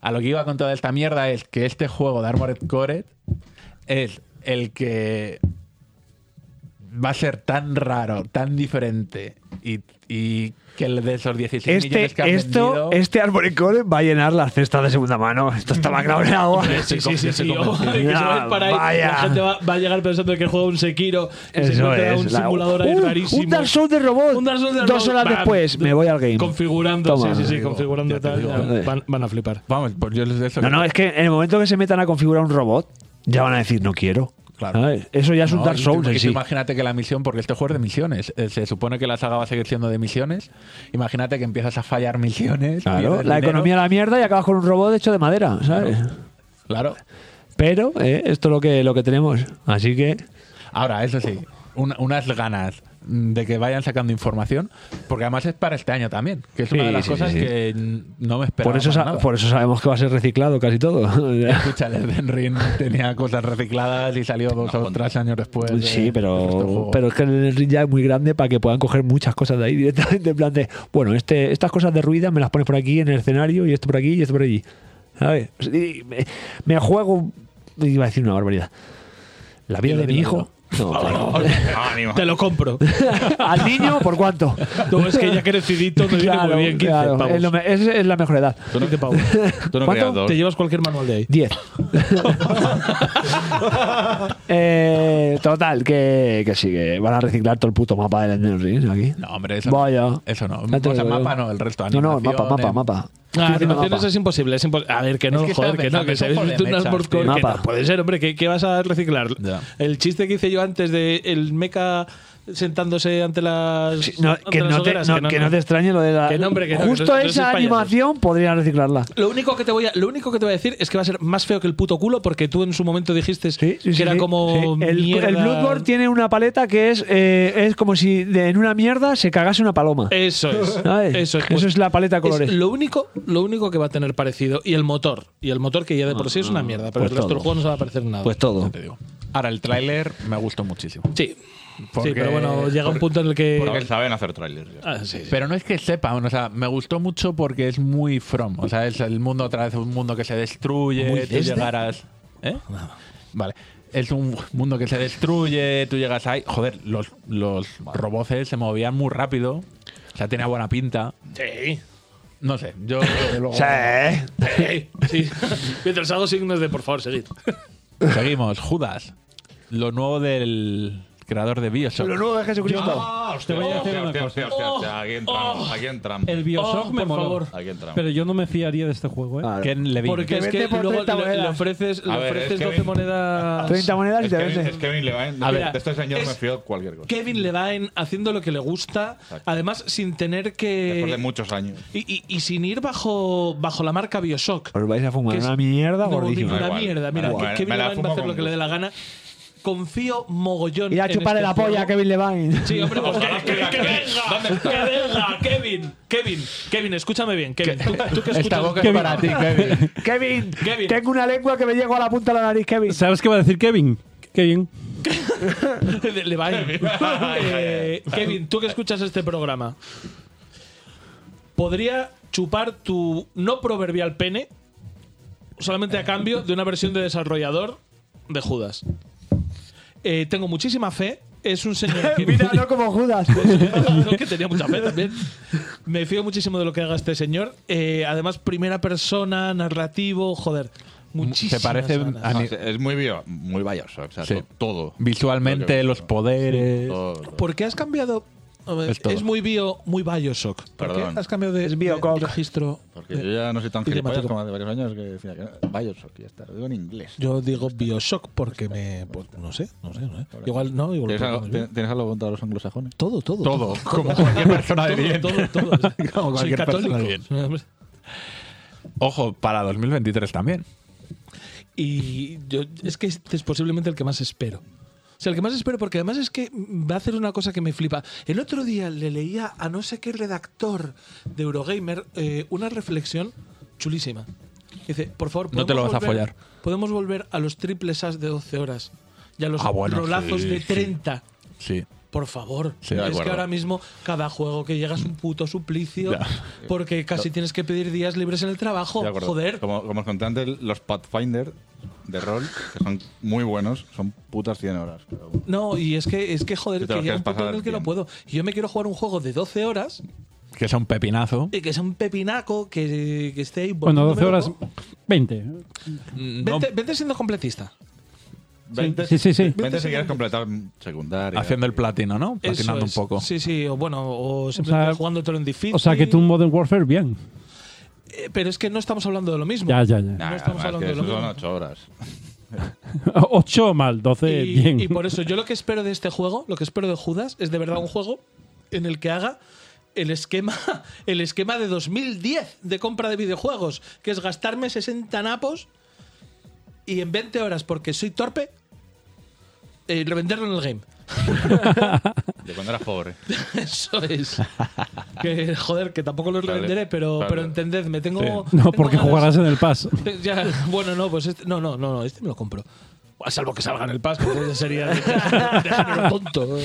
Speaker 1: a lo que iba con toda esta mierda es que este juego de Armored Core es el que va a ser tan raro, tan diferente y, y que el de esos 16 millones que han
Speaker 2: Este, esto,
Speaker 1: vendido-
Speaker 2: este Armored Core va a llenar las cestas de segunda mano. Esto está más grave en agua.
Speaker 8: Sí, sí, sí, sí. ojo, que se
Speaker 2: Ya,
Speaker 8: va a ir para ahí.
Speaker 2: vaya.
Speaker 8: La gente va, va a llegar pensando que juega un Sekiro, que se
Speaker 2: Eso
Speaker 8: encuentra
Speaker 2: es,
Speaker 8: un
Speaker 2: la-
Speaker 8: simulador ahí
Speaker 2: un-
Speaker 8: rarísimo.
Speaker 2: un Dark Souls de robot.
Speaker 8: Un Dark Souls de
Speaker 2: Dos
Speaker 8: robot.
Speaker 2: horas
Speaker 8: Bam.
Speaker 2: después, me voy al game.
Speaker 8: Configurando,
Speaker 2: Toma.
Speaker 8: sí, sí, sí,
Speaker 1: digo,
Speaker 8: configurando
Speaker 1: ya te
Speaker 8: tal.
Speaker 1: digo.
Speaker 2: eh.
Speaker 8: ya, Van, van a flipar.
Speaker 1: Vamos, pues yo les de eso.
Speaker 2: No,
Speaker 1: que-
Speaker 2: no, es que en el momento que se metan a configurar un robot, ya van a decir, no quiero.
Speaker 1: Claro.
Speaker 2: ¿Sabes? Eso ya es un
Speaker 1: No,
Speaker 2: Dark
Speaker 1: y tú-
Speaker 2: Souls
Speaker 1: y
Speaker 2: en
Speaker 1: tú
Speaker 2: sí.
Speaker 1: Imagínate que la misión, porque este juego es de misiones, eh, se supone que la saga va a seguir siendo de misiones. Imagínate que empiezas a fallar misiones.
Speaker 2: Claro,
Speaker 1: pierdes
Speaker 2: la
Speaker 1: dinero.
Speaker 2: economía a la mierda y acabas con un robot hecho de madera, ¿sabes?
Speaker 1: Claro.
Speaker 2: Pero eh, esto es lo que, lo que tenemos. Así que.
Speaker 1: Ahora, eso sí, un- unas ganas mm, de que vayan sacando información, porque además es para este año también, que es una
Speaker 2: Sí,
Speaker 1: de las
Speaker 2: sí,
Speaker 1: cosas
Speaker 2: sí, sí.
Speaker 1: que mm, no me esperaba.
Speaker 2: Por eso,
Speaker 1: para
Speaker 2: sa-
Speaker 1: nada.
Speaker 2: por eso sabemos que va a ser reciclado casi todo.
Speaker 1: Escucha, el Elden Ring tenía cosas recicladas y salió dos o tres años después. de-
Speaker 2: sí,
Speaker 1: del resto del
Speaker 2: pero,
Speaker 1: juego.
Speaker 2: pero es que el ring ya es muy grande para que puedan coger muchas cosas de ahí directamente. En plan de, bueno, este, estas cosas derruidas me las pones por aquí en el escenario y esto por aquí y esto por allí. pues, ¿Sabes? Y me, me juego. Iba a decir una barbaridad. La vida
Speaker 1: Dilo,
Speaker 2: de mi
Speaker 1: dilo,
Speaker 2: hijo
Speaker 1: dilo.
Speaker 8: eh,
Speaker 4: Ah,
Speaker 7: Ánimo. Te lo compro.
Speaker 2: ¿Al niño por cuánto?
Speaker 7: No, es que ya crecidito me viene muy bien, 15 pavos.
Speaker 2: Es, lo me- es- es la mejor edad.
Speaker 7: Tú no,
Speaker 2: no
Speaker 7: ¿Cuánto?
Speaker 2: creas dos.
Speaker 7: Te llevas cualquier manual de ahí.
Speaker 2: 10. Eh, total, que, que sí, que van a reciclar todo el puto mapa del Elden Ring aquí. No,
Speaker 1: hombre, eso
Speaker 2: Vaya.
Speaker 1: Eso no.
Speaker 2: Ya te
Speaker 1: O sea,
Speaker 2: digo yo.
Speaker 1: mapa no, el resto.
Speaker 2: No, no, mapa,
Speaker 1: animaciones.
Speaker 2: mapa, mapa.
Speaker 7: Ah,
Speaker 2: Tú dime
Speaker 7: animaciones
Speaker 2: mapa.
Speaker 7: es imposible, es imposible. A ver, que no,
Speaker 2: Es que
Speaker 7: joder,
Speaker 2: estaba
Speaker 7: que no,
Speaker 2: pensando,
Speaker 7: que se
Speaker 2: son
Speaker 7: habéis visto unas
Speaker 2: polemechas,
Speaker 7: hardcore
Speaker 2: tío.
Speaker 7: que
Speaker 2: Mapa.
Speaker 7: no puede ser, hombre, que, que vas a reciclar. El chiste que hice yo antes de el meca sentándose ante las.
Speaker 2: No,
Speaker 7: ante
Speaker 2: que,
Speaker 7: las
Speaker 2: no te,
Speaker 7: hogueras,
Speaker 2: no, que no te extrañe lo de la.
Speaker 7: Que no, hombre, que no, que
Speaker 2: Justo
Speaker 7: no- no
Speaker 2: esa
Speaker 7: seas payaso.
Speaker 2: animación podrían reciclarla.
Speaker 7: Lo único, que te voy a, lo único que te voy a decir es que va a ser más feo que el puto culo porque tú en su momento dijiste que
Speaker 2: Sí,
Speaker 7: era
Speaker 2: sí,
Speaker 7: como.
Speaker 2: sí. el,
Speaker 7: mierda.
Speaker 2: el Bloodborne tiene una paleta que es eh, es como si de- en una mierda se cagase una paloma.
Speaker 7: Eso es.
Speaker 2: ¿Sabes?
Speaker 7: Eh, Eso es.
Speaker 2: Eso es la paleta de colores.
Speaker 7: Es lo único, lo único que va a tener parecido. Y el motor. Y el motor que ya de por sí es una mierda. Pero
Speaker 1: Pues
Speaker 7: el resto
Speaker 1: todo.
Speaker 7: del juego no se va a parecer nada.
Speaker 1: Pues todo. Ahora, el tráiler me gustó muchísimo.
Speaker 7: Sí. sí, pero bueno, llega un punto en el que. Ah,
Speaker 1: porque
Speaker 4: saben hacer tráiler.
Speaker 1: Pero no es que sepa, o sea, me gustó mucho porque es muy from. O sea, es el mundo otra vez, un mundo que se
Speaker 4: Muy
Speaker 1: destruye, tú
Speaker 4: Dresden.
Speaker 1: llegarás. ¿Eh? Vale. Es un mundo que se destruye, tú llegas ahí. Joder, los, los roboces se movían muy rápido. O sea, tenía buena pinta.
Speaker 7: Sí.
Speaker 1: No sé, yo.
Speaker 7: Sí. Sí. Mientras hago signos de por favor, seguid.
Speaker 1: Seguimos, Judas. Lo nuevo del creador de Bioshock.
Speaker 2: Lo nuevo de Jesucristo.
Speaker 7: Ah,
Speaker 4: Te voy a decir una cosa. Aquí entramos, aquí entramos.
Speaker 3: El Bioshock
Speaker 7: Oh,
Speaker 3: me
Speaker 7: por
Speaker 3: moló.
Speaker 7: favor.
Speaker 4: Aquí entramos.
Speaker 3: Pero yo no me fiaría de este juego, ¿eh?
Speaker 1: Ken Levine.
Speaker 7: Porque es que luego le, le ofreces, le
Speaker 4: A ver,
Speaker 7: ofreces
Speaker 4: es que
Speaker 7: 12
Speaker 4: Kevin-
Speaker 7: monedas.
Speaker 4: Es Kevin- Es Kevin Levine.
Speaker 7: A
Speaker 4: A
Speaker 7: ver,
Speaker 4: ver, de este señor
Speaker 7: es-
Speaker 4: me fío cualquier cosa.
Speaker 7: Kevin Levine haciendo lo que le gusta, además sin tener
Speaker 4: Después de
Speaker 7: que.
Speaker 4: muchos años.
Speaker 7: Y, y- y sin ir bajo, bajo la marca Bioshock.
Speaker 2: Os vais a fumar
Speaker 7: Que es-
Speaker 2: una mierda
Speaker 7: No,
Speaker 2: gordísima.
Speaker 7: Una mierda, mira,
Speaker 2: Buah.
Speaker 7: que Kevin
Speaker 4: me la
Speaker 7: Levine va
Speaker 4: fumo
Speaker 7: a hacer
Speaker 4: con
Speaker 7: lo que
Speaker 4: gusto.
Speaker 7: le dé la gana. Confío mogollón.
Speaker 2: Ir a
Speaker 7: en
Speaker 2: chuparle
Speaker 7: este
Speaker 2: la polla a
Speaker 7: juego.
Speaker 2: Kevin Levine.
Speaker 7: Sí, hombre, pues que, que- que venga, que venga, Kevin, Kevin, Kevin, escúchame bien, Kevin, tú, tú que escuchas,
Speaker 2: Esta boca es para ti, Kevin. Kevin, tengo una lengua que me llego a la punta de la nariz, Kevin.
Speaker 3: ¿Sabes qué va a decir Kevin? Kevin.
Speaker 7: Le- le va a ir. Eh, Kevin, tú que escuchas este programa, podría chupar tu no proverbial pene solamente a cambio de una versión de desarrollador de Judas. Eh, tengo muchísima fe. Es un señor que,
Speaker 2: Mira, no como Judas.
Speaker 7: no, que tenía mucha fe también. Me fío muchísimo de lo que haga este señor. Eh, además, primera persona, narrativo, joder. Muchísimas ganas.
Speaker 4: No, es- es muy bio, muy valioso, o sea,
Speaker 1: Sí.
Speaker 4: to- todo.
Speaker 1: Visualmente, los poderes.
Speaker 7: ¿Por qué has cambiado? A ver,
Speaker 1: Es
Speaker 7: Es,
Speaker 1: todo.
Speaker 7: muy bio, muy Bioshock. ¿Por
Speaker 4: Perdón.
Speaker 7: qué has cambiado de, de registro? Eh,
Speaker 4: Porque yo ya no soy tan
Speaker 7: Y
Speaker 4: gilipollas
Speaker 7: temático.
Speaker 4: como hace varios años que decía que Bioshock, ya está, lo digo en inglés.
Speaker 7: Yo digo Bioshock porque me. pues, no sé, no sé. no sé. Igual no, igual.
Speaker 4: ¿Tienes
Speaker 7: lo
Speaker 4: algo,
Speaker 7: pongo yo.
Speaker 4: tien- ¿Tienes algo contra los anglosajones?
Speaker 7: Todo, todo.
Speaker 4: Todo, como cualquier persona de
Speaker 7: Oh. Todo,
Speaker 4: bien.
Speaker 7: Todo, todo.
Speaker 1: Como
Speaker 7: Soy
Speaker 1: cualquier
Speaker 7: católico.
Speaker 1: persona de bien. Ojo, para 2023 también.
Speaker 7: Y yo, es que este es posiblemente el que más espero. O sea, el que más espero, porque además es que va a hacer una cosa que me flipa. El otro día le leía a no sé qué redactor de Eurogamer eh, una reflexión chulísima. Dice, por favor,
Speaker 1: No te lo
Speaker 7: ¿podemos
Speaker 1: vas a
Speaker 7: volver-
Speaker 1: follar.
Speaker 7: Podemos volver a los triples as de 12 horas y a los
Speaker 1: Ah, bueno,
Speaker 7: rolazos
Speaker 1: sí,
Speaker 7: de
Speaker 1: sí.
Speaker 7: 30.
Speaker 1: Sí.
Speaker 7: Por favor.
Speaker 1: Sí, de
Speaker 7: es que
Speaker 1: acuerdo.
Speaker 7: ahora mismo cada juego que llega es un puto suplicio
Speaker 4: Ya.
Speaker 7: porque casi tienes que pedir días libres en el trabajo.
Speaker 4: De acuerdo.
Speaker 7: Joder.
Speaker 4: Como, como os conté antes, los Pathfinder de rol, que son muy buenos, son putas 100 horas. pero bueno.
Speaker 7: No, y es que, es que joder,
Speaker 4: Que te
Speaker 7: que
Speaker 4: lo
Speaker 7: llega
Speaker 4: quieres
Speaker 7: un punto en
Speaker 4: pasar
Speaker 7: el que no
Speaker 4: bien.
Speaker 7: puedo. Y Yo me quiero jugar un juego de 12 horas
Speaker 1: Que es un pepinazo.
Speaker 7: y que sea un pepinaco, que, que esté ahí.
Speaker 3: Bueno, 12
Speaker 7: volviéndome
Speaker 3: horas.
Speaker 7: loco.
Speaker 3: 20.
Speaker 7: Vente, vente siendo completista.
Speaker 4: 20,
Speaker 3: sí, sí, sí.
Speaker 4: 20 si quieres completar secundaria.
Speaker 1: Haciendo el platino, ¿no? Platinando
Speaker 7: Eso
Speaker 1: un
Speaker 7: es.
Speaker 1: poco.
Speaker 7: Sí, sí, o bueno, o simplemente jugándotelo en difícil.
Speaker 3: O sea, que tú un Modern Warfare, bien.
Speaker 7: Eh, pero es que no estamos hablando de lo mismo.
Speaker 3: Ya, ya, ya.
Speaker 7: No
Speaker 3: Nah,
Speaker 7: estamos
Speaker 4: además
Speaker 7: hablando
Speaker 4: que
Speaker 7: de lo
Speaker 4: eso
Speaker 7: mismo.
Speaker 4: son 8 horas.
Speaker 3: 8 mal, 12,
Speaker 7: Y,
Speaker 3: bien.
Speaker 7: y por eso yo lo que espero de este juego, lo que espero de Judas, es de verdad un juego en el que haga el esquema, el esquema de 2010 de compra de videojuegos, que es gastarme 60 napos y en 20 horas, porque soy torpe, eh, revenderlo en el game.
Speaker 4: De cuando eras pobre.
Speaker 7: Eso es. Que, joder, que tampoco lo
Speaker 4: Vale,
Speaker 7: revenderé, pero,
Speaker 4: vale.
Speaker 7: pero entendedme, tengo...
Speaker 3: Sí. No,
Speaker 7: tengo
Speaker 3: porque
Speaker 7: ganas-
Speaker 3: jugarás en el Pass.
Speaker 7: Ya, bueno, no, pues este, no, no, no, no, este me lo compro. A salvo que salga en el Pass, que entonces sería de, de género tonto.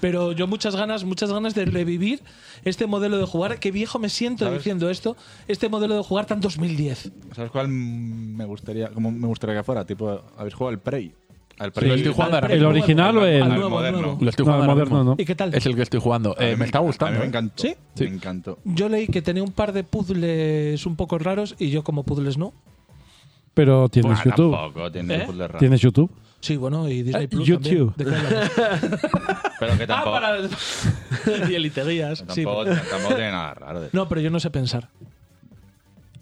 Speaker 7: Pero yo muchas ganas, muchas ganas de revivir este modelo de jugar. Qué viejo me siento
Speaker 4: ¿Sabes?
Speaker 7: diciendo esto. Este modelo de jugar tan 2010.
Speaker 4: ¿Sabes cuál me gustaría, cómo me gustaría que fuera? Tipo, ¿habéis jugado el Prey? Al
Speaker 1: Lo estoy jugando ahora
Speaker 3: ¿El
Speaker 1: mismo.
Speaker 3: original o el...?
Speaker 1: Lo estoy jugando
Speaker 3: No, el
Speaker 1: ahora
Speaker 3: moderno,
Speaker 1: mismo.
Speaker 3: ¿no? ¿Y qué tal?
Speaker 1: Es el que estoy jugando. Eh, me está
Speaker 4: A
Speaker 1: gustando.
Speaker 4: mí me
Speaker 1: eh.
Speaker 4: encantó. Me encantó.
Speaker 7: Yo leí que tenía un par de puzzles un poco raros y yo como puzzles no.
Speaker 3: Pero tienes
Speaker 7: Buah,
Speaker 3: YouTube.
Speaker 4: tampoco, tienes ¿Eh? puzzle raro.
Speaker 3: ¿Tienes YouTube?
Speaker 7: Sí, bueno, y Disney
Speaker 3: Eh,
Speaker 7: Plus
Speaker 3: YouTube.
Speaker 7: también. ¿De qué
Speaker 4: Pero que tampoco.
Speaker 7: hablamos? Dieliterías, Ah, sí.
Speaker 4: Tampoco, tampoco tiene nada raro. de-
Speaker 7: No, pero yo no sé pensar.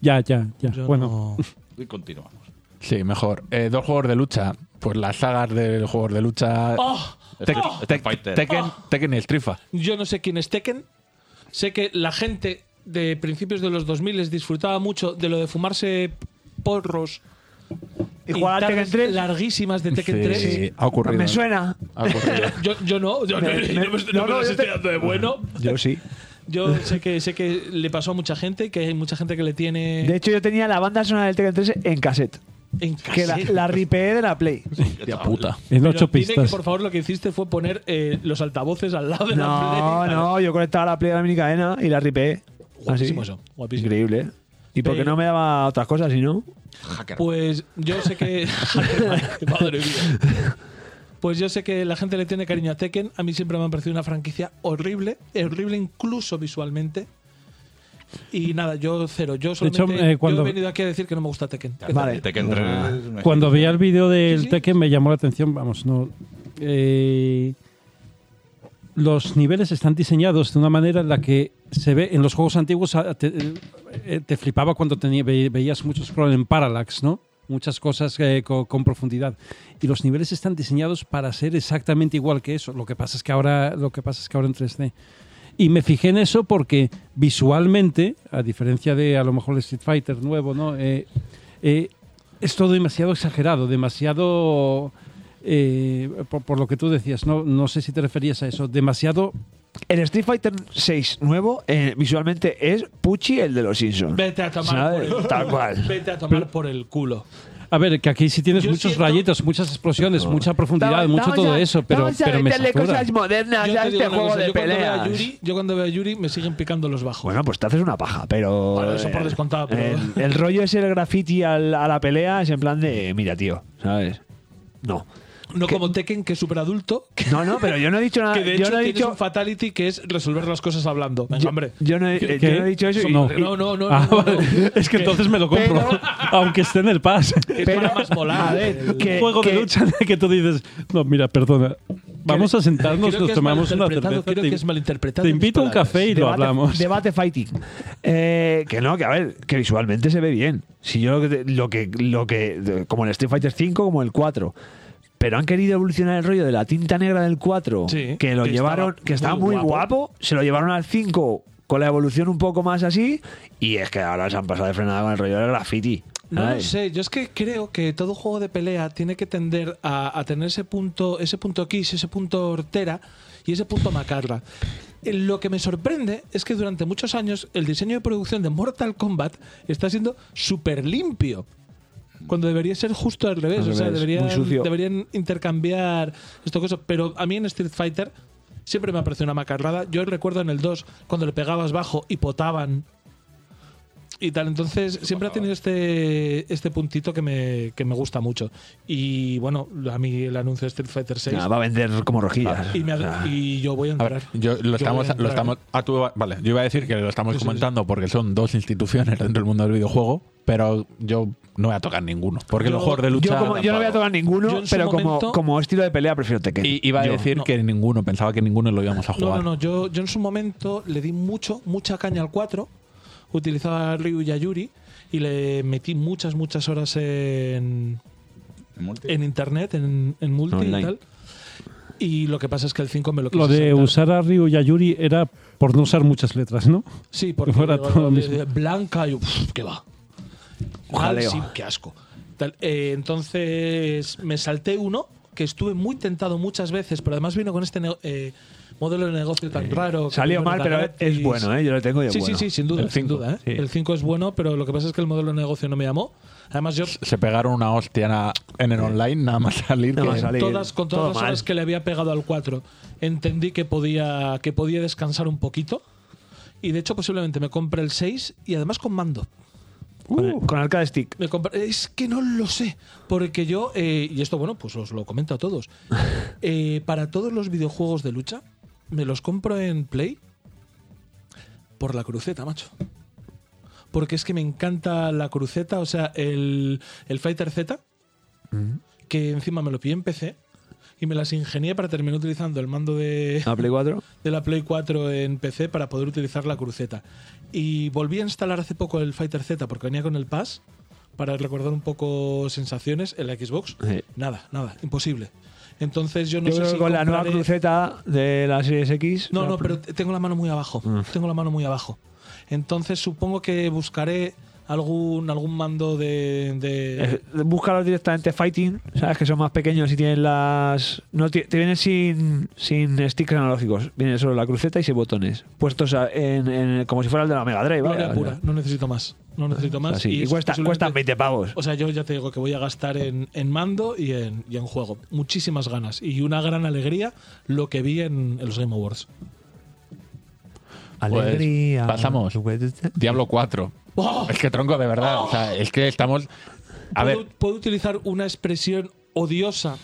Speaker 3: Ya, ya, ya. bueno.
Speaker 4: Y continuamos.
Speaker 1: Sí, mejor. Eh, dos juegos de lucha. Pues las sagas de los juegos de lucha. eh,
Speaker 7: Oh,
Speaker 1: Tek-
Speaker 7: oh,
Speaker 1: Tek-
Speaker 7: Fighter.
Speaker 1: Tekken,
Speaker 7: Oh.
Speaker 1: Tekken y Strifa.
Speaker 7: Yo no sé quién es Tekken. Sé que la gente de principios de los 2000 disfrutaba mucho de lo de fumarse porros y,
Speaker 2: jugar al Tekken
Speaker 7: tardes larguísimas de Tekken
Speaker 1: Sí,
Speaker 7: 3.
Speaker 1: ha ocurrido.
Speaker 2: Me suena.
Speaker 1: Ha ocurrido.
Speaker 7: Yo, yo no, yo,
Speaker 2: Me-
Speaker 7: yo
Speaker 2: me-
Speaker 7: me, estoy-
Speaker 2: no,
Speaker 7: no me
Speaker 2: no,
Speaker 7: las
Speaker 2: yo te-
Speaker 7: estoy dando de bueno.
Speaker 2: Yo sí.
Speaker 7: Yo sé que sé que le pasó a mucha gente, que hay mucha gente que le tiene
Speaker 2: De hecho, yo tenía la banda sonora del Tekken 3 en cassette.
Speaker 7: en
Speaker 2: Que la,
Speaker 7: cassette.
Speaker 2: la ripeé de la Play.
Speaker 1: Hostia puta.
Speaker 3: En
Speaker 7: Pero
Speaker 3: ocho
Speaker 7: dime
Speaker 3: pistas.
Speaker 7: que por favor lo que hiciste fue poner eh, los altavoces al lado de la
Speaker 2: No,
Speaker 7: Play.
Speaker 2: no, yo conectaba la Play a la minicadena y la ripeé. Así.
Speaker 7: Guapísimo eso, guapísimo.
Speaker 2: Increíble. ¿eh? ¿Y por qué
Speaker 7: Pero-
Speaker 2: no me daba otras cosas, si no?
Speaker 7: Pues yo sé que. Madre mía. Pues yo sé que la gente le tiene cariño a Tekken. A mí siempre me ha parecido una franquicia horrible, horrible incluso visualmente. Y nada, yo cero. Yo solamente
Speaker 3: hecho, eh,
Speaker 7: yo
Speaker 3: cuando-
Speaker 7: he venido aquí a decir que no me gusta Tekken.
Speaker 3: Vale.
Speaker 4: Tekken 3.
Speaker 3: Cuando veía el vídeo del Tekken me llamó la atención, vamos, no. eh, los niveles están diseñados de una manera en la que se ve en los juegos antiguos ah, te, eh, te flipaba cuando tenía- ve- veías muchos scroll en parallax, ¿no? Muchas cosas eh, co- con, profundidad. Y los niveles están diseñados para ser exactamente igual que eso. Lo que pasa es que ahora, lo que pasa es que ahora en 3D. Y me fijé en eso porque visualmente, a diferencia de a lo mejor el Street Fighter nuevo, ¿no? Eh, eh, es todo demasiado exagerado, demasiado. eh, por, por lo que tú decías, no, no sé si te referías a eso, demasiado.
Speaker 2: El Street Fighter 6 nuevo eh, visualmente es Pucci el de los Simpsons.
Speaker 7: Vete a tomar
Speaker 2: ¿Sabes?
Speaker 7: por el
Speaker 2: Tal cual.
Speaker 7: Vete a tomar por el culo.
Speaker 3: A ver, que aquí sí tienes
Speaker 7: Yo
Speaker 3: muchos rayitos, muchas explosiones, mucha profundidad,
Speaker 2: Vamos-
Speaker 3: mucho
Speaker 2: vamos
Speaker 3: todo
Speaker 2: a-
Speaker 3: eso, pero,
Speaker 2: vamos a
Speaker 3: pero me
Speaker 2: meterle
Speaker 3: satura.
Speaker 2: cosas modernas
Speaker 7: Yo
Speaker 2: a
Speaker 7: te digo
Speaker 2: este
Speaker 7: una
Speaker 2: juego
Speaker 7: cosa,
Speaker 2: de
Speaker 7: yo cuando veo a
Speaker 2: peleas.
Speaker 7: Yuri- Yo cuando veo a Yuri me siguen picando los bajos.
Speaker 2: Bueno, pues te haces una paja, pero.
Speaker 7: Bueno, eso por
Speaker 2: eh,
Speaker 7: descontado, pero-
Speaker 2: El, el rollo es el graffiti al- a la pelea es en plan de. Mira, tío, ¿sabes? No.
Speaker 7: No como Tekken, que es súper adulto.
Speaker 2: No, no, pero yo no he dicho nada.
Speaker 7: Que de
Speaker 2: Ah, yo
Speaker 7: hecho
Speaker 2: no he
Speaker 7: tienes
Speaker 2: dicho-
Speaker 7: un fatality que es resolver las cosas hablando. Venga, hombre.
Speaker 2: Yo no he,
Speaker 7: ¿Qué?
Speaker 2: eh, yo no he dicho eso. y-
Speaker 7: No,
Speaker 2: y-
Speaker 7: no, no. no,
Speaker 3: Ah,
Speaker 7: no, no.
Speaker 3: vale. Es que entonces me lo compro, aunque esté en el pass.
Speaker 7: Para más volar.
Speaker 2: A ver, que-
Speaker 3: Un juego de
Speaker 2: que-
Speaker 3: lucha de que tú dices, no, mira, perdona, vamos a sentarnos,
Speaker 7: creo que
Speaker 3: nos
Speaker 7: es
Speaker 3: tomamos una
Speaker 7: malinterpretado,
Speaker 3: cerveza.
Speaker 7: creo
Speaker 3: te-
Speaker 7: que es malinterpretado
Speaker 3: Te
Speaker 7: mis
Speaker 3: invito a un
Speaker 7: palabras.
Speaker 3: café y lo
Speaker 2: Debate-
Speaker 3: hablamos.
Speaker 2: Debate fighting. Eh, que no, que a ver, que visualmente se ve bien. Si yo lo que, te- lo que, lo que de- como el Street Fighter 5 como el 4. Pero han querido evolucionar el rollo de la tinta negra del 4,
Speaker 7: Sí,
Speaker 2: que lo
Speaker 7: que
Speaker 2: llevaron,
Speaker 7: estaba
Speaker 2: que estaba
Speaker 7: muy
Speaker 2: muy
Speaker 7: guapo.
Speaker 2: guapo. se lo llevaron al 5 con la evolución un poco más así, y es que ahora se han pasado de frenada con el rollo del graffiti.
Speaker 7: No lo
Speaker 2: ¿sabes?
Speaker 7: sé, yo es que creo que todo juego de pelea tiene que tender a, a tener ese punto, ese punto Kiss, ese punto Hortera y ese punto Macarra. Eh, Lo que me sorprende es que durante muchos años el diseño de producción de Mortal Kombat está siendo súper limpio. Cuando debería ser justo al revés.
Speaker 2: Al
Speaker 7: o sea,
Speaker 2: revés,
Speaker 7: deberían,
Speaker 2: muy sucio.
Speaker 7: deberían intercambiar esto cosa. Pero a mí en Street Fighter siempre me apareció una macarrada. Yo recuerdo en el 2, cuando le pegabas bajo y potaban y tal. Entonces, siempre ha tenido este, este puntito que me, que me gusta mucho. Y bueno, a mí el anuncio de Street Fighter 6.
Speaker 2: Nada, va a vender como rojillas.
Speaker 7: Ah, y, me ha- y yo voy a
Speaker 1: Ah, A
Speaker 7: entrar.
Speaker 1: ver, yo
Speaker 7: voy
Speaker 1: lo
Speaker 7: a
Speaker 1: estamos, lo
Speaker 7: entrar.
Speaker 1: estamos ah, tú va- vale, yo iba a decir que lo estamos comentando porque son dos instituciones dentro del mundo del videojuego, pero yo no voy a tocar ninguno, porque
Speaker 2: Yo-
Speaker 1: los juegos de lucha
Speaker 2: Yo, como- yo no voy a tocar
Speaker 7: Yo
Speaker 2: ninguno,
Speaker 7: en su
Speaker 2: pero
Speaker 7: momento-
Speaker 2: como, como estilo de pelea prefiero Tekken.
Speaker 1: Y iba a
Speaker 2: Yo.
Speaker 1: decir
Speaker 7: no.
Speaker 1: que ninguno, pensaba que ninguno lo íbamos a
Speaker 7: No,
Speaker 1: jugar.
Speaker 7: no, no. Yo, yo en su momento le di mucho, mucha caña al 4. Utilizaba a Ryu y a Yuri. Y le metí muchas, muchas horas en, en internet, en, en multi
Speaker 3: Online.
Speaker 7: y tal. Y lo que pasa es que el 5 me lo quise
Speaker 3: Lo de
Speaker 7: saltar.
Speaker 3: usar a Ryu y a Yuri era por no usar muchas letras, ¿no?
Speaker 7: Sí, porque
Speaker 3: fuera
Speaker 7: digo,
Speaker 3: todo lo
Speaker 7: de-
Speaker 3: mismo.
Speaker 7: de blanca y uf, que va.
Speaker 3: Ojalá.
Speaker 7: Tal, sí, qué asco. Tal, eh, entonces me salté uno que estuve muy tentado muchas veces, pero además vino con este ne- eh, modelo de negocio tan raro. que
Speaker 2: Salió
Speaker 7: vino
Speaker 2: mal,
Speaker 7: de
Speaker 2: pero
Speaker 7: gratis.
Speaker 2: es bueno, ¿eh? Yo lo tengo y es
Speaker 7: sí,
Speaker 2: bueno.
Speaker 7: Sí, sí, sin duda,
Speaker 2: El
Speaker 7: sin
Speaker 2: cinco,
Speaker 7: duda. ¿eh?
Speaker 2: sí.
Speaker 7: El 5 es bueno, pero lo que pasa es que el modelo de negocio no me llamó. Además, yo
Speaker 1: Se pegaron una hostia na- en el online, nada más salir.
Speaker 7: que
Speaker 1: que-
Speaker 7: todas, con todas las horas que le había pegado al 4, entendí que podía, que podía descansar un poquito. Y de hecho, posiblemente me compre el 6 y además con mando.
Speaker 2: Uh, Con, con arcade stick.
Speaker 7: Me compra- es que no lo sé, porque yo, eh, y esto bueno, pues os lo comento a todos, Eh, para todos los videojuegos de lucha, me los compro en Play por la cruceta, macho. Porque es que me encanta la cruceta, o sea, el, el Fighter Z, que encima me lo pillé en PC, y me las ingenié para terminar utilizando el mando de,
Speaker 2: ¿A Play 4?
Speaker 7: de la Play 4 en PC para poder utilizar la cruceta. Y volví a instalar hace poco el Fighter Z porque venía con el Pass para recordar un poco sensaciones en la Xbox.
Speaker 2: Sí.
Speaker 7: Nada, nada, imposible. Entonces yo no
Speaker 2: Yo
Speaker 7: sé
Speaker 2: creo
Speaker 7: si
Speaker 2: que con la nueva
Speaker 7: compraré-
Speaker 2: cruceta de la Series X.
Speaker 7: No,
Speaker 2: la
Speaker 7: no,
Speaker 2: Play-
Speaker 7: pero tengo la mano muy abajo.
Speaker 2: Mm.
Speaker 7: Tengo la mano muy abajo. Entonces supongo que buscaré algún algún mando de, de-
Speaker 2: Eh, Búscalos directamente Fighting, sabes que son más pequeños y tienen las. No, ti- te vienen sin, sin sticks analógicos, viene solo la cruceta y sin botones, puestos a- en, en- como si fuera el de la Mega Drive.
Speaker 7: gloria
Speaker 2: vaya, o
Speaker 7: pura.
Speaker 2: sea,
Speaker 7: No necesito más. No necesito más.
Speaker 2: así. Ah, Y,
Speaker 7: es
Speaker 2: cuesta,
Speaker 7: posiblemente-
Speaker 2: cuestan 20 pavos.
Speaker 7: O sea, yo ya te digo que voy a gastar en, en mando y en, y en juego. Muchísimas ganas y una gran alegría lo que vi en, en los Game Awards.
Speaker 1: Pues,
Speaker 2: Alegría.
Speaker 1: pasamos. Diablo 4.
Speaker 7: ¡Oh!
Speaker 1: Es que tronco, de verdad. O sea, es que estamos. A
Speaker 7: ¿Puedo,
Speaker 1: ver,
Speaker 7: puedo utilizar una expresión odiosa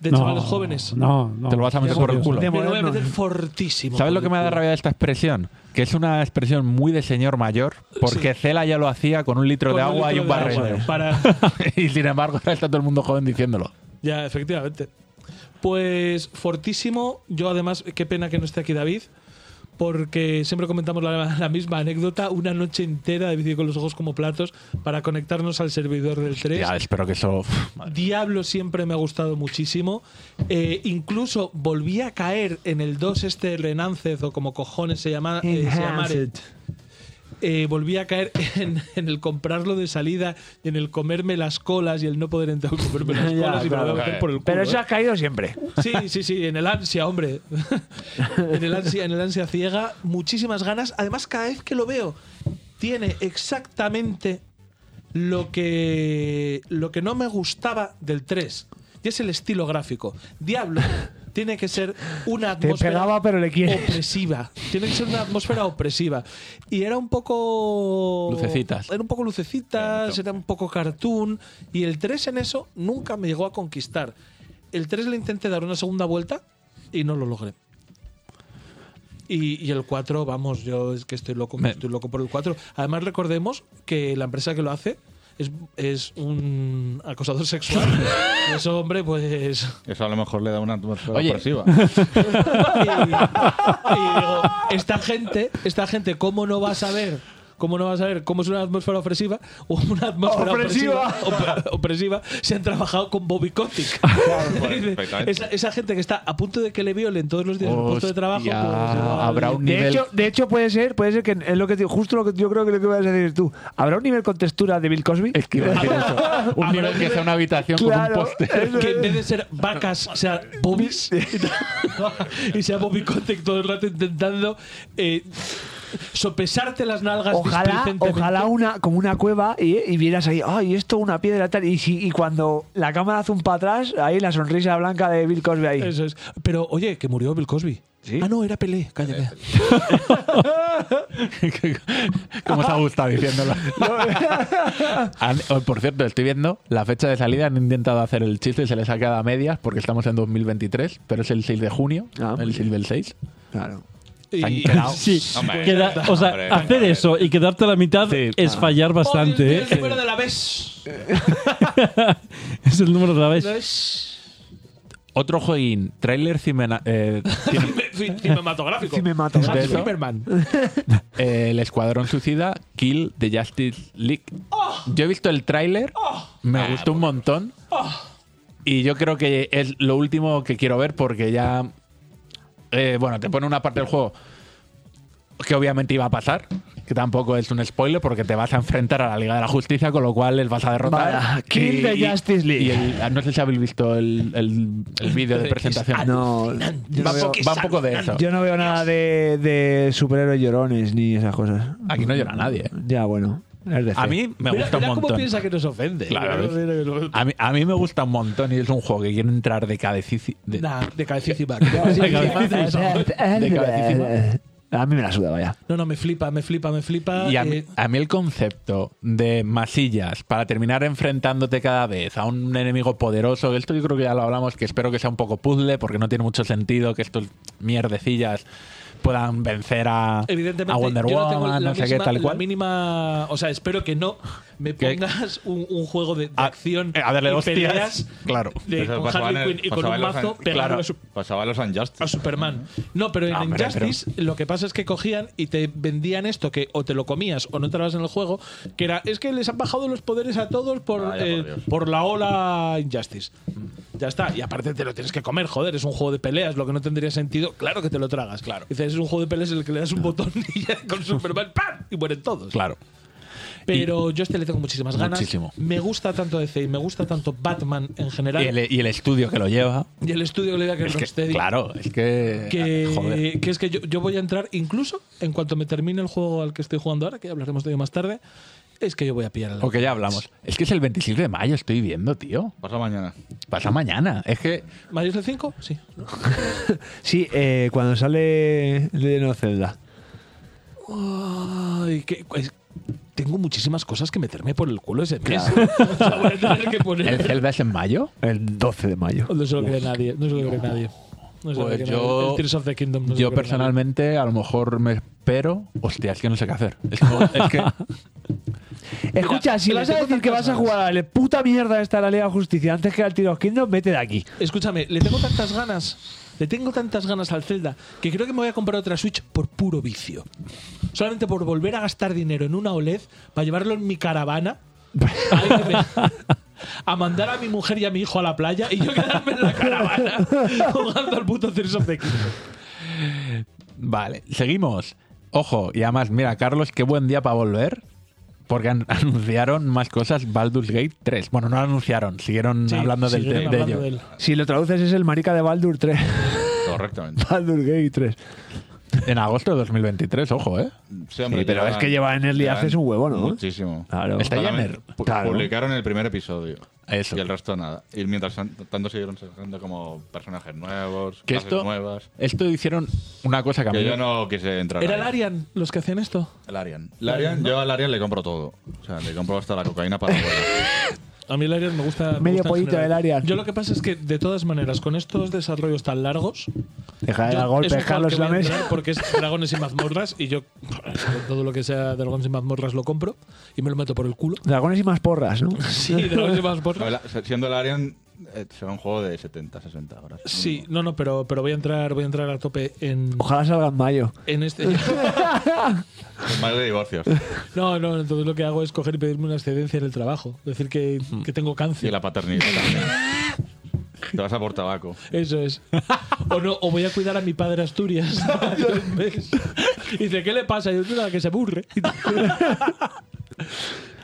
Speaker 7: de
Speaker 1: No,
Speaker 7: chavales jóvenes?
Speaker 1: no, no. Te lo vas a meter por el culo.
Speaker 7: Me lo voy a meter
Speaker 1: Modernos.
Speaker 7: fortísimo.
Speaker 1: ¿sabes
Speaker 7: por
Speaker 1: lo
Speaker 7: el
Speaker 1: que me da
Speaker 7: culo.
Speaker 1: rabia de esta expresión? Que es una expresión muy de señor mayor, porque Cela ya lo hacía con un litro
Speaker 7: Con
Speaker 1: de
Speaker 7: un
Speaker 1: agua
Speaker 7: litro
Speaker 1: y un
Speaker 7: de agua,
Speaker 1: barril.
Speaker 7: para-
Speaker 1: y sin embargo, ahora está todo el mundo joven diciéndolo.
Speaker 7: Ya, efectivamente. Pues fortísimo. Yo además, qué pena que no esté aquí David, porque siempre comentamos la, la misma anécdota, una noche entera de vídeo con los ojos como platos para conectarnos al servidor del 3.
Speaker 1: Ya, espero que eso.
Speaker 7: Diablo siempre me ha gustado muchísimo. Eh, incluso volví a caer en el 2 este Renanced o como cojones se llama. eh, se llamare. Eh, volví a caer en, en el comprarlo de salida y en el comerme las colas y el no poder entrar a comerme las
Speaker 2: Ya,
Speaker 7: colas y me lo
Speaker 2: claro.
Speaker 7: voy a meter por el culo.
Speaker 2: Pero eso
Speaker 7: ¿eh?
Speaker 2: has caído siempre.
Speaker 7: Sí, sí, sí, en el ansia, hombre. en, el ansia, en el ansia ciega, muchísimas ganas. Además, cada vez que lo veo, tiene exactamente lo que, lo que no me gustaba del 3. Y es el estilo gráfico. Diablo tiene que ser una
Speaker 2: Te
Speaker 7: atmósfera
Speaker 2: pegaba, pero le quieres.
Speaker 7: opresiva. Tiene que ser una atmósfera opresiva. Y era un poco.
Speaker 1: Lucecitas.
Speaker 7: Era un poco lucecitas, era un poco cartoon. Y el 3 en eso nunca me llegó a conquistar. El 3 le intenté dar una segunda vuelta y no lo logré. Y, y el 4, vamos, yo es que estoy loco,
Speaker 1: Me-
Speaker 7: estoy loco por el 4. Además, recordemos que la empresa que lo hace es, es un acosador sexual. Y eso, hombre, pues.
Speaker 4: Eso a lo mejor le da una atmósfera
Speaker 7: Oye.
Speaker 4: opresiva.
Speaker 7: Y digo, esta gente, esta gente, ¿cómo no va a saber? ¿Cómo no va a saber cómo es una atmósfera opresiva o una atmósfera
Speaker 2: Opresiva.
Speaker 7: opresiva, op- opresiva si han trabajado con Bobby Kotick?
Speaker 4: perfectamente.
Speaker 7: esa, esa gente que está a punto de que le violen todos los días en el puesto de trabajo.
Speaker 1: Hostia,
Speaker 7: pues, igual-
Speaker 1: habrá un
Speaker 2: De
Speaker 1: nivel.
Speaker 2: hecho, de hecho, puede ser, puede ser que es lo que te- justo lo que yo creo que lo que vas a decir tú. ¿Habrá un nivel con textura de Bill Cosby? Es
Speaker 1: que iba a decir eso.
Speaker 7: Ah,
Speaker 1: Un nivel que sea una habitación con un poste.
Speaker 7: que en vez de ser vacas, o sea, bobis y sea Bobby Kotick todo el rato intentando eh, sopesarte las nalgas
Speaker 2: Ojalá,
Speaker 7: displicentemente.
Speaker 2: ojalá una, como una cueva y, y vieras ahí, ay, esto una piedra tal. Y, si, y cuando la cámara hace un para atrás, ahí la sonrisa blanca de Bill Cosby ahí.
Speaker 7: Eso es. Pero oye, que murió Bill Cosby. Ah, no, era Pelé. Cállate.
Speaker 1: ¿Cómo os ha gustado diciéndolo? Han- oh, Por cierto, estoy viendo la fecha de salida. Han intentado hacer el chiste y se les ha quedado a medias porque estamos en 2023, pero es el 6 de junio, el 6 del 6.
Speaker 2: Claro.
Speaker 1: Se han
Speaker 10: Y-
Speaker 1: quedado.
Speaker 10: Sí, queda- o sea, hacer eso y quedarte a la mitad
Speaker 1: Ah.
Speaker 10: es fallar bastante.
Speaker 7: el
Speaker 10: ¿eh?
Speaker 7: número de la vez.
Speaker 10: es el número de la vez.
Speaker 1: Otro joguín, trailer cimena- eh, cine-
Speaker 7: Cine- Cinematográfico.
Speaker 2: Cinematográfico.
Speaker 7: Hans
Speaker 1: ¿De eso?
Speaker 7: Zimmerman.
Speaker 1: El Escuadrón Suicida, Kill the Justice League.
Speaker 2: Oh.
Speaker 1: Yo he visto el tráiler, me gustó un montón.
Speaker 2: Oh.
Speaker 1: Y yo creo que es lo último que quiero ver porque ya. eh, bueno, te pone una parte del juego que obviamente iba a pasar. Que tampoco es un spoiler porque te vas a enfrentar a la Liga de la Justicia, con lo cual les vas a derrotar.
Speaker 2: Vaya, Kill the Justice League.
Speaker 1: y el- ah, no sé si habéis visto el, el- el vídeo de presentación.
Speaker 2: Ah, No,
Speaker 1: Va, un poco- va un poco de eso.
Speaker 2: Yo no veo nada de, de superhéroes llorones ni esas cosas.
Speaker 1: Aquí no llora nadie. ¿eh?
Speaker 2: Ya, bueno. es de
Speaker 1: A
Speaker 2: fe.
Speaker 1: mí me
Speaker 7: Mira,
Speaker 1: gusta
Speaker 7: mira
Speaker 1: un
Speaker 7: cómo
Speaker 1: montón.
Speaker 7: piensa que nos ofende.
Speaker 1: Claro, Ah,
Speaker 7: Mira,
Speaker 1: ¿ves?
Speaker 7: mira, mira, mira.
Speaker 1: A mí, a mí me gusta un montón y es un juego que quiero entrar de cabecici- de,
Speaker 7: Nah, de cabecísima.
Speaker 1: de cabecísima.
Speaker 2: A mí me la suda, vaya.
Speaker 7: No, no, me flipa, me flipa, me flipa.
Speaker 1: Y a, mí,
Speaker 7: eh,
Speaker 1: a mí el concepto de masillas para terminar enfrentándote cada vez a un enemigo poderoso, esto yo creo que ya lo hablamos, que espero que sea un poco puzzle, porque no tiene mucho sentido que estos mierdecillas puedan vencer a,
Speaker 7: evidentemente,
Speaker 1: a Wonder
Speaker 7: yo no tengo
Speaker 1: Woman,
Speaker 7: la
Speaker 1: no, sé qué,
Speaker 7: mínima-
Speaker 1: tal
Speaker 7: La
Speaker 1: cual.
Speaker 7: mínima. O sea, espero que no me
Speaker 1: ¿Qué? Ah, eh,
Speaker 7: pongas un, un juego de, de acción.
Speaker 1: A darle
Speaker 7: y
Speaker 1: hostias.
Speaker 7: peleas
Speaker 1: Claro.
Speaker 7: de-
Speaker 4: Eso
Speaker 7: con
Speaker 4: pasaba
Speaker 7: Harley
Speaker 4: en el-
Speaker 7: Quinn y con
Speaker 4: pasaba
Speaker 7: un
Speaker 4: en los
Speaker 7: mazo
Speaker 4: An-
Speaker 7: pegarlo
Speaker 4: claro,
Speaker 7: a su Ah,
Speaker 4: Pasaba en los Unjustice.
Speaker 7: a Superman. No, pero en
Speaker 1: Ah,
Speaker 4: No, hombre,
Speaker 7: Injustice lo que pasa es que cogían y te vendían esto que o te lo comías o no te lo dabas en el juego, que era es que les han bajado los poderes a todos por,
Speaker 4: Vaya,
Speaker 7: eh,
Speaker 4: por Dios.
Speaker 7: por la ola Injustice. Ya está, y aparte te lo tienes que comer, joder, es un juego de peleas, lo que no tendría sentido, claro que te lo tragas, claro. Dices, es un juego de peleas en el que le das un botón y ya con Superman ¡pam! y mueren todos.
Speaker 1: Claro.
Speaker 7: Pero yo a este le tengo muchísimas ganas.
Speaker 1: Muchísimo.
Speaker 7: Me gusta tanto DC y me gusta tanto Batman en general.
Speaker 1: Y el, y el estudio que lo lleva.
Speaker 7: Y el estudio que le da que
Speaker 1: Es que,
Speaker 7: Rocksteady
Speaker 1: claro, es
Speaker 7: Eh,
Speaker 1: que. joder.
Speaker 7: que, que es que yo, yo voy a entrar, incluso en cuanto me termine el juego al que estoy jugando ahora, que ya hablaremos de ello más tarde, es que yo voy a pillar el
Speaker 1: O que ya hablamos. Es que es el 27 de mayo, estoy viendo, tío. Pasa mañana. Pasa mañana. Es que.
Speaker 7: ¿Mario es el 5? Sí.
Speaker 2: Sí, eh, cuando sale de No Zelda.
Speaker 7: Ay, que- es- tengo muchísimas cosas que meterme por el culo ese mes. O sea, voy a tener que poner.
Speaker 1: ¿El Zelda es en mayo?
Speaker 2: El 12 de mayo.
Speaker 7: No se lo cree nadie. No se lo cree nadie. No se lo
Speaker 1: Pues
Speaker 7: cree nadie.
Speaker 1: yo-
Speaker 7: El Tears of the Kingdom. no se
Speaker 1: Yo
Speaker 7: lo cree nadie.
Speaker 1: personalmente a lo mejor me espero. Hostia, es que no sé qué hacer. Es, como- es que.
Speaker 2: Escucha, si
Speaker 7: le
Speaker 2: vas a
Speaker 7: tengo
Speaker 2: decir que vas a jugar a la puta mierda esta de la Liga de Justicia antes que al Tiro Kingdom, vete de aquí.
Speaker 7: Escúchame, le tengo tantas ganas. Le tengo tantas ganas al Zelda que creo que me voy a comprar otra Switch por puro vicio. Solamente por volver a gastar dinero en una OLED para llevarlo en mi caravana. a ir que me- A mandar a mi mujer y a mi hijo a la playa y yo quedarme en la caravana jugando al puto Tears of the Kingdom.
Speaker 1: Vale, seguimos. Ojo, y además, mira, Carlos, qué buen día para volver. Porque an- anunciaron más cosas Baldur's Gate 3. Bueno, no lo anunciaron, siguieron hablando del te- de ello.
Speaker 2: Si lo traduces es el marica de Baldur 3.
Speaker 1: Correctamente.
Speaker 2: Baldur Gate 3.
Speaker 1: En agosto de 2023, ojo, ¿eh?
Speaker 4: Sí, hombre,
Speaker 1: Sí, pero
Speaker 4: llevan-
Speaker 1: es que lleva en Early
Speaker 4: llevan
Speaker 1: Access un huevo, ¿no?
Speaker 4: Muchísimo.
Speaker 1: Claro. Está ya en
Speaker 4: Solamente
Speaker 1: el-
Speaker 4: pu-
Speaker 1: claro.
Speaker 4: Publicaron el primer episodio.
Speaker 1: Eso.
Speaker 4: Y el resto nada. Y mientras tan- tanto siguieron sacando como personajes nuevos,
Speaker 1: Que
Speaker 4: clases
Speaker 1: esto,
Speaker 4: nuevas.
Speaker 1: esto hicieron una cosa que a mí.
Speaker 4: Que yo no quise entrar.
Speaker 7: ¿Era
Speaker 4: ahí.
Speaker 7: el Arian los que hacían esto?
Speaker 4: El Arian. Larian, yo al Larian le compro todo. O sea, le compro hasta la cocaína para
Speaker 7: A mí el Arian me gusta. me
Speaker 4: Medio
Speaker 7: gusta en
Speaker 4: pollito
Speaker 7: general.
Speaker 4: del Arian.
Speaker 7: Yo lo que pasa es que, de todas maneras, con estos desarrollos tan largos.
Speaker 2: Deja de
Speaker 7: yo-
Speaker 2: dar
Speaker 7: es un
Speaker 2: golpes,
Speaker 7: juego
Speaker 2: Carlos,
Speaker 7: que
Speaker 2: en la
Speaker 7: voy a
Speaker 2: mesa.
Speaker 7: entrar Porque es Dragones y Mazmorras y yo todo lo que sea Dragones y Mazmorras lo compro y me lo meto por el culo.
Speaker 2: Dragones y más porras, ¿no?
Speaker 7: Sí, Dragones y Mazmorras.
Speaker 4: Siendo el Arian, eh, será un juego de 70, 60 horas.
Speaker 7: Sí, no, no, pero, pero voy a entrar, voy a entrar a tope en,
Speaker 2: Ojalá salga en mayo.
Speaker 7: en este.
Speaker 4: Más de divorcios.
Speaker 7: No, no, entonces lo que hago es coger y pedirme una excedencia en el trabajo. Decir que, que tengo
Speaker 4: Y
Speaker 7: cáncer.
Speaker 4: la paternidad también. Te vas a por tabaco.
Speaker 7: Eso es. O no, o voy a cuidar a mi padre Asturias durante un mes. Y dice, ¿qué le pasa? Y yo, nada, que se aburre.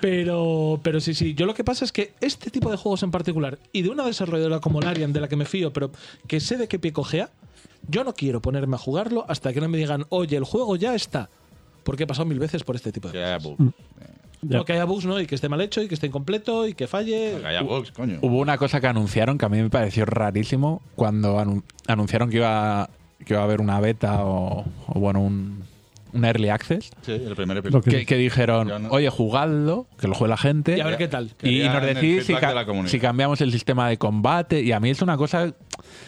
Speaker 7: Pero, pero sí, sí. Yo lo que pasa es que este tipo de juegos en particular, y de una desarrolladora como Larian, de la que me fío, pero que sé de qué pie cojea, yo no quiero ponerme a jugarlo hasta que no me digan, oye, el juego ya está. Porque he pasado mil veces por este tipo de
Speaker 4: cosas.
Speaker 1: Mm.
Speaker 7: No, que haya bugs, ¿no? Y que esté mal hecho, y que esté incompleto, y que falle.
Speaker 4: coño.
Speaker 1: Hubo una cosa que anunciaron que a mí me pareció rarísimo cuando anu- anunciaron que iba, que iba a haber una beta o, o, bueno, un, un early access.
Speaker 4: Sí, el primer
Speaker 1: Lo
Speaker 4: episodio.
Speaker 1: Que, que dijeron,
Speaker 4: Yo no-
Speaker 1: oye, jugadlo, que lo juegue la gente.
Speaker 4: Y a ver qué tal.
Speaker 1: Y,
Speaker 4: Querían
Speaker 1: nos
Speaker 4: el
Speaker 1: decís si,
Speaker 4: feedback
Speaker 1: ca-
Speaker 4: de la comunidad.
Speaker 1: si cambiamos el sistema de combate. Y a mí es una cosa.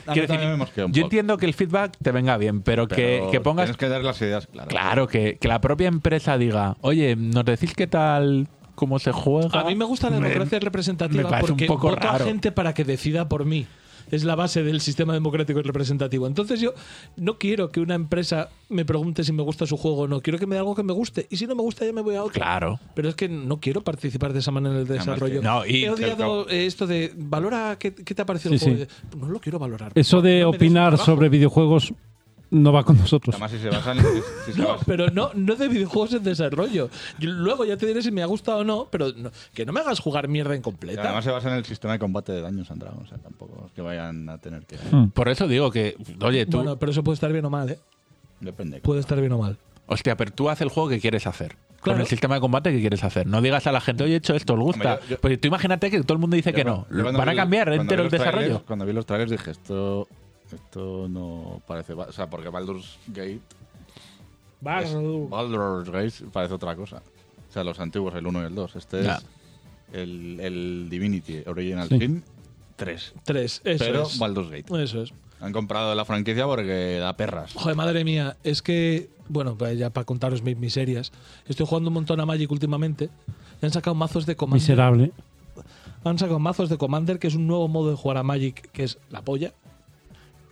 Speaker 4: A mí
Speaker 1: quiero
Speaker 4: también me mosquea un
Speaker 1: yo
Speaker 4: poco.
Speaker 1: entiendo que el feedback te venga bien, pero, que,
Speaker 4: Pero
Speaker 1: que pongas.
Speaker 4: Tienes que dar las ideas claras.
Speaker 1: Claro, que, que la propia empresa diga, oye, nos decís qué tal, cómo se juega. Mm,
Speaker 7: A mí me gusta la
Speaker 1: Me-
Speaker 7: democracia representativa
Speaker 1: me parece un
Speaker 7: porque
Speaker 1: poco
Speaker 7: voto
Speaker 1: raro.
Speaker 7: a gente para que decida por mí. Es la base del sistema democrático y representativo. Entonces yo no quiero que una empresa me pregunte si me gusta su juego o no. Quiero que me dé algo que me guste. Y si no me gusta, ya me voy a otro.
Speaker 1: Claro.
Speaker 7: Pero es que no quiero participar de esa manera en el
Speaker 1: Además
Speaker 7: desarrollo.
Speaker 1: que- No, y-
Speaker 7: He odiado eh, esto de valora qué, qué te ha parecido
Speaker 10: Sí,
Speaker 7: el juego. No lo quiero valorar.
Speaker 10: Eso de
Speaker 7: No me des
Speaker 10: opinar
Speaker 7: trabajo.
Speaker 10: sobre videojuegos no va con nosotros.
Speaker 4: Además, si se basan. si se
Speaker 7: No,
Speaker 4: basan-
Speaker 7: pero no, no de videojuegos en desarrollo. Yo- luego ya te diré si me ha gustado o no, pero no- que no me hagas jugar mierda
Speaker 4: y
Speaker 7: incompleta.
Speaker 4: Además se basa en el sistema de combate de daños and Dragons, o sea, tampoco es que vayan a tener que...
Speaker 1: Por eso digo que, oye, tú.
Speaker 7: Bueno, pero eso puede estar bien o mal, ¿eh?
Speaker 4: Depende.
Speaker 7: Puede estar bien o mal.
Speaker 1: Hostia, pero tú haces el juego que quieres hacer.
Speaker 7: Claro.
Speaker 1: Con el sistema de combate que quieres hacer. No digas a la gente, oye, he hecho esto, ¿os gusta?
Speaker 4: Hombre, yo- yo-
Speaker 1: Porque tú imagínate que todo el mundo dice que no.
Speaker 4: Yo cuando
Speaker 1: Van a
Speaker 4: vi-
Speaker 1: cambiar
Speaker 4: cuando
Speaker 1: entero
Speaker 4: vi
Speaker 1: el
Speaker 4: los trailers-
Speaker 1: desarrollo.
Speaker 4: cuando vi los trailers dije, esto, esto no parece... ba- O sea, porque Baldur's Gate
Speaker 7: Baldur.
Speaker 4: Baldur's Gate parece otra cosa. O sea, los antiguos, el 1 y el 2. Este
Speaker 7: Ya.
Speaker 4: es el, el Divinity Original
Speaker 7: Sí.
Speaker 4: Sin 3.
Speaker 7: Tres, eso
Speaker 4: Pero
Speaker 7: es.
Speaker 4: Baldur's Gate.
Speaker 7: Eso es.
Speaker 4: Han comprado la franquicia porque da perras.
Speaker 7: Joder, madre mía, es que, bueno, pues ya para contaros mis miserias, estoy jugando un montón a Magic últimamente. y Han sacado mazos de Commander.
Speaker 10: Miserable.
Speaker 7: Han sacado mazos de Commander, que es un nuevo modo de jugar a Magic, que es la polla,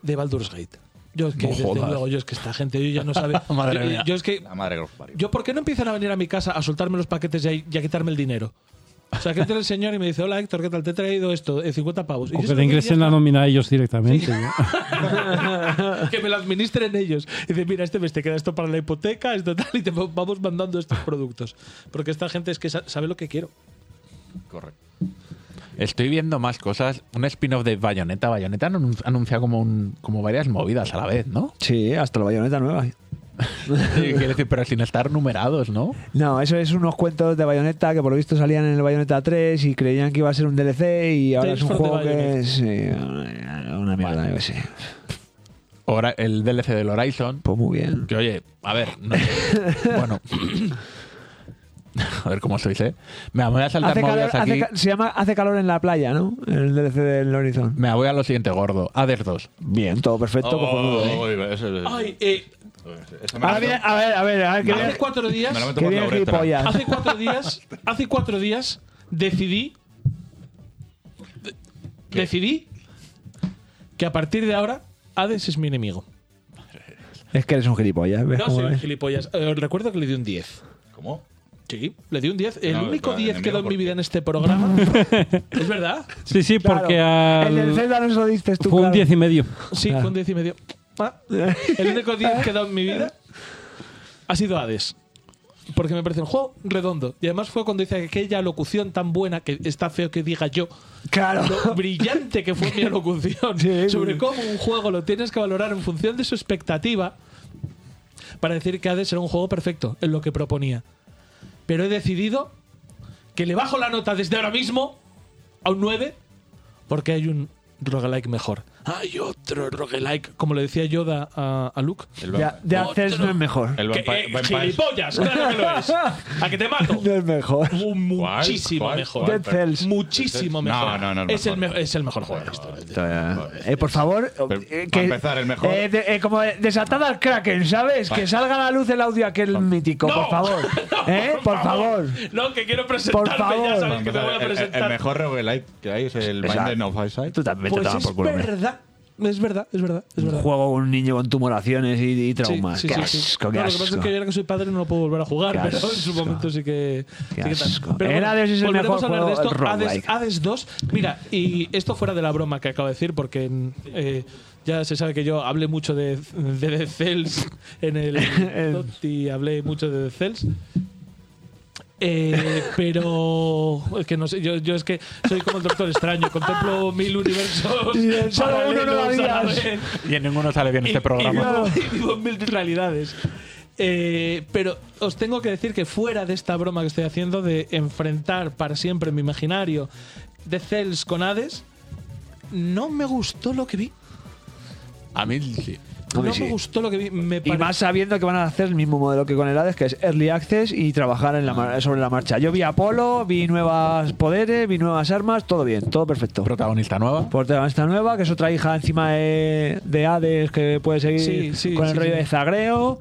Speaker 7: de Baldur's Gate. Yo es que,
Speaker 4: No
Speaker 7: desde
Speaker 4: jodas.
Speaker 7: luego, yo es que esta gente, yo ya no sabe.
Speaker 4: Madre
Speaker 7: yo,
Speaker 4: mía.
Speaker 7: yo es que.
Speaker 4: La madre que los parió.
Speaker 7: Yo, ¿por qué no empiezan a venir a mi casa a soltarme los paquetes y a, y a quitarme el dinero? O sea, que entra el señor y me dice, hola Héctor, ¿qué tal? Te he traído esto, eh, 50 pavos. Y
Speaker 10: O
Speaker 7: yo
Speaker 10: que
Speaker 7: solo
Speaker 10: te ingresen
Speaker 7: quería-
Speaker 10: la nómina a ellos directamente. ¿no?
Speaker 7: que me lo administren ellos. Y dice, mira, este mes te queda esto para la hipoteca, esto tal, y te va- vamos mandando estos productos. Porque esta gente es que sa- sabe lo que quiero.
Speaker 4: Correcto.
Speaker 1: Estoy viendo más cosas. Un spin-off de Bayonetta. Bayonetta anun- anuncia como, un, como varias movidas a la vez, ¿no?
Speaker 2: Sí, hasta la bayoneta nueva.
Speaker 1: Sí, quiero decir, pero sin estar numerados, ¿no?
Speaker 2: No, eso es unos cuentos de Bayonetta que por lo visto salían en el Bayonetta 3 y creían que iba a ser un DLC y ahora
Speaker 1: Tales
Speaker 2: es un
Speaker 1: from the
Speaker 2: juego que
Speaker 1: Bayonet.
Speaker 2: es una mierda, yo qué sé.
Speaker 1: Ora- el DLC del Horizon.
Speaker 2: Pues muy bien.
Speaker 1: Que oye, a ver, no sé. bueno. a ver cómo sois, ¿eh? Me voy a saltar
Speaker 2: Hace calor-
Speaker 1: movidas
Speaker 2: hace
Speaker 1: aquí.
Speaker 2: ca- se llama Hace calor en la playa, ¿no? El DLC del Horizon.
Speaker 1: Me voy a lo siguiente, gordo. Hades 2.
Speaker 2: Bien, todo
Speaker 7: Oh,
Speaker 2: perfecto.
Speaker 4: Oh,
Speaker 2: cojonudo, ¿eh?
Speaker 7: Ay, eh,
Speaker 3: Ah,
Speaker 2: Ahora viene- a ver, a ver, a ver. que viene-
Speaker 7: hace cuatro días.
Speaker 2: Me la meto por Que la bien uretra. gilipollas. Ah,
Speaker 7: Hace cuatro días. Hace cuatro días decidí. de- Decidí que a partir de ahora Hades es mi enemigo.
Speaker 2: Es que eres un gilipollas. ¿ves
Speaker 7: No
Speaker 2: cómo
Speaker 7: soy un
Speaker 2: es?
Speaker 7: gilipollas. Eh, Os recuerdo que le di un 10.
Speaker 4: ¿Cómo?
Speaker 7: Sí, le di un 10. El
Speaker 10: No,
Speaker 7: único
Speaker 10: no,
Speaker 7: 10 que he dado en
Speaker 10: enemigo,
Speaker 7: mi vida en este programa. ¿Es verdad?
Speaker 10: Sí, sí, porque
Speaker 7: Claro.
Speaker 10: al-
Speaker 7: El del
Speaker 2: Zelda no se lo diste tú.
Speaker 10: Fue un 10 y medio.
Speaker 7: Sí, fue un 10 y medio. Ah, El único 10 que he dado en mi vida ha sido Hades. Porque me parece un juego redondo. Y además fue cuando hice aquella locución tan buena, que está feo que diga yo.
Speaker 2: Claro.
Speaker 7: Lo brillante que fue mi locución sobre cómo un juego lo tienes que valorar en función de su expectativa para decir que Hades era un juego perfecto en lo que proponía. Pero he decidido que le bajo la nota desde ahora mismo a un 9 porque hay un roguelike mejor. Hay otro roguelike, como le decía Yoda a, a Luke.
Speaker 4: El vampi-
Speaker 2: de Access no es mejor.
Speaker 4: El
Speaker 7: Que,
Speaker 4: vampi-
Speaker 7: eh,
Speaker 4: vampires-
Speaker 7: gilipollas, claro que lo es. A que te mato.
Speaker 2: No es mejor.
Speaker 7: Muchísimo
Speaker 4: ¿Cuál?
Speaker 7: mejor.
Speaker 4: Dead Cells.
Speaker 7: Muchísimo
Speaker 4: No,
Speaker 7: mejor.
Speaker 4: no, no es
Speaker 7: es, el me- es el mejor juego de la historia.
Speaker 2: Eh, por favor, eh, que-
Speaker 4: para empezar, el mejor.
Speaker 2: eh, de- eh, como desatada al Kraken, ¿sabes?
Speaker 4: Va.
Speaker 2: Que salga a la luz el audio aquel mítico,
Speaker 7: No.
Speaker 2: por favor. ¿Eh? Por favor.
Speaker 7: No, que quiero presentarme, ya
Speaker 4: Para
Speaker 7: sabéis que te voy a
Speaker 4: empezar, el- el,
Speaker 7: presentar.
Speaker 4: el mejor roguelike que hay es el
Speaker 2: Esa-
Speaker 4: Binding of Isaac. Tú
Speaker 2: también
Speaker 7: Pues es verdad, es verdad, es verdad, es
Speaker 2: Un
Speaker 7: verdad.
Speaker 2: juego con un niño con tumoraciones y, y traumas.
Speaker 7: Sí, sí,
Speaker 2: qué
Speaker 7: sí, sí.
Speaker 2: asco, qué
Speaker 7: No, Lo que pasa
Speaker 2: asco.
Speaker 7: es que ahora que soy padre no lo puedo volver a jugar,
Speaker 2: Qué
Speaker 7: pero en su
Speaker 2: asco.
Speaker 7: momento sí que.
Speaker 2: Qué
Speaker 7: sí que tal.
Speaker 2: asco.
Speaker 7: Pero
Speaker 2: El Hades es el
Speaker 7: volveremos
Speaker 2: mejor
Speaker 7: a hablar de
Speaker 2: juego
Speaker 7: esto. Hades,
Speaker 2: roguelike.
Speaker 7: Hades 2. Mira, y esto fuera de la broma que acabo de decir, porque mm, eh, ya se sabe que yo hablé mucho de, de Dead Cells en el. Tot y hablé mucho de Dead Cells. Eh, pero es que no sé, yo, yo es que soy como el Doctor Extraño, contemplo mil universos.
Speaker 2: Y en solo uno no lo
Speaker 7: paralelos a la
Speaker 2: harías.
Speaker 7: vez.
Speaker 1: Y en ninguno sale bien este programa.
Speaker 7: Y vivo, y vivo en mil realidades. Eh, pero os tengo que decir que fuera de esta broma que estoy haciendo de enfrentar para siempre en mi imaginario de Cells con Hades, no me gustó lo que vi.
Speaker 1: A mí sí.
Speaker 2: A mí
Speaker 7: no
Speaker 2: sí.
Speaker 7: me gustó lo que vi. Me
Speaker 2: Y
Speaker 7: pare-
Speaker 2: más sabiendo que van a hacer el mismo modelo que con el Hades, que es Early Access y trabajar en la mar- sobre la marcha. Yo vi Apolo, vi nuevos poderes, vi nuevas armas, todo bien, todo perfecto.
Speaker 1: Protagonista nueva.
Speaker 2: Protagonista nueva, que es otra hija encima de, de Hades que puede seguir
Speaker 7: Sí, sí,
Speaker 2: con el
Speaker 7: sí,
Speaker 2: rollo
Speaker 7: sí.
Speaker 2: de zagreo.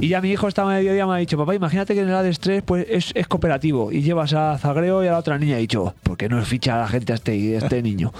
Speaker 2: Y ya mi hijo esta mediodía me ha dicho, papá, imagínate que en el Hades 3 pues, es, es cooperativo y llevas a Zagreo y a la otra niña. Y he dicho, ¿por qué no ficha a la gente a este, a este niño?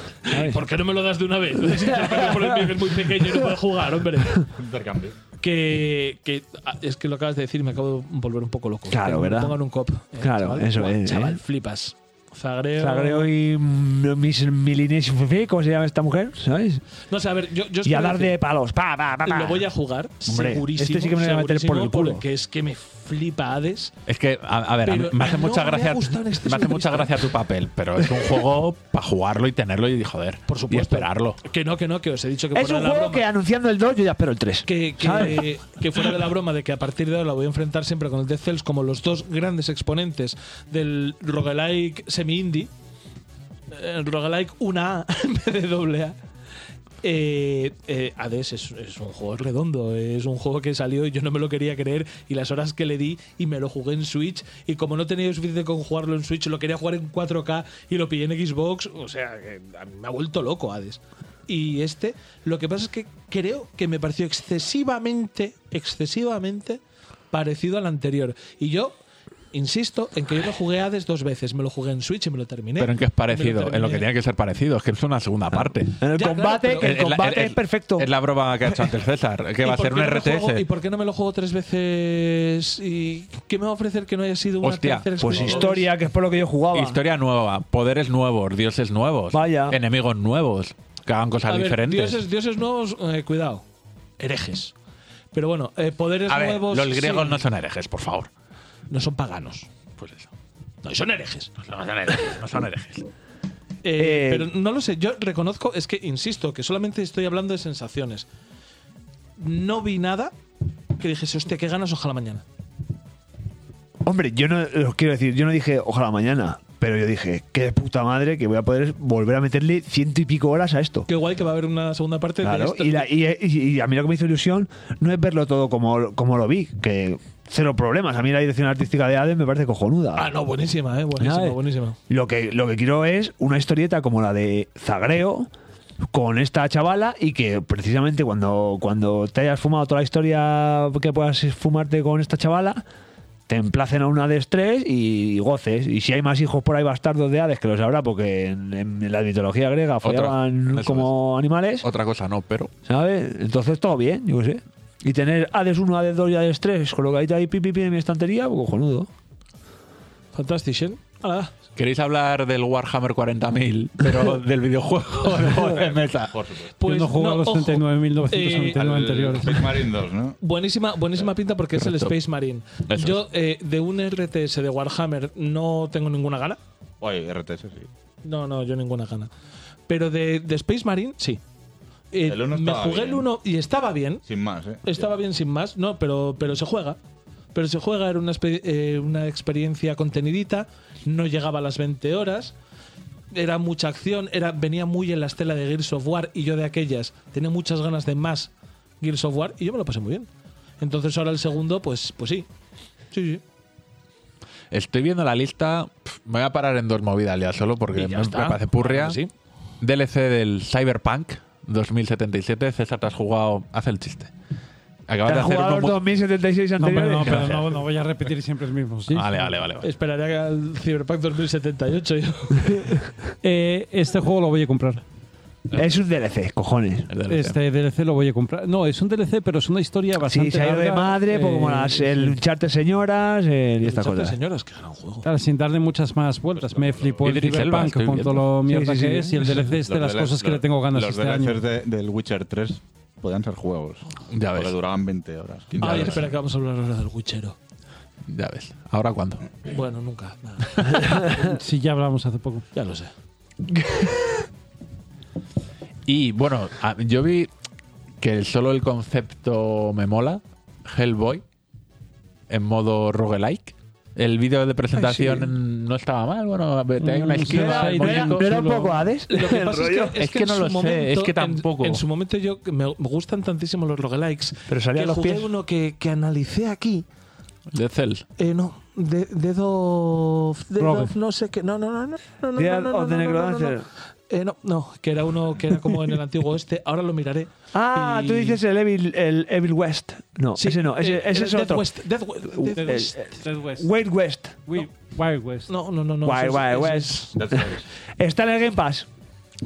Speaker 7: ¿Por qué no me lo das de una vez? Si te lo pego por el pie, que es muy pequeño y no puedo jugar, hombre.
Speaker 4: Intercambio.
Speaker 7: Que, que- ah, es que lo acabas de decir y me acabo de volver un poco loco.
Speaker 2: Claro,
Speaker 7: Que me
Speaker 2: ¿verdad?
Speaker 7: Pongan un cop. Eh,
Speaker 2: Claro,
Speaker 7: chaval,
Speaker 2: eso
Speaker 7: guau,
Speaker 2: es,
Speaker 7: Chaval,
Speaker 2: ¿eh?
Speaker 7: flipas. Zagreo.
Speaker 2: Zagreo y mm, mis milines, ¿cómo se llama esta mujer? ¿Sabes?
Speaker 7: No sé, a ver, yo, yo os
Speaker 2: Y a
Speaker 7: quiero
Speaker 2: dar de
Speaker 7: decir-
Speaker 2: palos. Pa, pa, pa, pa.
Speaker 7: Lo voy a jugar,
Speaker 2: Hombre,
Speaker 7: segurísimo.
Speaker 2: este sí que me lo voy a meter por el
Speaker 7: segurísimo,
Speaker 2: culo.
Speaker 7: Porque es que me flipa Hades.
Speaker 1: Es que, a, a ver, a mí
Speaker 7: Pero
Speaker 1: me hace
Speaker 7: no
Speaker 1: mucha
Speaker 7: me ha
Speaker 1: gracia.
Speaker 7: gustado este en exceso
Speaker 1: me hace
Speaker 7: de
Speaker 1: mucha
Speaker 7: vista.
Speaker 1: gracia tu papel, pero es un juego para jugarlo y tenerlo y joder. Por Y
Speaker 7: supuesto.
Speaker 1: esperarlo.
Speaker 7: Que no, que no, que os he dicho que
Speaker 2: Es
Speaker 7: fuera
Speaker 2: un
Speaker 7: de la
Speaker 2: juego
Speaker 7: broma.
Speaker 2: que anunciando el 2 yo ya espero el 3.
Speaker 7: Que, que, que fuera de la broma de que a partir de ahora lo voy a enfrentar siempre con el Dead Cells como los dos grandes exponentes del Eh, roguelike semi-indie. El roguelike 1A en vez de doble A. Eh, eh, Hades es, es un juego redondo, es un juego que salió y yo no me lo quería creer y las horas que le di y me lo jugué en Switch y como no tenía suficiente con jugarlo en Switch, lo quería jugar en 4K y lo pillé en Xbox, o sea, que a mí me ha vuelto loco Hades. Y este, lo que pasa es que creo que me pareció excesivamente, excesivamente parecido al anterior. Y yo insisto en que yo lo jugué Hades dos veces. Me lo jugué en Switch y me lo terminé.
Speaker 1: Pero en qué es
Speaker 7: Me
Speaker 1: parecido, en lo que
Speaker 7: terminé.
Speaker 1: tiene que ser parecido, es que es una segunda parte.
Speaker 2: En el
Speaker 7: Ya, combate, claro, pero- que el combate es
Speaker 1: perfecto. Es la broma que ha hecho antes César, que
Speaker 7: ¿Y
Speaker 1: va a
Speaker 7: por
Speaker 1: ser
Speaker 7: qué
Speaker 1: un
Speaker 7: no me
Speaker 1: RTS.
Speaker 7: juego- ¿Y por qué no me lo juego tres veces? ¿Y qué me va a ofrecer que no haya sido una
Speaker 1: Hostia,
Speaker 7: tercera
Speaker 1: pues
Speaker 7: experiencia?
Speaker 2: Historia, que es por lo que yo jugaba.
Speaker 1: Historia nueva, poderes nuevos, dioses nuevos, enemigos nuevos, que hagan
Speaker 7: A
Speaker 1: cosas
Speaker 7: ver,
Speaker 1: diferentes.
Speaker 7: Dioses, dioses nuevos, eh, cuidado. Herejes. Pero bueno, eh, poderes
Speaker 1: a ver,
Speaker 7: nuevos.
Speaker 1: los griegos
Speaker 7: sí.
Speaker 1: no son herejes, por favor.
Speaker 7: No son paganos.
Speaker 1: Pues eso.
Speaker 7: No, y son herejes.
Speaker 1: No son herejes, no son herejes.
Speaker 7: Eh, pero no lo sé, yo reconozco, es que insisto, que solamente estoy hablando de sensaciones. No vi nada que dijese, hostia, qué ganas, ojalá mañana.
Speaker 2: Hombre, yo no lo quiero decir, yo no dije ojalá mañana, pero yo dije, qué de puta madre que voy a poder volver a meterle ciento y pico horas a esto.
Speaker 7: Qué guay que este va a haber una segunda parte de
Speaker 2: Claro,
Speaker 7: esto.
Speaker 2: y, la- y- y- y a mí lo que me hizo ilusión no es verlo todo como, como lo vi, que cero problemas. A mí la dirección artística de Hades me parece cojonuda.
Speaker 7: Ah, no, buenísima, eh, buenísima,
Speaker 2: Nada, eh.
Speaker 7: buenísima.
Speaker 2: Lo que, lo que quiero es una historieta como la de Zagreo con esta chavala y que precisamente cuando, cuando te hayas fumado toda la historia que puedas fumarte con esta chavala, te emplacen a una de estrés y goces. Y si hay más hijos por ahí bastardos de Hades, que los habrá, porque en, en la mitología griega
Speaker 1: Otra,
Speaker 2: follaban
Speaker 1: eso
Speaker 2: como animales,
Speaker 1: Otra cosa no, pero.
Speaker 2: ¿sabes? Entonces todo bien, yo qué sé. Y tener Hades 1, Hades 2 y Hades 3 colocadita ahí pipi en mi estantería, pues, cojonudo.
Speaker 7: Fantastic, Ah.
Speaker 1: ¿Queréis hablar del Warhammer 40.000, pero del videojuego de juego de mesa? Por supuesto.
Speaker 7: Pues,
Speaker 1: no
Speaker 7: no, ojo. Eh,
Speaker 4: Space Marine 2, ¿no?
Speaker 7: Buenísima, buenísima pinta porque es el
Speaker 4: Correcto.
Speaker 7: Space Marine.
Speaker 4: Eso
Speaker 7: Yo eh, de un RTS de Warhammer no tengo ninguna gana.
Speaker 4: Oye, RTS, sí.
Speaker 7: No, no, yo ninguna gana. Pero de, de Space Marine, sí. Eh,
Speaker 4: El uno
Speaker 7: me
Speaker 4: estaba
Speaker 7: jugué el
Speaker 4: bien.
Speaker 7: 1 y estaba bien.
Speaker 4: Sin más, ¿eh?
Speaker 7: Estaba bien sin más, no, pero, pero se juega. Pero se juega, era una, espe- eh, una experiencia contenidita, no llegaba a las 20 horas, era mucha acción, era, venía muy en la estela de Gears of War y yo de aquellas tenía muchas ganas de más Gears of War y yo me lo pasé muy bien. Entonces ahora el segundo, pues, pues sí. Sí, sí.
Speaker 1: Estoy viendo la lista. pf, Me voy a parar en dos movidas ya solo porque
Speaker 7: Y ya
Speaker 1: me, me
Speaker 7: está.
Speaker 1: parece purria.
Speaker 7: Claro que Ah, pues sí.
Speaker 1: DLC del Cyberpunk 2077. César, te has jugado. Haz el chiste. Acabas de hacer uno muy-
Speaker 2: 2076
Speaker 1: No, pero
Speaker 2: anteriores?
Speaker 1: no, pero
Speaker 3: No, no voy a repetir siempre el mismo.
Speaker 10: Ah.
Speaker 3: ¿sí?
Speaker 1: Vale, vale, vale. vale.
Speaker 7: Esperaría al Cyberpunk 2078. yo.
Speaker 3: Eh, este juego lo voy a comprar.
Speaker 2: Es un DLC, cojones.
Speaker 3: Este DLC lo voy a comprar. No, es un DLC, pero es una historia bastante.
Speaker 2: Sí, se ha ido de
Speaker 3: larga,
Speaker 2: madre, pues como
Speaker 3: eh,
Speaker 2: las, el Uncharted señoras eh, y estas
Speaker 3: Uncharted
Speaker 2: cosas.
Speaker 7: señoras, que gran juego.
Speaker 3: Claro, sin darle muchas más vueltas. Me flipó el
Speaker 1: Idris Elba,
Speaker 3: Cyberpunk
Speaker 1: estoy
Speaker 3: con
Speaker 1: viendo.
Speaker 3: todo lo
Speaker 1: Sí,
Speaker 3: mierda
Speaker 1: sí, sí.
Speaker 3: que es y el DLC es de las
Speaker 4: Los
Speaker 3: cosas que
Speaker 4: DLCs
Speaker 3: le tengo ganas
Speaker 4: los
Speaker 3: este
Speaker 4: DLCs
Speaker 3: año.
Speaker 4: de- del Witcher 3 podían ser juegos.
Speaker 1: Ya ves.
Speaker 4: Porque duraban 20 horas. 15
Speaker 7: Ay,
Speaker 4: horas.
Speaker 7: Ah, espera, que vamos a hablar ahora del Witchero.
Speaker 1: Ya ves. ¿Ahora cuándo?
Speaker 7: Bueno, nunca. nada.
Speaker 3: Sí, ya hablamos hace poco.
Speaker 7: Ya lo sé.
Speaker 1: Y bueno, a- yo vi que el- solo el concepto me mola. Hellboy en modo roguelike. El vídeo de presentación no estaba mal. Bueno, a ver,
Speaker 2: Mm,
Speaker 1: hay una esquina. el muñeco-
Speaker 7: Lo que pasa es que, es que en
Speaker 1: no
Speaker 7: su
Speaker 1: lo sé.
Speaker 7: momento-
Speaker 1: Es que
Speaker 7: en-
Speaker 1: tampoco.
Speaker 7: En, su momento yo me, me gustan tantísimo los roguelikes.
Speaker 2: Pero salía
Speaker 7: que
Speaker 2: los
Speaker 7: jugué
Speaker 2: pies.
Speaker 7: uno que, que analicé aquí.
Speaker 1: Dead Cells.
Speaker 7: Eh, no, de, Dead of- Dead
Speaker 1: Rogue.
Speaker 7: of no sé qué. No, no, no, no. no, no,
Speaker 2: Dead
Speaker 7: no, no,
Speaker 2: of the
Speaker 7: no, no, no,
Speaker 2: Necrodancer.
Speaker 7: no. Eh, no, no, que era uno que era como en el antiguo oeste. Ahora lo miraré.
Speaker 2: Ah,
Speaker 7: Y-
Speaker 2: tú dices el Evil, el Evil West. No,
Speaker 7: Sí,
Speaker 2: ese no, ese,
Speaker 7: eh,
Speaker 2: ese
Speaker 7: era
Speaker 2: es
Speaker 7: Dead
Speaker 2: otro.
Speaker 7: West, Dead We- Dead
Speaker 2: Uh, el-
Speaker 7: West.
Speaker 2: el-
Speaker 3: West.
Speaker 2: Wild West.
Speaker 3: Wi- Wild West.
Speaker 7: No, no, no, no.
Speaker 2: Wild,
Speaker 7: ese-
Speaker 2: Wild
Speaker 7: ese-
Speaker 2: West. Está en el Game Pass.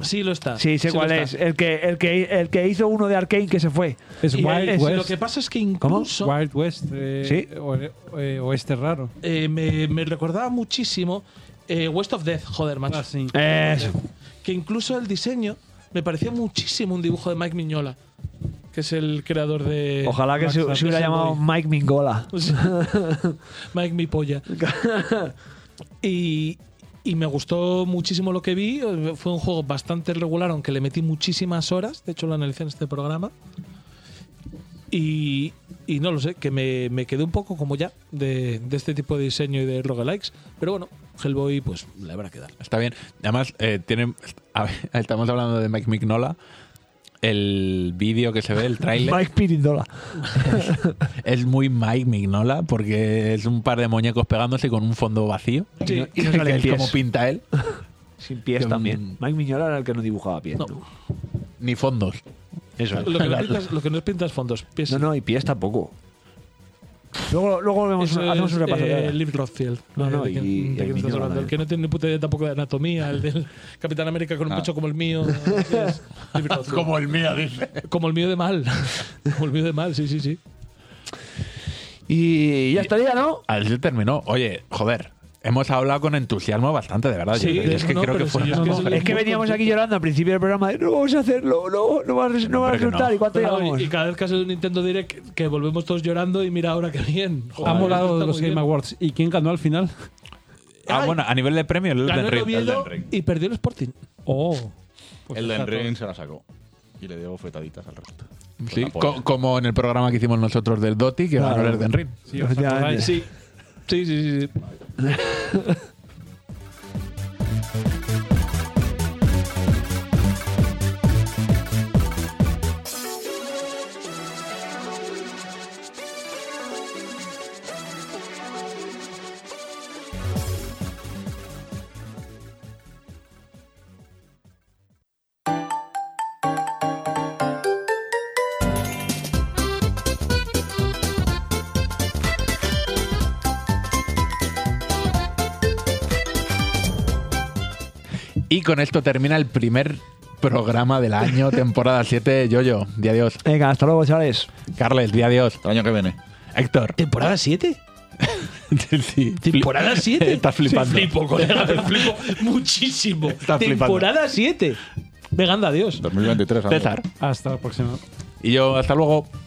Speaker 7: Sí, lo está.
Speaker 2: Sí, sé
Speaker 7: Sí,
Speaker 2: cuál
Speaker 7: lo
Speaker 2: es.
Speaker 7: está.
Speaker 2: El que, el, que, el que hizo uno de Arkane que se fue.
Speaker 3: Es
Speaker 2: Y-
Speaker 3: Wild
Speaker 2: es-
Speaker 3: West.
Speaker 7: Lo que pasa es que incluso.
Speaker 3: Wild West. eh,
Speaker 7: Sí.
Speaker 3: o- eh, oeste raro.
Speaker 7: eh, me, me recordaba muchísimo eh, West of Death, joder, macho.
Speaker 3: Ah, sí.
Speaker 2: Eso.
Speaker 7: Que incluso el diseño me parecía muchísimo un dibujo de Mike Miñola, que es el creador de.
Speaker 2: Ojalá que
Speaker 7: Eh, Max
Speaker 2: se,
Speaker 7: Up,
Speaker 2: se hubiera
Speaker 7: Resident
Speaker 2: llamado
Speaker 7: Evil.
Speaker 2: Mike Mingola.
Speaker 7: Pues Sí. Mike mi polla. y, y me gustó muchísimo lo que vi. Fue un juego bastante regular, aunque le metí muchísimas horas. De hecho, lo analicé en este programa. Y, y no lo sé, que me, me quedé un poco como ya de, de este tipo de diseño y de roguelikes. Pero bueno, Hellboy, pues le habrá que dar.
Speaker 1: Está bien. Además, eh, tiene- a ver, estamos hablando de Mike Mignola. el vídeo que se ve, el tráiler.
Speaker 2: Mike Pirindola.
Speaker 1: es muy Mike Mignola porque es un par de muñecos pegándose con un fondo vacío.
Speaker 2: Sí,
Speaker 1: Que-
Speaker 2: y no
Speaker 1: que
Speaker 2: salen
Speaker 1: es
Speaker 2: pies.
Speaker 1: como pinta él.
Speaker 2: Sin pies
Speaker 1: Que,
Speaker 2: también. Mike Mignola era el que no dibujaba pies. ¿no?
Speaker 1: Ni fondos.
Speaker 2: Eso es.
Speaker 7: Lo que, no pintas, lo que no es pintas fondos. Pies.
Speaker 2: No, no, y pies tampoco. Luego, luego vemos
Speaker 7: Eso
Speaker 2: un- hacemos un
Speaker 7: es,
Speaker 2: repaso.
Speaker 7: eh,
Speaker 2: ya.
Speaker 7: Liv Rothfield.
Speaker 2: No, no,
Speaker 7: ¿De
Speaker 2: y-
Speaker 7: quién-
Speaker 2: y
Speaker 7: de
Speaker 2: el
Speaker 7: quién estás
Speaker 2: niño
Speaker 7: hablando? El
Speaker 2: grande.
Speaker 7: que no tiene ni puta idea tampoco de anatomía, el del Capitán América con un
Speaker 1: Ah.
Speaker 7: pecho como el mío. es Liv Rothfield.
Speaker 1: Como el mío, dice.
Speaker 7: Como el mío de mal. Como el mío de mal, sí, sí, sí.
Speaker 2: Y ya estaría, ¿no?
Speaker 1: Así terminó. Oye, joder. Hemos hablado con entusiasmo bastante, de verdad. Yo-
Speaker 2: Sí,
Speaker 1: es que
Speaker 2: no,
Speaker 1: creo que
Speaker 2: pero
Speaker 1: fue.
Speaker 2: si yo- es, que veníamos aquí llorando al principio del programa de no vamos a hacerlo, no, no va a, res- no va a
Speaker 1: Hombre, que no.
Speaker 2: resultar. ¿Y cuánto
Speaker 7: Pero,
Speaker 2: llevamos?
Speaker 7: y, y cada vez que hace un Nintendo Direct que volvemos todos llorando y mira ahora qué bien.
Speaker 3: Ha
Speaker 7: Joder,
Speaker 3: molado
Speaker 7: está
Speaker 3: de los
Speaker 7: muy
Speaker 3: Game
Speaker 7: bien.
Speaker 3: Awards. ¿Y quién ganó al final?
Speaker 1: Ah, bueno, a nivel de premio, el
Speaker 7: Ganó
Speaker 1: Elden
Speaker 7: el
Speaker 1: Ring.
Speaker 7: Oviedo
Speaker 1: Elden Ring.
Speaker 7: y perdió el Sporting.
Speaker 3: Oh.
Speaker 4: el
Speaker 7: está
Speaker 4: Den
Speaker 7: todo.
Speaker 4: Ring se la sacó. Y le dio fetaditas al resto.
Speaker 1: Sí,
Speaker 4: Con la
Speaker 1: co-
Speaker 4: polla.
Speaker 1: como en el programa que hicimos nosotros del Doti, que
Speaker 4: Claro.
Speaker 1: ganó el Elden Ring.
Speaker 4: Sí, os acordáis,
Speaker 7: sí. Sí, sí, sí.
Speaker 1: Y con esto termina el primer programa del año, temporada 7, Yoyo. Di adiós.
Speaker 2: Venga, hasta luego, chavales.
Speaker 1: Carles, di adiós.
Speaker 4: El año que viene.
Speaker 1: Héctor.
Speaker 8: ¿Temporada 7?
Speaker 1: sí.
Speaker 8: ¿Temporada 7?
Speaker 1: Estás flipando.
Speaker 8: Sí, flipo, colega, me flipo muchísimo.
Speaker 1: flipando.
Speaker 8: ¿Temporada 7? Venga, anda, adiós.
Speaker 4: 2023, amigo.
Speaker 1: César.
Speaker 3: Hasta la próxima.
Speaker 1: Y yo, hasta luego.